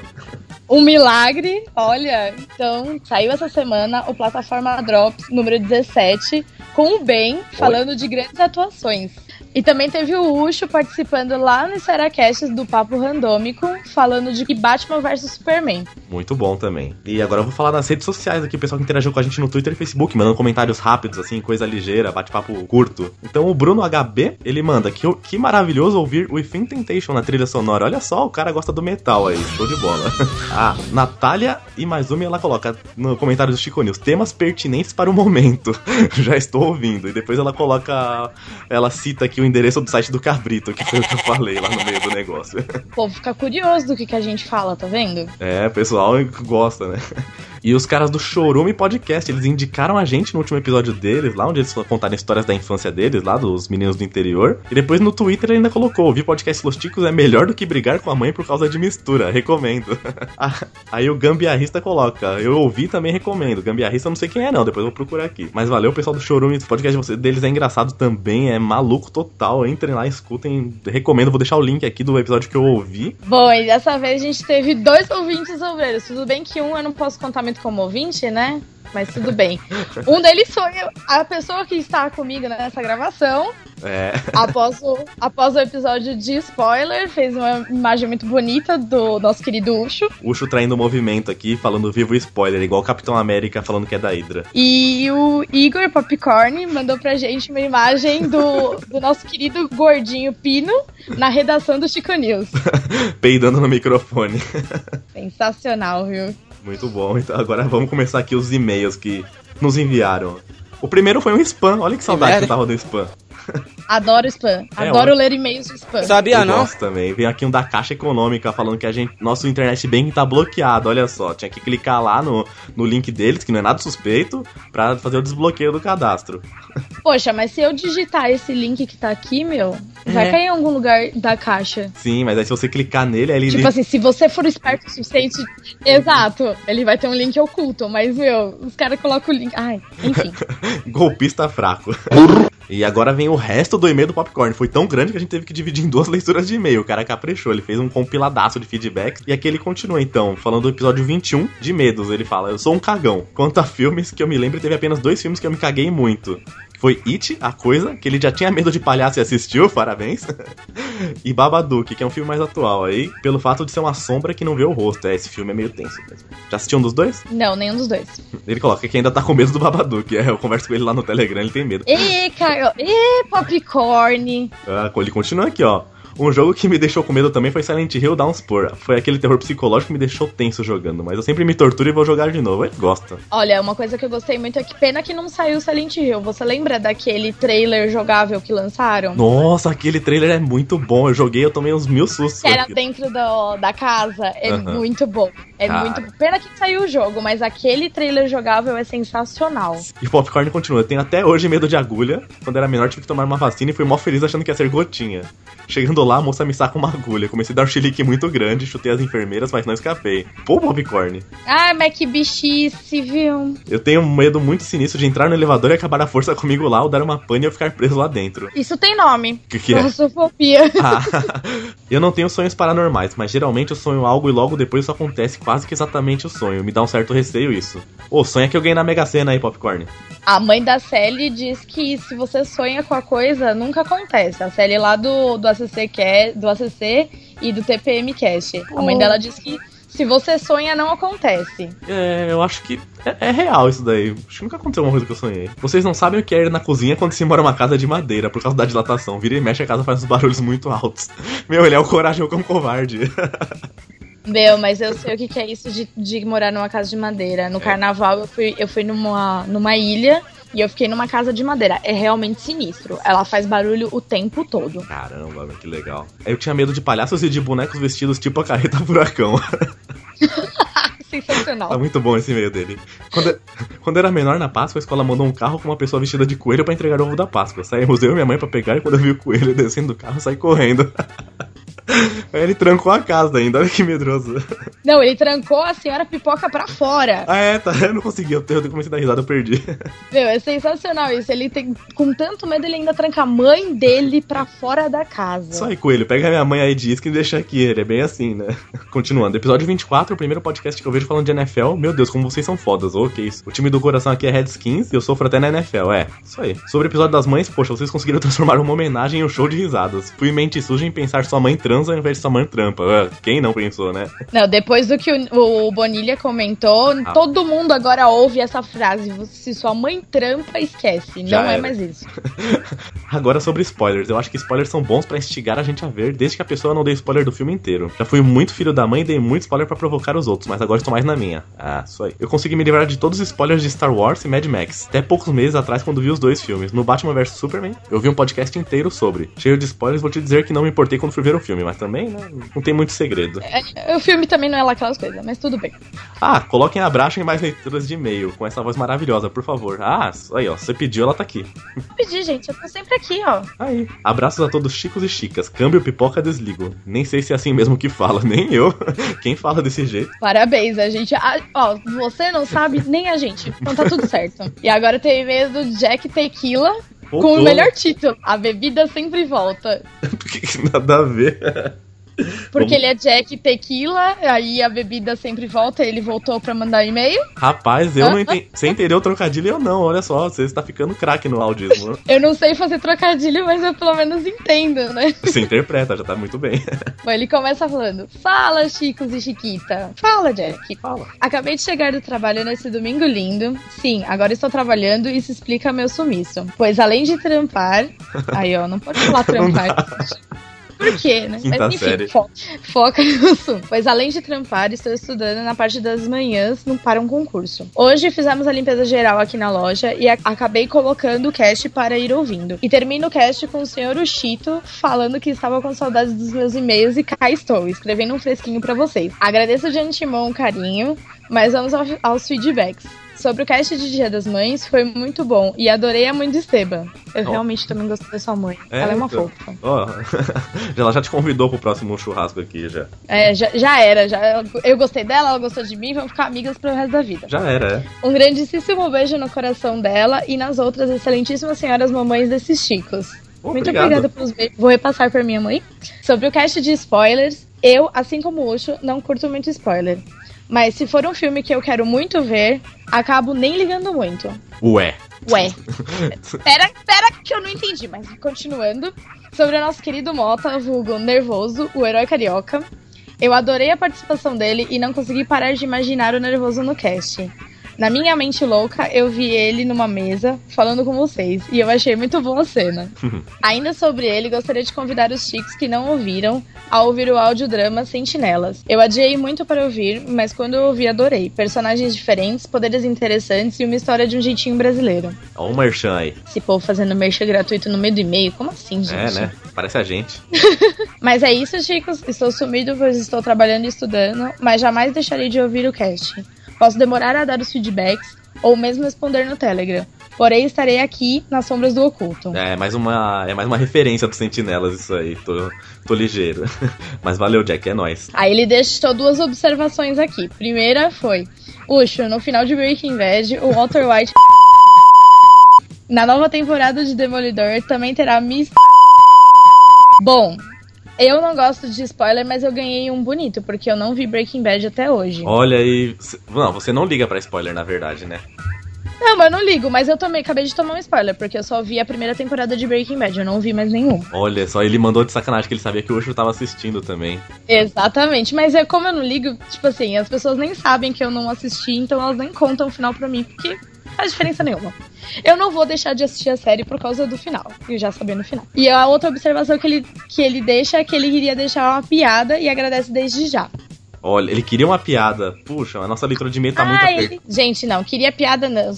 Um milagre, olha. Então, saiu essa semana o plataforma Drops número 17 com o Ben falando de grandes atuações. E também teve o Ucho participando lá no Seracast do Papo Randômico, falando de Batman vs Superman.
Muito bom também. E agora eu vou falar nas redes sociais aqui, o pessoal que interagiu com a gente no Twitter e Facebook, mandando comentários rápidos, assim, coisa ligeira, bate-papo curto. Então o Bruno HB, ele manda que, que maravilhoso ouvir o Within Temptation na trilha sonora. Olha só, o cara gosta do metal aí, show de bola. A Natália e mais uma, ela coloca no comentário do Chico News, temas pertinentes para o momento. Já estou ouvindo. E depois ela coloca, ela cita aqui o endereço do site do Cabrito, que foi o que eu falei lá no meio do negócio.
O povo fica curioso do que, que a gente fala, tá vendo?
É, pessoal gosta, né? E os caras do Chorume Podcast, eles indicaram a gente no último episódio deles, lá onde eles contaram histórias da infância deles, lá dos meninos do interior. E depois no Twitter ele ainda colocou: ouvir podcast Los Ticos é melhor do que brigar com a mãe por causa de mistura, recomendo. Ah, Aí o Gambiarrista coloca: eu ouvi também recomendo. Gambiarrista eu não sei quem é, não, depois eu vou procurar aqui. Mas valeu, pessoal do Chorume, o podcast de vocês- deles é engraçado também, é maluco total. Entrem lá, escutem, recomendo. Vou deixar o link aqui do episódio que eu ouvi.
Bom, e dessa vez a gente teve dois ouvintes obreiros. Tudo bem que um eu não posso contar muito como ouvinte, né? Mas tudo bem. Um deles foi a pessoa que está comigo nessa gravação.
É.
Após o, após o episódio de spoiler, fez uma imagem muito bonita do nosso querido Ucho.
Ucho traindo o movimento aqui, falando vivo spoiler, igual o Capitão América falando que é da Hydra.
E o Igor Popcorn mandou pra gente uma imagem do, do nosso querido gordinho Pino na redação do Chico News.
Peidando no microfone.
Sensacional, viu?
Muito bom. Então agora vamos começar aqui os e-mails que nos enviaram. O primeiro foi um spam, olha que saudade que eu tava do spam.
Adoro spam.
É,
Adoro
olha.
ler e-mails de spam.
eu Gosto também. Vem aqui um da Caixa Econômica falando que a gente, nosso internet banking tá bloqueado. Olha só, tinha que clicar lá no, no link deles, que não é nada suspeito, pra fazer o desbloqueio do cadastro.
Poxa, mas se eu digitar esse link que tá aqui, meu, vai
É.
cair em algum lugar da caixa.
Sim, mas aí se você clicar nele, aí ele.
Tipo assim, se você for esperto o suficiente. Exato, ele vai ter um link oculto, mas, meu, os caras colocam o link. Ai,
Golpista fraco. e agora vem o resto do e-mail do Popcorn. Foi tão grande que a gente teve que dividir em duas leituras de e-mail. O cara caprichou, ele fez um compiladaço de feedbacks. E aqui ele continua, então, falando do episódio 21 de Medos. Ele fala: Eu sou um cagão. Quanto a filmes que eu me lembro, teve apenas dois filmes que eu me caguei muito. Foi It, a coisa, que ele já tinha medo de palhaço e assistiu, parabéns. e Babadook, que é um filme mais atual aí, pelo fato de ser uma sombra que não vê o rosto. É, esse filme é meio tenso mesmo. Já assistiu um dos dois?
não, nenhum dos dois.
Ele coloca que ainda tá com medo do Babadook. É, eu converso com ele lá no Telegram, ele tem medo.
Ê, Caio, ê, popcorn.
Ah, ele continua aqui, ó. Um jogo que me deixou com medo também foi Silent Hill Downpour. Foi aquele terror psicológico que me deixou tenso jogando, mas eu sempre me torturo e vou jogar de novo. Ele gosta.
Olha, uma coisa que eu gostei muito é que pena que não saiu Silent Hill. Você lembra daquele trailer jogável que lançaram?
Nossa, aquele trailer é muito bom. Eu joguei, eu tomei uns mil sustos.
Que era
com aquilo.
dentro do- da casa. É
Aham.
muito bom. É
Cara.
muito bom. Pena que não saiu o jogo, mas aquele trailer jogável é sensacional.
E o popcorn continua. Eu tenho até hoje medo de agulha. Quando era menor, tive que tomar uma vacina e fui mó feliz achando que ia ser gotinha. Chegando lá, a moça me saca uma agulha. Comecei a dar um chilique muito grande, chutei as enfermeiras, mas não escapei. Pô, popcorn.
Ah, mas que bichice, viu?
Eu tenho um medo muito sinistro de entrar no elevador e acabar a força comigo lá, ou dar uma pane e eu ficar preso lá dentro.
Isso tem nome.
Que que é?
Claustrofobia.
Ah, eu não tenho sonhos paranormais, mas geralmente eu sonho algo e logo depois isso acontece quase que exatamente o sonho. Me dá um certo receio isso. Ô, sonha que eu ganhei na Mega Sena aí, Popcorn.
A mãe da Sally diz que se você sonha com a coisa, nunca acontece. A Sally lá do, do, ACC, Ca- é, do ACC e do TPM Cast. A mãe
Oh.
dela diz que se você sonha, não acontece.
É, eu acho que é, é real isso daí. Acho que nunca aconteceu uma coisa que eu sonhei. Vocês não sabem o que é ir na cozinha quando se mora uma casa de madeira por causa da dilatação. Vira e mexe, a casa faz uns barulhos muito altos. Meu, ele é o coragem como covarde.
Meu, mas eu sei o que, que é isso de, de morar numa casa de madeira. No carnaval eu fui, eu fui numa, numa ilha e eu fiquei numa casa de madeira. É realmente sinistro. Ela faz barulho o tempo todo.
Caramba, meu, que legal. Eu tinha medo de palhaços e de bonecos vestidos tipo a carreta furacão. Tá
Sensacional.
muito bom esse e-mail dele. Quando, quando era menor na Páscoa, a escola mandou um carro com uma pessoa vestida de coelho pra entregar o ovo da Páscoa. Saímos eu e minha mãe pra pegar e quando eu vi o coelho descendo do carro, eu saí correndo. Aí ele trancou a casa ainda, olha que medroso.
Não, ele trancou a senhora pipoca pra fora.
Ah, é, tá, eu não consegui, eu eu comecei a dar risada, eu perdi.
Meu, é sensacional isso. Ele tem. Com tanto medo, ele ainda tranca a mãe dele pra fora da casa.
Só aí, coelho, pega minha mãe aí diz que deixa aqui, ele é bem assim, né? Continuando, episódio 24, o primeiro podcast que eu vejo falando de NFL. Meu Deus, como vocês são fodas, ô, que isso. O time do coração aqui é Redskins e eu sofro até na NFL, é. Isso aí. Sobre o episódio das mães, poxa, vocês conseguiram transformar uma homenagem em um show de risadas. Fui mente suja em pensar sua mãe transa ao invés de sua mãe trampa. Ah, Quem não pensou, né?
Não, depois do que o, o Bonilha comentou,
Ah.
todo mundo agora ouve essa frase. Se sua mãe trampa, esquece.
Já
não é
era.
mais isso.
Agora sobre spoilers. Eu acho que spoilers são bons pra instigar a gente a ver, desde que a pessoa não dê spoiler do filme inteiro. Já fui muito filho da mãe e dei muito spoiler pra provocar os outros, mas agora estou mais na minha. Ah, isso aí. Eu consegui me livrar de todos os spoilers de Star Wars e Mad Max, até poucos meses atrás quando vi os dois filmes. No Batman vs Superman, eu vi um podcast inteiro sobre. Cheio de spoilers, vou te dizer que não me importei quando fui ver o filme, mas também, né, não tem muito segredo.
É, o filme também não é lá aquelas coisas, mas tudo bem.
Ah, coloquem abraço e mais leituras de e-mail, com essa voz maravilhosa, por favor. Ah, aí ó, você pediu, ela tá aqui.
Eu pedi, gente. Eu tô sempre aqui, ó.
Aí. Abraços a todos chicos e chicas. Câmbio, pipoca, desligo. Nem sei se é assim mesmo que fala, nem eu. Quem fala desse jeito?
Parabéns, a gente. a- ó, você não sabe, nem a gente. Então tá tudo certo. E agora tem e-mail do Jack Tequila com
Voltou.
o melhor título: A Bebida Sempre Volta.
Nada a ver.
Porque ele é Jack Tequila, aí a bebida sempre volta, ele voltou pra mandar e-mail.
Rapaz, eu não entendi. Você entendeu o trocadilho eu não, olha só. Você está ficando craque no audismo.
Eu não sei fazer trocadilho, mas eu pelo menos entendo, né?
Você interpreta, já tá muito bem.
Bom, ele começa falando: Fala, Chicos e Chiquita. Fala, Jack.
Fala.
Acabei de chegar do trabalho nesse domingo lindo. Sim, agora estou trabalhando e isso explica meu sumiço. Pois além de trampar. Aí, ó, não pode falar trampar. Por quê, né?
Quinta série.
fo- foca no assunto. Pois além de trampar, estou estudando na parte das manhãs no- para um concurso. Hoje fizemos a limpeza geral aqui na loja e a- acabei colocando o cast para ir ouvindo. E termino o cast com o senhor Uchito falando que estava com saudades dos meus e-mails e cá estou, escrevendo um fresquinho para vocês. Agradeço de antemão o carinho, mas vamos ao- aos feedbacks. Sobre o cast de Dia das Mães, foi muito bom e adorei a mãe do Esteban. Eu
Ó.
realmente também gostei da sua mãe. Ela é uma
então.
fofa.
Ó, ela já te convidou pro próximo churrasco aqui já.
É, já, já era. Já, eu gostei dela, ela gostou de mim, vamos ficar amigas pro resto da vida.
Já era, é.
Um grandíssimo beijo no coração dela e nas outras excelentíssimas senhoras mamães desses chicos. Muito
obrigado.
obrigada pelos beijos. Vou repassar pra minha mãe. Sobre o cast de spoilers, eu, assim como o Ucho, não curto muito spoiler. Mas se for um filme que eu quero muito ver, acabo nem ligando muito.
Ué.
Ué. Pera, pera que eu não entendi, mas continuando. Sobre o nosso querido Mota, vulgo Nervoso, o herói carioca. Eu adorei a participação dele e não consegui parar de imaginar o Nervoso no cast. Na minha mente louca, eu vi ele numa mesa falando com vocês. E eu achei muito boa a cena. Ainda sobre ele, gostaria de convidar os chicos que não ouviram a ouvir o audiodrama Sentinelas. Eu adiei muito para ouvir, mas quando eu ouvi, adorei. Personagens diferentes, poderes interessantes e uma história de um jeitinho brasileiro.
Ó o merchan aí.
Esse povo fazendo merchan gratuito no meio do e-mail, como assim, gente?
É, né? Parece a gente.
Mas é isso, chicos. Estou sumido, pois estou trabalhando e estudando, mas jamais deixarei de ouvir o cast. Posso demorar a dar os feedbacks ou mesmo responder no Telegram. Porém, estarei aqui nas sombras do oculto.
É mais uma, é mais uma referência dos sentinelas isso aí. Tô, tô ligeiro. Mas valeu, Jack, é nóis.
Aí ele deixou duas observações aqui. Primeira foi: Ucho, no final de Breaking Bad, o Walter White. na nova temporada de Demolidor também terá Miss. Bom, eu não gosto de spoiler, mas eu ganhei um bonito, porque eu não vi Breaking Bad até hoje.
Olha aí. Não, você não liga pra spoiler, na verdade, né?
Não, mas eu não ligo, mas eu também acabei de tomar um spoiler, porque eu só vi a primeira temporada de Breaking Bad, eu não vi mais nenhum.
Olha só, ele mandou de sacanagem que ele sabia que o Osho tava assistindo também.
Exatamente, mas é como eu não ligo, tipo assim, as pessoas nem sabem que eu não assisti, então elas nem contam o final pra mim, porque faz diferença nenhuma. Eu não vou deixar de assistir a série por causa do final, eu já sabia no final. E a outra observação que ele, que ele deixa é que ele queria deixar uma piada e agradece desde já.
Olha, ele queria uma piada. Puxa, a nossa leitura de e-mail tá muito apertada.
Ele... Gente, não, queria piada não.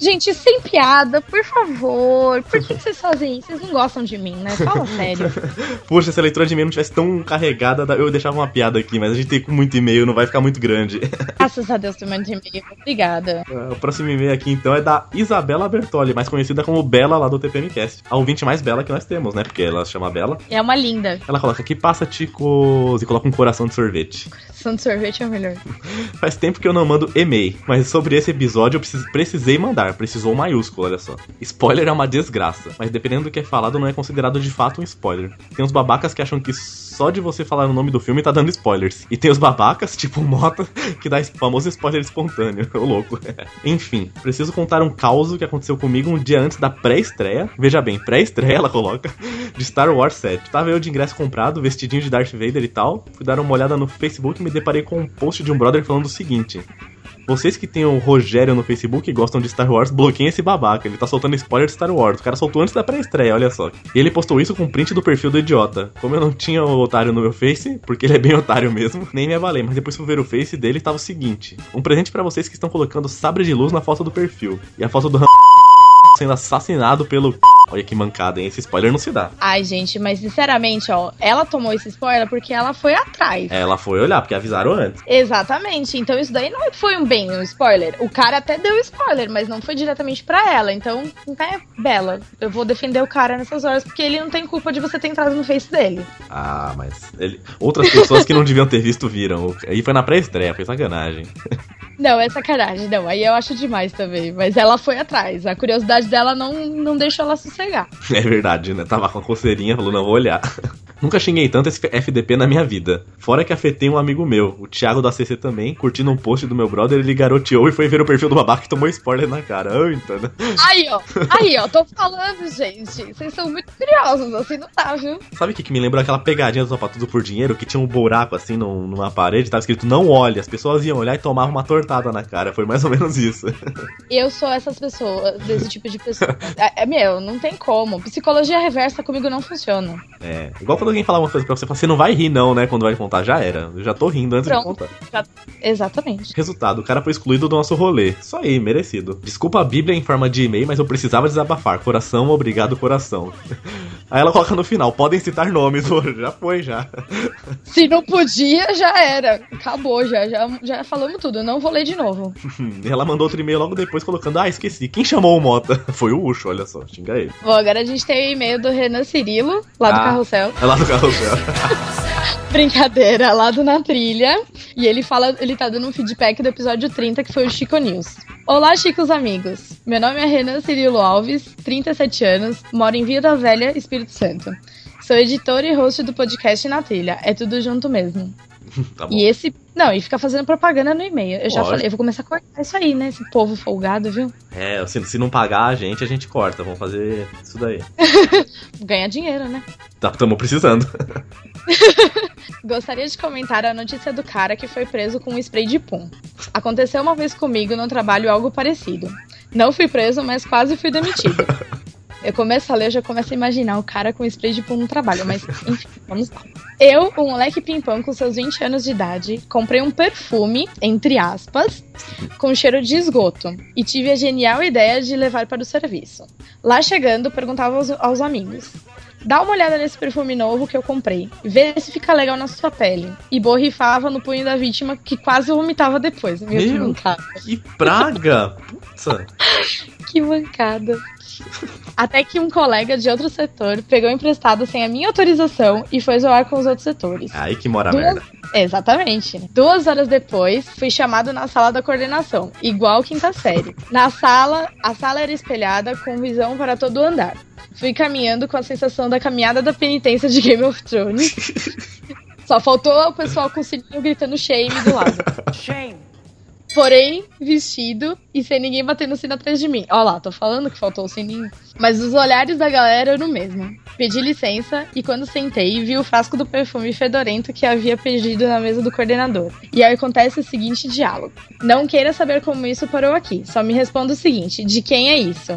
Gente, sem piada, por favor. Por que, que vocês fazem isso? Vocês não gostam de mim, né? Fala sério.
Puxa, se a leitura de e-mail não tivesse tão carregada, eu deixava uma piada aqui, mas a gente tem muito e-mail, não vai ficar muito grande. Ah,
Graças a Deus tem muito e-mail. Obrigada.
O próximo e-mail aqui, então, é da Isabela Bertoli, mais conhecida como Bela lá do TPMcast. A ouvinte mais bela que nós temos, né? Porque ela chama Bela.
É uma linda.
Ela coloca aqui, passa, Ticos, e coloca um coração de sorvete.
Coração de sorvete é o melhor.
Faz tempo que eu não mando e-mail, mas sobre esse episódio eu precis precisei mandar, precisou maiúsculo, olha só. Spoiler é uma desgraça, mas dependendo do que é falado, não é considerado de fato um spoiler. Tem uns babacas que acham que só de você falar o nome do filme tá dando spoilers. E tem os babacas, tipo Mota, que dá famoso spoiler espontâneo, ô louco. Enfim, preciso contar um caos que aconteceu comigo um dia antes da pré-estreia. Veja bem, pré-estreia ela coloca, de Star Wars 7. Tava eu de ingresso comprado, vestidinho de Darth Vader e tal, fui dar uma olhada no Facebook Facebook me deparei com um post de um brother falando o seguinte: vocês que tem o Rogério no Facebook e gostam de Star Wars, bloqueiem esse babaca. Ele tá soltando spoiler de Star Wars. O cara soltou antes da pré-estreia, olha só. E ele postou isso com um print do perfil do idiota. Como eu não tinha o otário no meu Face, porque ele é bem otário mesmo, nem me abalei. Mas depois fui ver o Face dele e tava o seguinte: Um presente para vocês que estão colocando sabre de luz na foto do perfil. E a foto do Ram sendo assassinado pelo. Olha que mancada, hein? Esse spoiler não se dá.
Ai, gente, mas sinceramente, ó, ela tomou esse spoiler porque ela foi atrás.
Ela foi olhar, porque avisaram antes.
Exatamente. Então isso daí não foi um bem um spoiler. O cara até deu spoiler, mas não foi diretamente para ela. Então, é bela. Eu vou defender o cara nessas horas, porque ele não tem culpa de você ter entrado no face dele.
Ah, mas. Ele... Outras pessoas que não deviam ter visto viram. Aí foi na pré-estreia, foi sacanagem.
Não, é sacanagem, não. Aí eu acho demais também. Mas ela foi atrás. A curiosidade dela não, não deixou ela sossegar.
É verdade, né? Tava com a coceirinha, falou, não, vou olhar. Nunca xinguei tanto esse FDP na minha vida. Fora que afetei um amigo meu, o Thiago da CC também, curtindo um post do meu brother, ele garoteou e foi ver o perfil do babaca e tomou spoiler na cara. Ai, então, né?
Aí, ó. Aí, ó. Tô falando, gente. Vocês são muito curiosos, assim não tá, viu?
Sabe o que, que me lembrou? Aquela pegadinha do Sapatudo por Dinheiro, que tinha um buraco, assim, num, numa parede, tava escrito não olhe. As pessoas iam olhar e tomavam uma torta cortada na cara. Foi mais ou menos isso.
Eu sou essas pessoas, desse tipo de pessoa. É, meu, não tem como. Psicologia reversa comigo não funciona.
É. Igual quando alguém falar uma coisa pra você, você, fala, você não vai rir, não, né? Quando vai contar, já era. Eu já tô rindo antes Pronto. de contar. Já...
Exatamente.
Resultado: o cara foi excluído do nosso rolê. Isso aí, merecido. Desculpa a Bíblia em forma de e-mail, mas eu precisava desabafar. Coração, obrigado, coração. Aí ela coloca no final: podem citar nomes, já foi, já.
Se não podia, já era. Acabou, já, já, já falamos tudo. Eu não vou de novo.
Ela mandou outro e-mail logo depois colocando: Ah, esqueci. Quem chamou o Mota? Foi o Ucho, olha só, xinga ele.
Bom, agora a gente tem o e-mail do Renan Cirilo, lá ah, do Carrossel.
É lá do Carrossel.
Brincadeira, lá do Na Trilha. E ele fala, ele tá dando um feedback do episódio 30, que foi o Chico News. Olá, Chicos amigos. Meu nome é Renan Cirilo Alves, 37 anos, moro em Vila Velha, Espírito Santo. Sou editor e host do podcast Na Trilha. É tudo junto mesmo. Tá e esse. Não, e ficar fazendo propaganda no e-mail. Eu já Olha. falei, eu vou começar a cortar isso aí, né? Esse povo folgado, viu?
É, se, se não pagar a gente, a gente corta. Vamos fazer isso daí.
Ganhar dinheiro, né?
Tá, tamo precisando.
Gostaria de comentar a notícia do cara que foi preso com um spray de pum. Aconteceu uma vez comigo no trabalho algo parecido. Não fui preso, mas quase fui demitido. Eu começo a ler, eu já começo a imaginar o cara com spray de pum no trabalho, mas enfim, vamos lá. Eu, um moleque pimpão com seus 20 anos de idade, comprei um perfume, entre aspas, com cheiro de esgoto e tive a genial ideia de levar para o serviço. Lá chegando, perguntava aos, aos amigos: Dá uma olhada nesse perfume novo que eu comprei, vê se fica legal na sua pele. E borrifava no punho da vítima que quase vomitava depois. Meu, que
Meu,
mancada.
que praga! Putz.
Que mancada. Até que um colega de outro setor pegou emprestado sem a minha autorização e foi zoar com os outros setores.
é Aí que mora a
Duas-
merda.
Exatamente. Duas horas depois, fui chamado na sala da coordenação, igual quinta série. Na sala, a sala era espelhada com visão para todo o andar. Fui caminhando com a sensação da caminhada da penitência de Game of Thrones. Só faltou o pessoal com o sininho gritando shame do lado. Shame. Porém, vestido e sem ninguém batendo o sino atrás de mim. Ó lá, tô falando que faltou o sininho. Mas os olhares da galera eram o mesmo. Pedi licença e quando sentei, vi o frasco do perfume fedorento que havia pedido na mesa do coordenador. E aí acontece o seguinte diálogo. Não queira saber como isso parou aqui. Só me responda o seguinte, de quem é isso?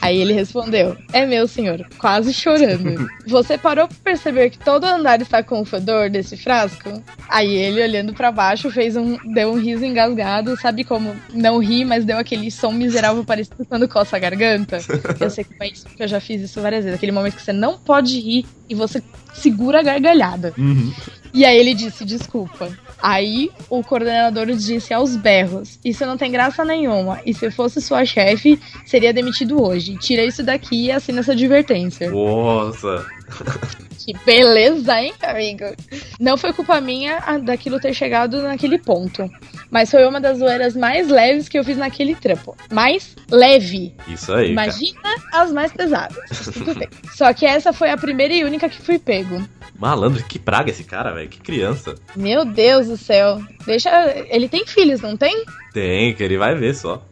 Aí ele respondeu: É meu, senhor, quase chorando. Você parou pra perceber que todo andar está com o fedor desse frasco? Aí ele, olhando pra baixo, fez um, deu um riso engasgado, sabe como não ri, mas deu aquele som miserável parecido quando coça a garganta? Eu sei que é isso, porque eu já fiz isso várias vezes. Aquele momento que você não pode rir e você segura a gargalhada.
Uhum.
E aí ele disse desculpa. Aí o coordenador disse aos berros: Isso não tem graça nenhuma. E se eu fosse sua chefe, seria demitido hoje. Tira isso daqui e assina essa advertência.
Nossa.
Que beleza, hein, amigo? Não foi culpa minha a- daquilo ter chegado naquele ponto. Mas foi uma das zoeiras mais leves que eu fiz naquele trampo. Mais leve.
Isso aí. cara.
Imagina as mais pesadas. Tudo bem. Só que essa foi a primeira e única que fui pego.
Malandro, que praga esse cara, velho. Que criança.
Meu Deus do céu. Deixa. Ele tem filhos, não tem?
Tem, que ele vai ver só.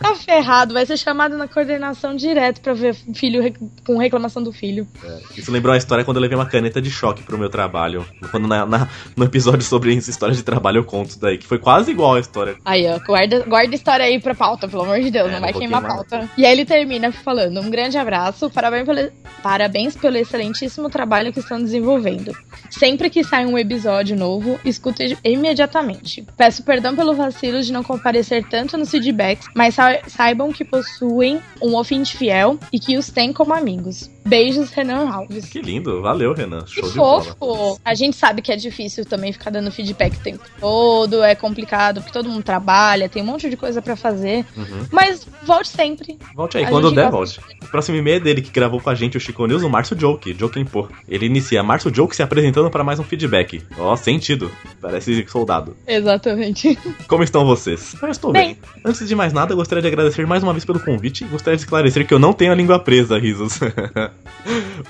Tá ferrado, vai ser chamado na coordenação direto pra ver filho rec- com reclamação do filho.
Isso lembrou uma história quando eu levei uma caneta de choque pro meu trabalho. Quando na, na- no episódio sobre isso, histórias de trabalho eu conto isso daí, que foi quase igual a história.
Aí, ó, guarda, guarda a história aí pra pauta, pelo amor de Deus,
É,
não
não
vai
vou
queimar a
queimar,
pauta. E aí ele termina falando: um grande abraço, parabéns pelo, parabéns pelo excelentíssimo trabalho que estão desenvolvendo. Sempre que sai um episódio novo, escuto i- imediatamente. Peço perdão pelo vacilo de não comparecer tanto nos feedbacks, mas sa- saibam que possuem um ouvinte fiel e que os têm como amigos. Beijos, Renan Alves.
Que lindo, valeu, Renan. Show
Que
de bola.
fofo! A gente sabe que é difícil também ficar dando feedback o tempo todo, é complicado, porque todo mundo trabalha, tem um monte de coisa pra fazer.
Uhum.
Mas volte sempre.
Volte aí,
A
quando
gente
der,
gosta-
volte. O próximo e-mail é dele que gravou com a gente o Chico News, o Márcio Joke, Joke Impor. Ele inicia Márcio Joke se apresentando para mais um feedback. Ó, sentido. Parece soldado.
Exatamente.
Como estão vocês? Eu estou bem. Antes de mais nada, gostaria de agradecer mais uma vez pelo convite e gostaria de esclarecer que eu não tenho a língua presa, risos.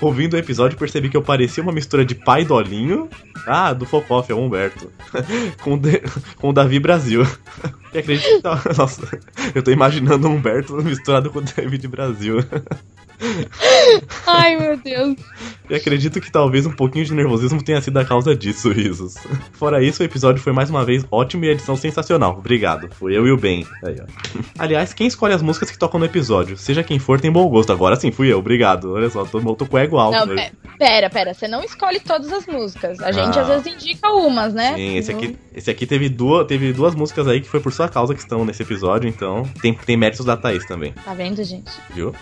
Ouvindo o episódio, percebi que eu parecia uma mistura de pai dolinho. Ah, do Focoff, é o Humberto. com, o de- com o Davi Brasil. E acredito que. tá- Nossa, eu tô imaginando o Humberto misturado com o David Brasil.
Ai, meu Deus.
E acredito que talvez um pouquinho de nervosismo tenha sido a causa disso, risos. Fora isso, o episódio foi mais uma vez ótimo e a edição sensacional. Obrigado. Fui eu e o Ben. Aí, ó. Aliás, quem escolhe as músicas que tocam no episódio? Seja quem for, tem bom gosto. Agora sim, fui eu. Obrigado. Olha só, tô, tô com o ego alto.
Não,
hoje.
pe- pera, pera, você não escolhe todas as músicas. A gente
Ah.
às vezes indica umas, né?
Sim, esse aqui, esse aqui teve, duas, teve duas músicas aí que foi por sua causa que estão nesse episódio, então tem, tem méritos da Thaís também.
Tá vendo, gente?
Viu?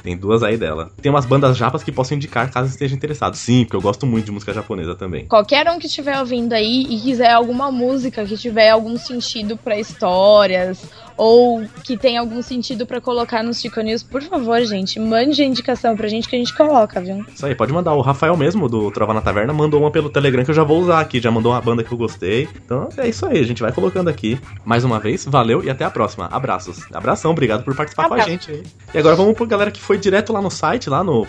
Tem duas aí dela. Tem umas bandas japas que posso indicar caso esteja interessado. Sim, porque eu gosto muito de música japonesa também.
Qualquer um que estiver ouvindo aí e quiser alguma música que tiver algum sentido pra histórias ou que tenha algum sentido pra colocar nos Chico News, por favor, gente, mande a indicação pra gente que a gente coloca, viu?
Isso aí, pode mandar. O Rafael mesmo, do Trova na Taverna, mandou uma pelo Telegram que eu já vou usar aqui. Já mandou uma banda que eu gostei. Então é isso aí, a gente vai colocando aqui. Mais uma vez, valeu e até a próxima. Abraços. Abração, obrigado por participar com a gente. aí. E agora vamos pro galera que foi direto lá no site, lá no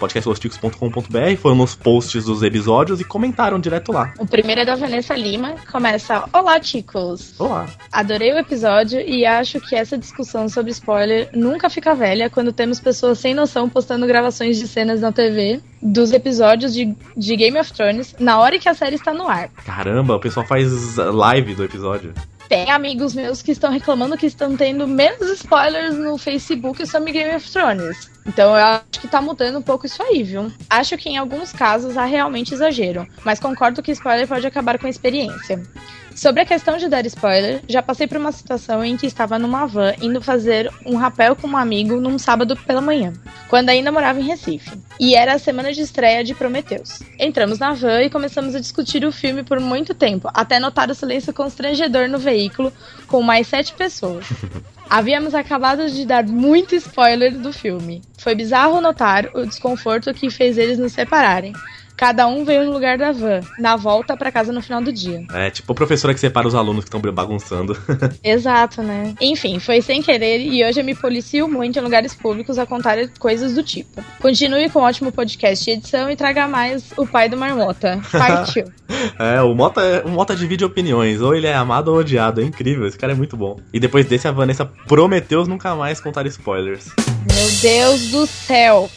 podcastlosticos.com.br, foram nos posts dos episódios e comentaram direto lá.
O primeiro é da Vanessa Lima, que começa: Olá, chicos!
Olá!
Adorei o episódio e acho que essa discussão sobre spoiler nunca fica velha quando temos pessoas sem noção postando gravações de cenas na TV dos episódios de, de Game of Thrones na hora que a série está no ar.
Caramba, o pessoal faz live do episódio.
Tem amigos meus que estão reclamando que estão tendo menos spoilers no Facebook sobre Game of Thrones. Então eu acho que tá mudando um pouco isso aí, viu? Acho que em alguns casos há realmente exagero, mas concordo que spoiler pode acabar com a experiência. Sobre a questão de dar spoiler, já passei por uma situação em que estava numa van indo fazer um rapel com um amigo num sábado pela manhã, quando ainda morava em Recife. E era a semana de estreia de Prometheus. Entramos na van e começamos a discutir o filme por muito tempo, até notar o silêncio constrangedor no veículo com mais sete pessoas. Havíamos acabado de dar muito spoiler do filme. Foi bizarro notar o desconforto que fez eles nos separarem. Cada um veio no lugar da van, na volta para casa no final do dia.
É, tipo a professora que separa os alunos que estão bagunçando.
Exato, né? Enfim, foi sem querer e hoje eu me policio muito em lugares públicos a contar coisas do tipo. Continue com o um ótimo podcast e edição e traga mais o pai do Marmota. um. Partiu.
é, o Mota, é, o Mota divide opiniões. Ou ele é amado ou odiado. É incrível, esse cara é muito bom. E depois desse, a Vanessa prometeu nunca mais contar spoilers.
Meu Deus do céu!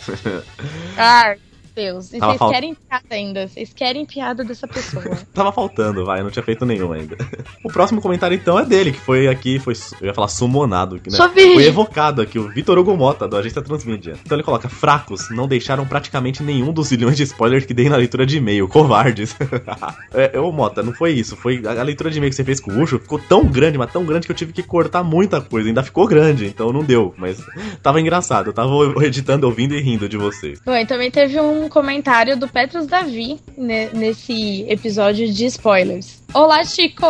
Ai. Deus. E
Tava
vocês
fal-
querem piada ainda. Vocês querem piada dessa pessoa.
Tava faltando, vai, eu não tinha feito nenhum ainda. O próximo comentário então é dele, que foi aqui, foi, su- eu ia falar sumonado, que, né?
Só vi.
Foi evocado aqui, o Vitor Hugo Mota, do Agência Transmídia. Então ele coloca, fracos, não deixaram praticamente nenhum dos zilhões de spoilers que dei na leitura de e-mail, covardes. é, ô Mota, não foi isso, foi a, a leitura de e-mail que você fez com o Ucho, ficou tão grande, mas tão grande que eu tive que cortar muita coisa, ainda ficou grande, então não deu, mas tava engraçado, eu tava editando, ouvindo e rindo de vocês.
Bom, e também teve um comentário do Petros Davi ne- nesse episódio de spoilers. Olá, chicos!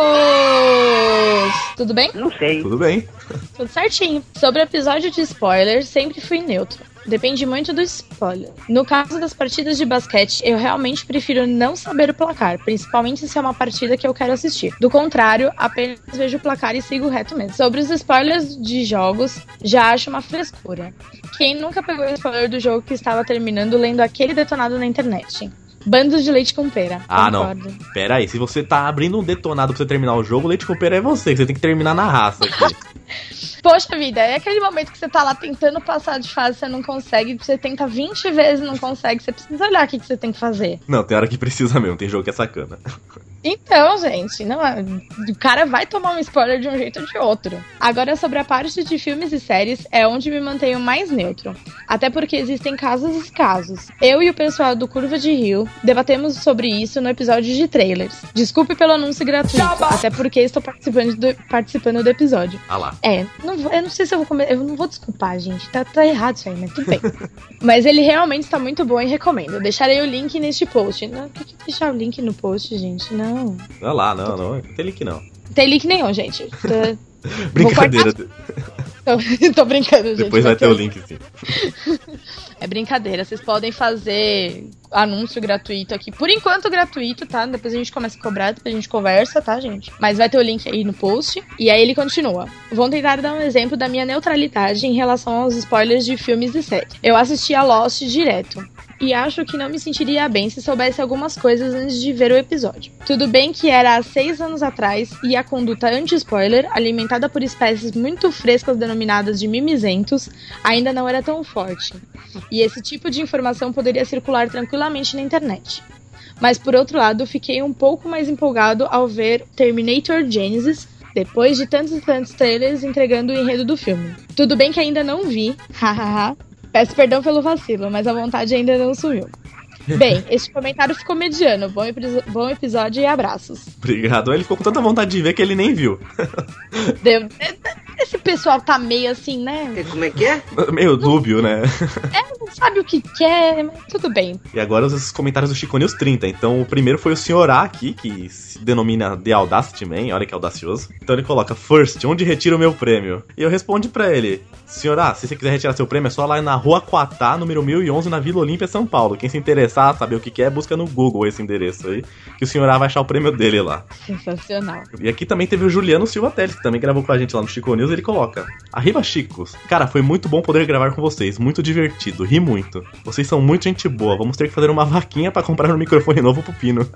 Tudo bem?
Não sei. Tudo bem.
Tudo certinho. Sobre o episódio de spoiler, sempre fui neutro. Depende muito do spoiler. No caso das partidas de basquete, eu realmente prefiro não saber o placar, principalmente se é uma partida que eu quero assistir. Do contrário, apenas vejo o placar e sigo reto mesmo. Sobre os spoilers de jogos, já acho uma frescura. Quem nunca pegou o spoiler do jogo que estava terminando lendo aquele detonado na internet? Bandos de leite com pera.
Ah,
Concordo.
não. Pera aí, se você tá abrindo um detonado pra você terminar o jogo, o leite com pera é você, que você tem que terminar na raça aqui.
Poxa vida, é aquele momento que você tá lá tentando passar de fase, você não consegue, você tenta 20 vezes não consegue, você precisa olhar o que, que você tem que fazer.
Não, tem hora que precisa mesmo, tem jogo que é sacana.
Então, gente, não, é- o cara vai tomar um spoiler de um jeito ou de outro. Agora, sobre a parte de filmes e séries, é onde me mantenho mais neutro. Até porque existem casos e casos. Eu e o pessoal do Curva de Rio debatemos sobre isso no episódio de trailers. Desculpe pelo anúncio gratuito, até porque estou participando do, participando do episódio.
Ah lá.
É, não vou- eu não sei se eu vou comer. Eu não vou desculpar, gente. Tá, tá errado isso aí, mas tudo bem. mas ele realmente está muito bom e recomendo. Deixarei o link neste post. Não, por que, que deixar o link no post, gente? Não.
Olha ah lá, não, não, não tem link não.
Não tem link nenhum, gente. Tô,
Brincadeira,
tô- tô brincando, gente.
depois vai ter o link sim.
É brincadeira. Vocês podem fazer anúncio gratuito aqui. Por enquanto, gratuito, tá? Depois a gente começa a cobrar, depois a gente conversa, tá, gente? Mas vai ter o link aí no post. E aí ele continua. Vou tentar dar um exemplo da minha neutralidade em relação aos spoilers de filmes e séries. Eu assisti a Lost direto. E acho que não me sentiria bem se soubesse algumas coisas antes de ver o episódio. Tudo bem que era há seis anos atrás e a conduta anti-spoiler, alimentada por espécies muito frescas denominadas de mimizentos, ainda não era tão forte. E esse tipo de informação poderia circular tranquilamente na internet. Mas por outro lado, fiquei um pouco mais empolgado ao ver Terminator Genesis depois de tantos e tantos trailers entregando o enredo do filme. Tudo bem que ainda não vi, hahaha. Peço perdão pelo vacilo, mas a vontade ainda não sumiu. Bem, este comentário ficou mediano. Bom, episo- bom episódio e abraços.
Obrigado. Ele ficou com tanta vontade de ver que ele nem viu.
Deu- Esse pessoal tá meio assim, né?
Como é que é?
Meio dúbio, né?
É, não sabe o que quer, mas tudo bem.
E agora os comentários do Chico News 30. Então, o primeiro foi o senhor A aqui, que se denomina The Audacity Man, olha que audacioso. Então ele coloca, First, onde retiro o meu prêmio? E eu respondo pra ele, senhor A, se você quiser retirar seu prêmio, é só lá na Rua Quatá, número 1011, na Vila Olímpia, São Paulo. Quem se interessar, saber o que que é, busca no Google esse endereço aí, que o senhor A vai achar o prêmio dele lá.
Sensacional.
E aqui também teve o Juliano Silva Teles, que também gravou com a gente lá no Chico News, ele coloca. Arriba Chicos. Cara, foi muito bom poder gravar com vocês, muito divertido. Ri ri muito. Vocês são muito gente boa. Vamos ter que fazer uma vaquinha pra comprar um microfone novo pro Pino.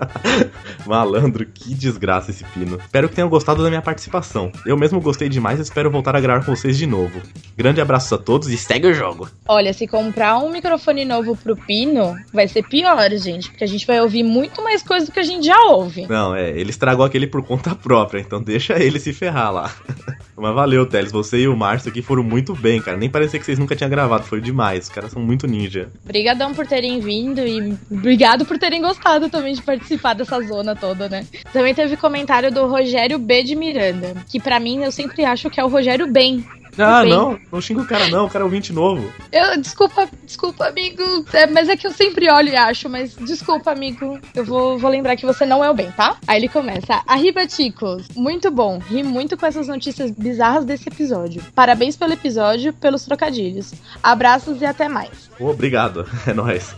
Malandro, que desgraça esse Pino. Espero que tenham gostado da minha participação. Eu mesmo gostei demais e espero voltar a gravar com vocês de novo. Grande abraço a todos e segue o jogo.
Olha, se comprar um microfone novo pro Pino, vai ser pior, gente. Porque a gente vai ouvir muito mais coisa do que a gente já ouve.
Não, é, ele estragou aquele por conta própria, então deixa ele se ferrar lá. Mas valeu, Teles. Você e o Márcio aqui foram muito bem, cara. Nem parecia que vocês nunca tinham gravado. Foi demais. Os caras são muito ninja.
Obrigadão por terem vindo e obrigado por terem gostado também de participar dessa zona toda, né? Também teve comentário do Rogério B de Miranda, que pra mim eu sempre acho que é o Rogério Bem.
Ah, não, não xinga o cara não, o cara é ouvinte novo.
Eu, desculpa, desculpa, amigo. É, mas é que eu sempre olho e acho, mas desculpa, amigo. Eu vou, vou lembrar que você não é o bem, tá? Aí ele começa. Arriba, Ticos. Muito bom. Ri muito com essas notícias bizarras desse episódio. Parabéns pelo episódio, pelos trocadilhos. Abraços e até mais.
Obrigado, é nóis.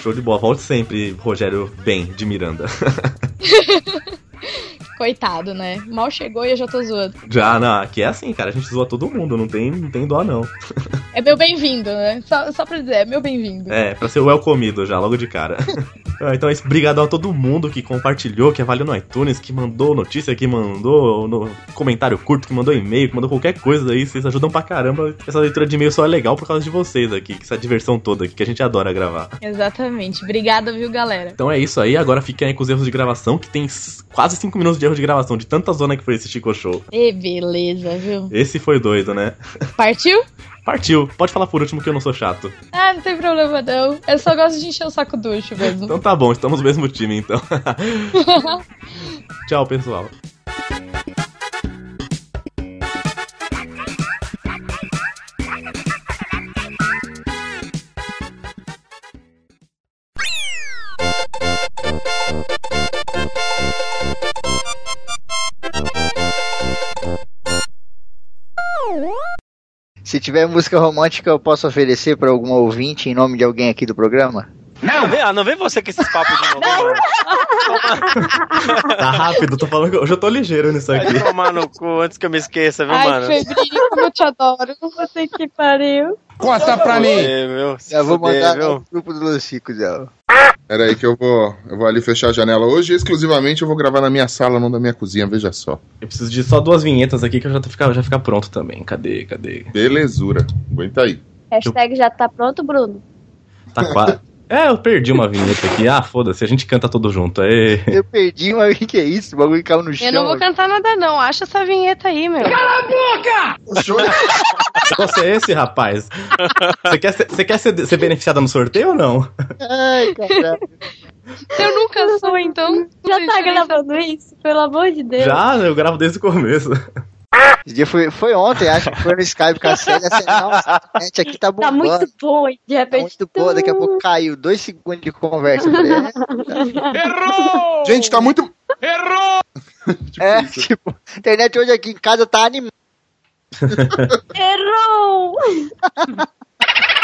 Show de bola. Volte sempre, Rogério Bem de Miranda.
Coitado, né? Mal chegou e eu já tô zoando.
Já, não, aqui é assim, cara. A gente zoa todo mundo, não tem, não tem dó, não.
É meu bem-vindo, né? Só, só pra dizer, é meu bem-vindo.
É, pra ser o well comido já, logo de cara. então é isso, brigadão a todo mundo que compartilhou, que avaliou no iTunes, que mandou notícia, que mandou no comentário curto, que mandou e-mail, que mandou qualquer coisa aí. Vocês ajudam pra caramba. Essa leitura de e-mail só é legal por causa de vocês aqui, essa diversão toda aqui, que a gente adora gravar.
Exatamente. Obrigada, viu, galera?
Então é isso aí, agora fiquem aí com os erros de gravação, que tem quase 5 minutos de erro de gravação, de tanta zona que foi esse Chico Show.
E beleza, viu?
Esse foi doido, né?
Partiu?
Partiu. Pode falar por último que eu não sou chato.
Ah, não tem problema não. Eu só gosto de encher o saco do Ucho mesmo.
então tá bom, estamos no mesmo time então. Tchau, pessoal.
Se tiver música romântica, eu posso oferecer para algum ouvinte em nome de alguém aqui do programa?
Não, vem, ah, não vem você com esses papos de novo. mano.
Tá rápido, tô falando que eu já tô ligeiro nisso aqui.
Vai tomar no cu antes que eu me esqueça, viu,
Ai,
mano?
Febrinho, como eu te adoro. Você que pariu.
Conta pra mim.
É, meu, se
Já vou
fuder,
mandar
viu?
no grupo do Lucico já.
Pera aí que eu vou, eu vou ali fechar a janela. Hoje, exclusivamente, eu vou gravar na minha sala, não da minha cozinha, veja só.
Eu preciso de só duas vinhetas aqui que eu já tô fica, já fica pronto também. Cadê, cadê?
Belezura. Aguenta aí.
Hashtag já tá pronto, Bruno.
Tá quase. É, eu perdi uma vinheta aqui. Ah, foda-se, a gente canta todo junto. Aê.
Eu perdi, mas o que que é isso? O bagulho caiu no chão.
Eu não vou cantar nada não, acha essa vinheta aí, meu. Cala a boca!
Você é esse, rapaz? Você quer, ser, você quer ser, ser beneficiada no sorteio ou não?
Ai, caralho.
Eu nunca sou, então...
Já tá gravando isso? Pelo amor de Deus.
Já, eu gravo desde o começo.
Esse dia foi, foi ontem, acho que foi no Skype com a Célia. Assim, Nossa, a internet aqui tá
Tá
bombando.
muito bom, hein? de
Tá
repente.
muito boa, daqui a pouco caiu. Dois segundos de conversa. Eu falei, é,
Oh.
Gente, tá muito.
é, tipo, a internet hoje aqui em casa tá animada.
Errou!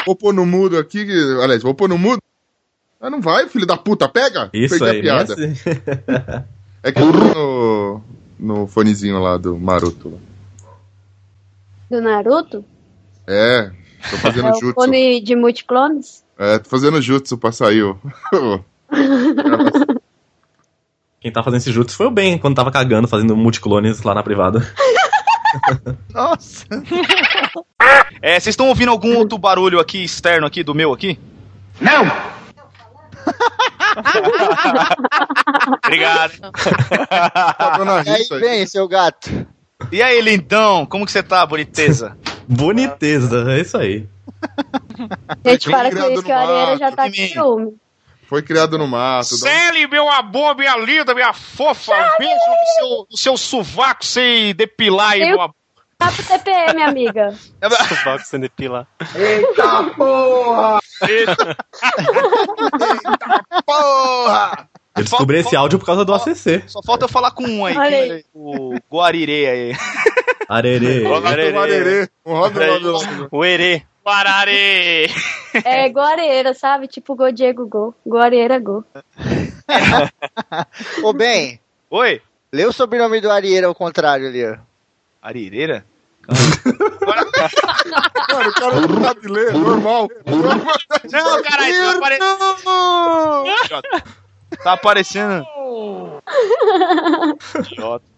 Vou pôr no mudo aqui. que- Aliás, vou pôr no mudo. Ah, não vai, filho da puta, pega!
Isso
Perdi
aí,
a piada.
né?
É que eu tô no, no fonezinho lá do Maroto.
Do Naruto?
É, tô fazendo
é o
jutsu.
fone de multiclones?
É, tô fazendo jutsu pra sair. o-
Quem tá fazendo esse jutsu foi o Ben, quando tava cagando, fazendo multiclones lá na privada.
Nossa!
É, vocês estão ouvindo algum outro barulho aqui externo aqui do meu aqui?
Não!
Obrigado.
É
E Ah, aí vem, seu gato.
E aí, lindão, como que você tá, boniteza?
Boniteza, é isso aí.
Gente,
Foi
para com
criado
isso que
no
a Areira
mato,
já tá com
que nem-
ciúme.
Foi criado no mato. dá um-
Sally, meu amor, minha linda, minha fofa, um beijo no seu, no seu sovaco sem depilar aí,
Eu-
meu amor.
Tá pro TPM, amiga.
Sovaco sem depilar.
Eita porra!
Porra!
Ah,
Eu descobri esse áudio por causa do ACC.
Só falta eu falar com um aí,
Olha
que é o Guarirê aí.
Arerê.
Roda o arerê. Roda o arerê.
O erê.
Guararê!
É Guareira, sabe? Tipo Go Diego Go. Guareira Go.
Ô, bem,
Oi?
lê o sobrenome do Arieira ao contrário ali, ó.
Arireira?
Mano, o cara não sabe ler, é normal.
Não, caralho, tá aparecendo. Tá aparecendo. Idiota.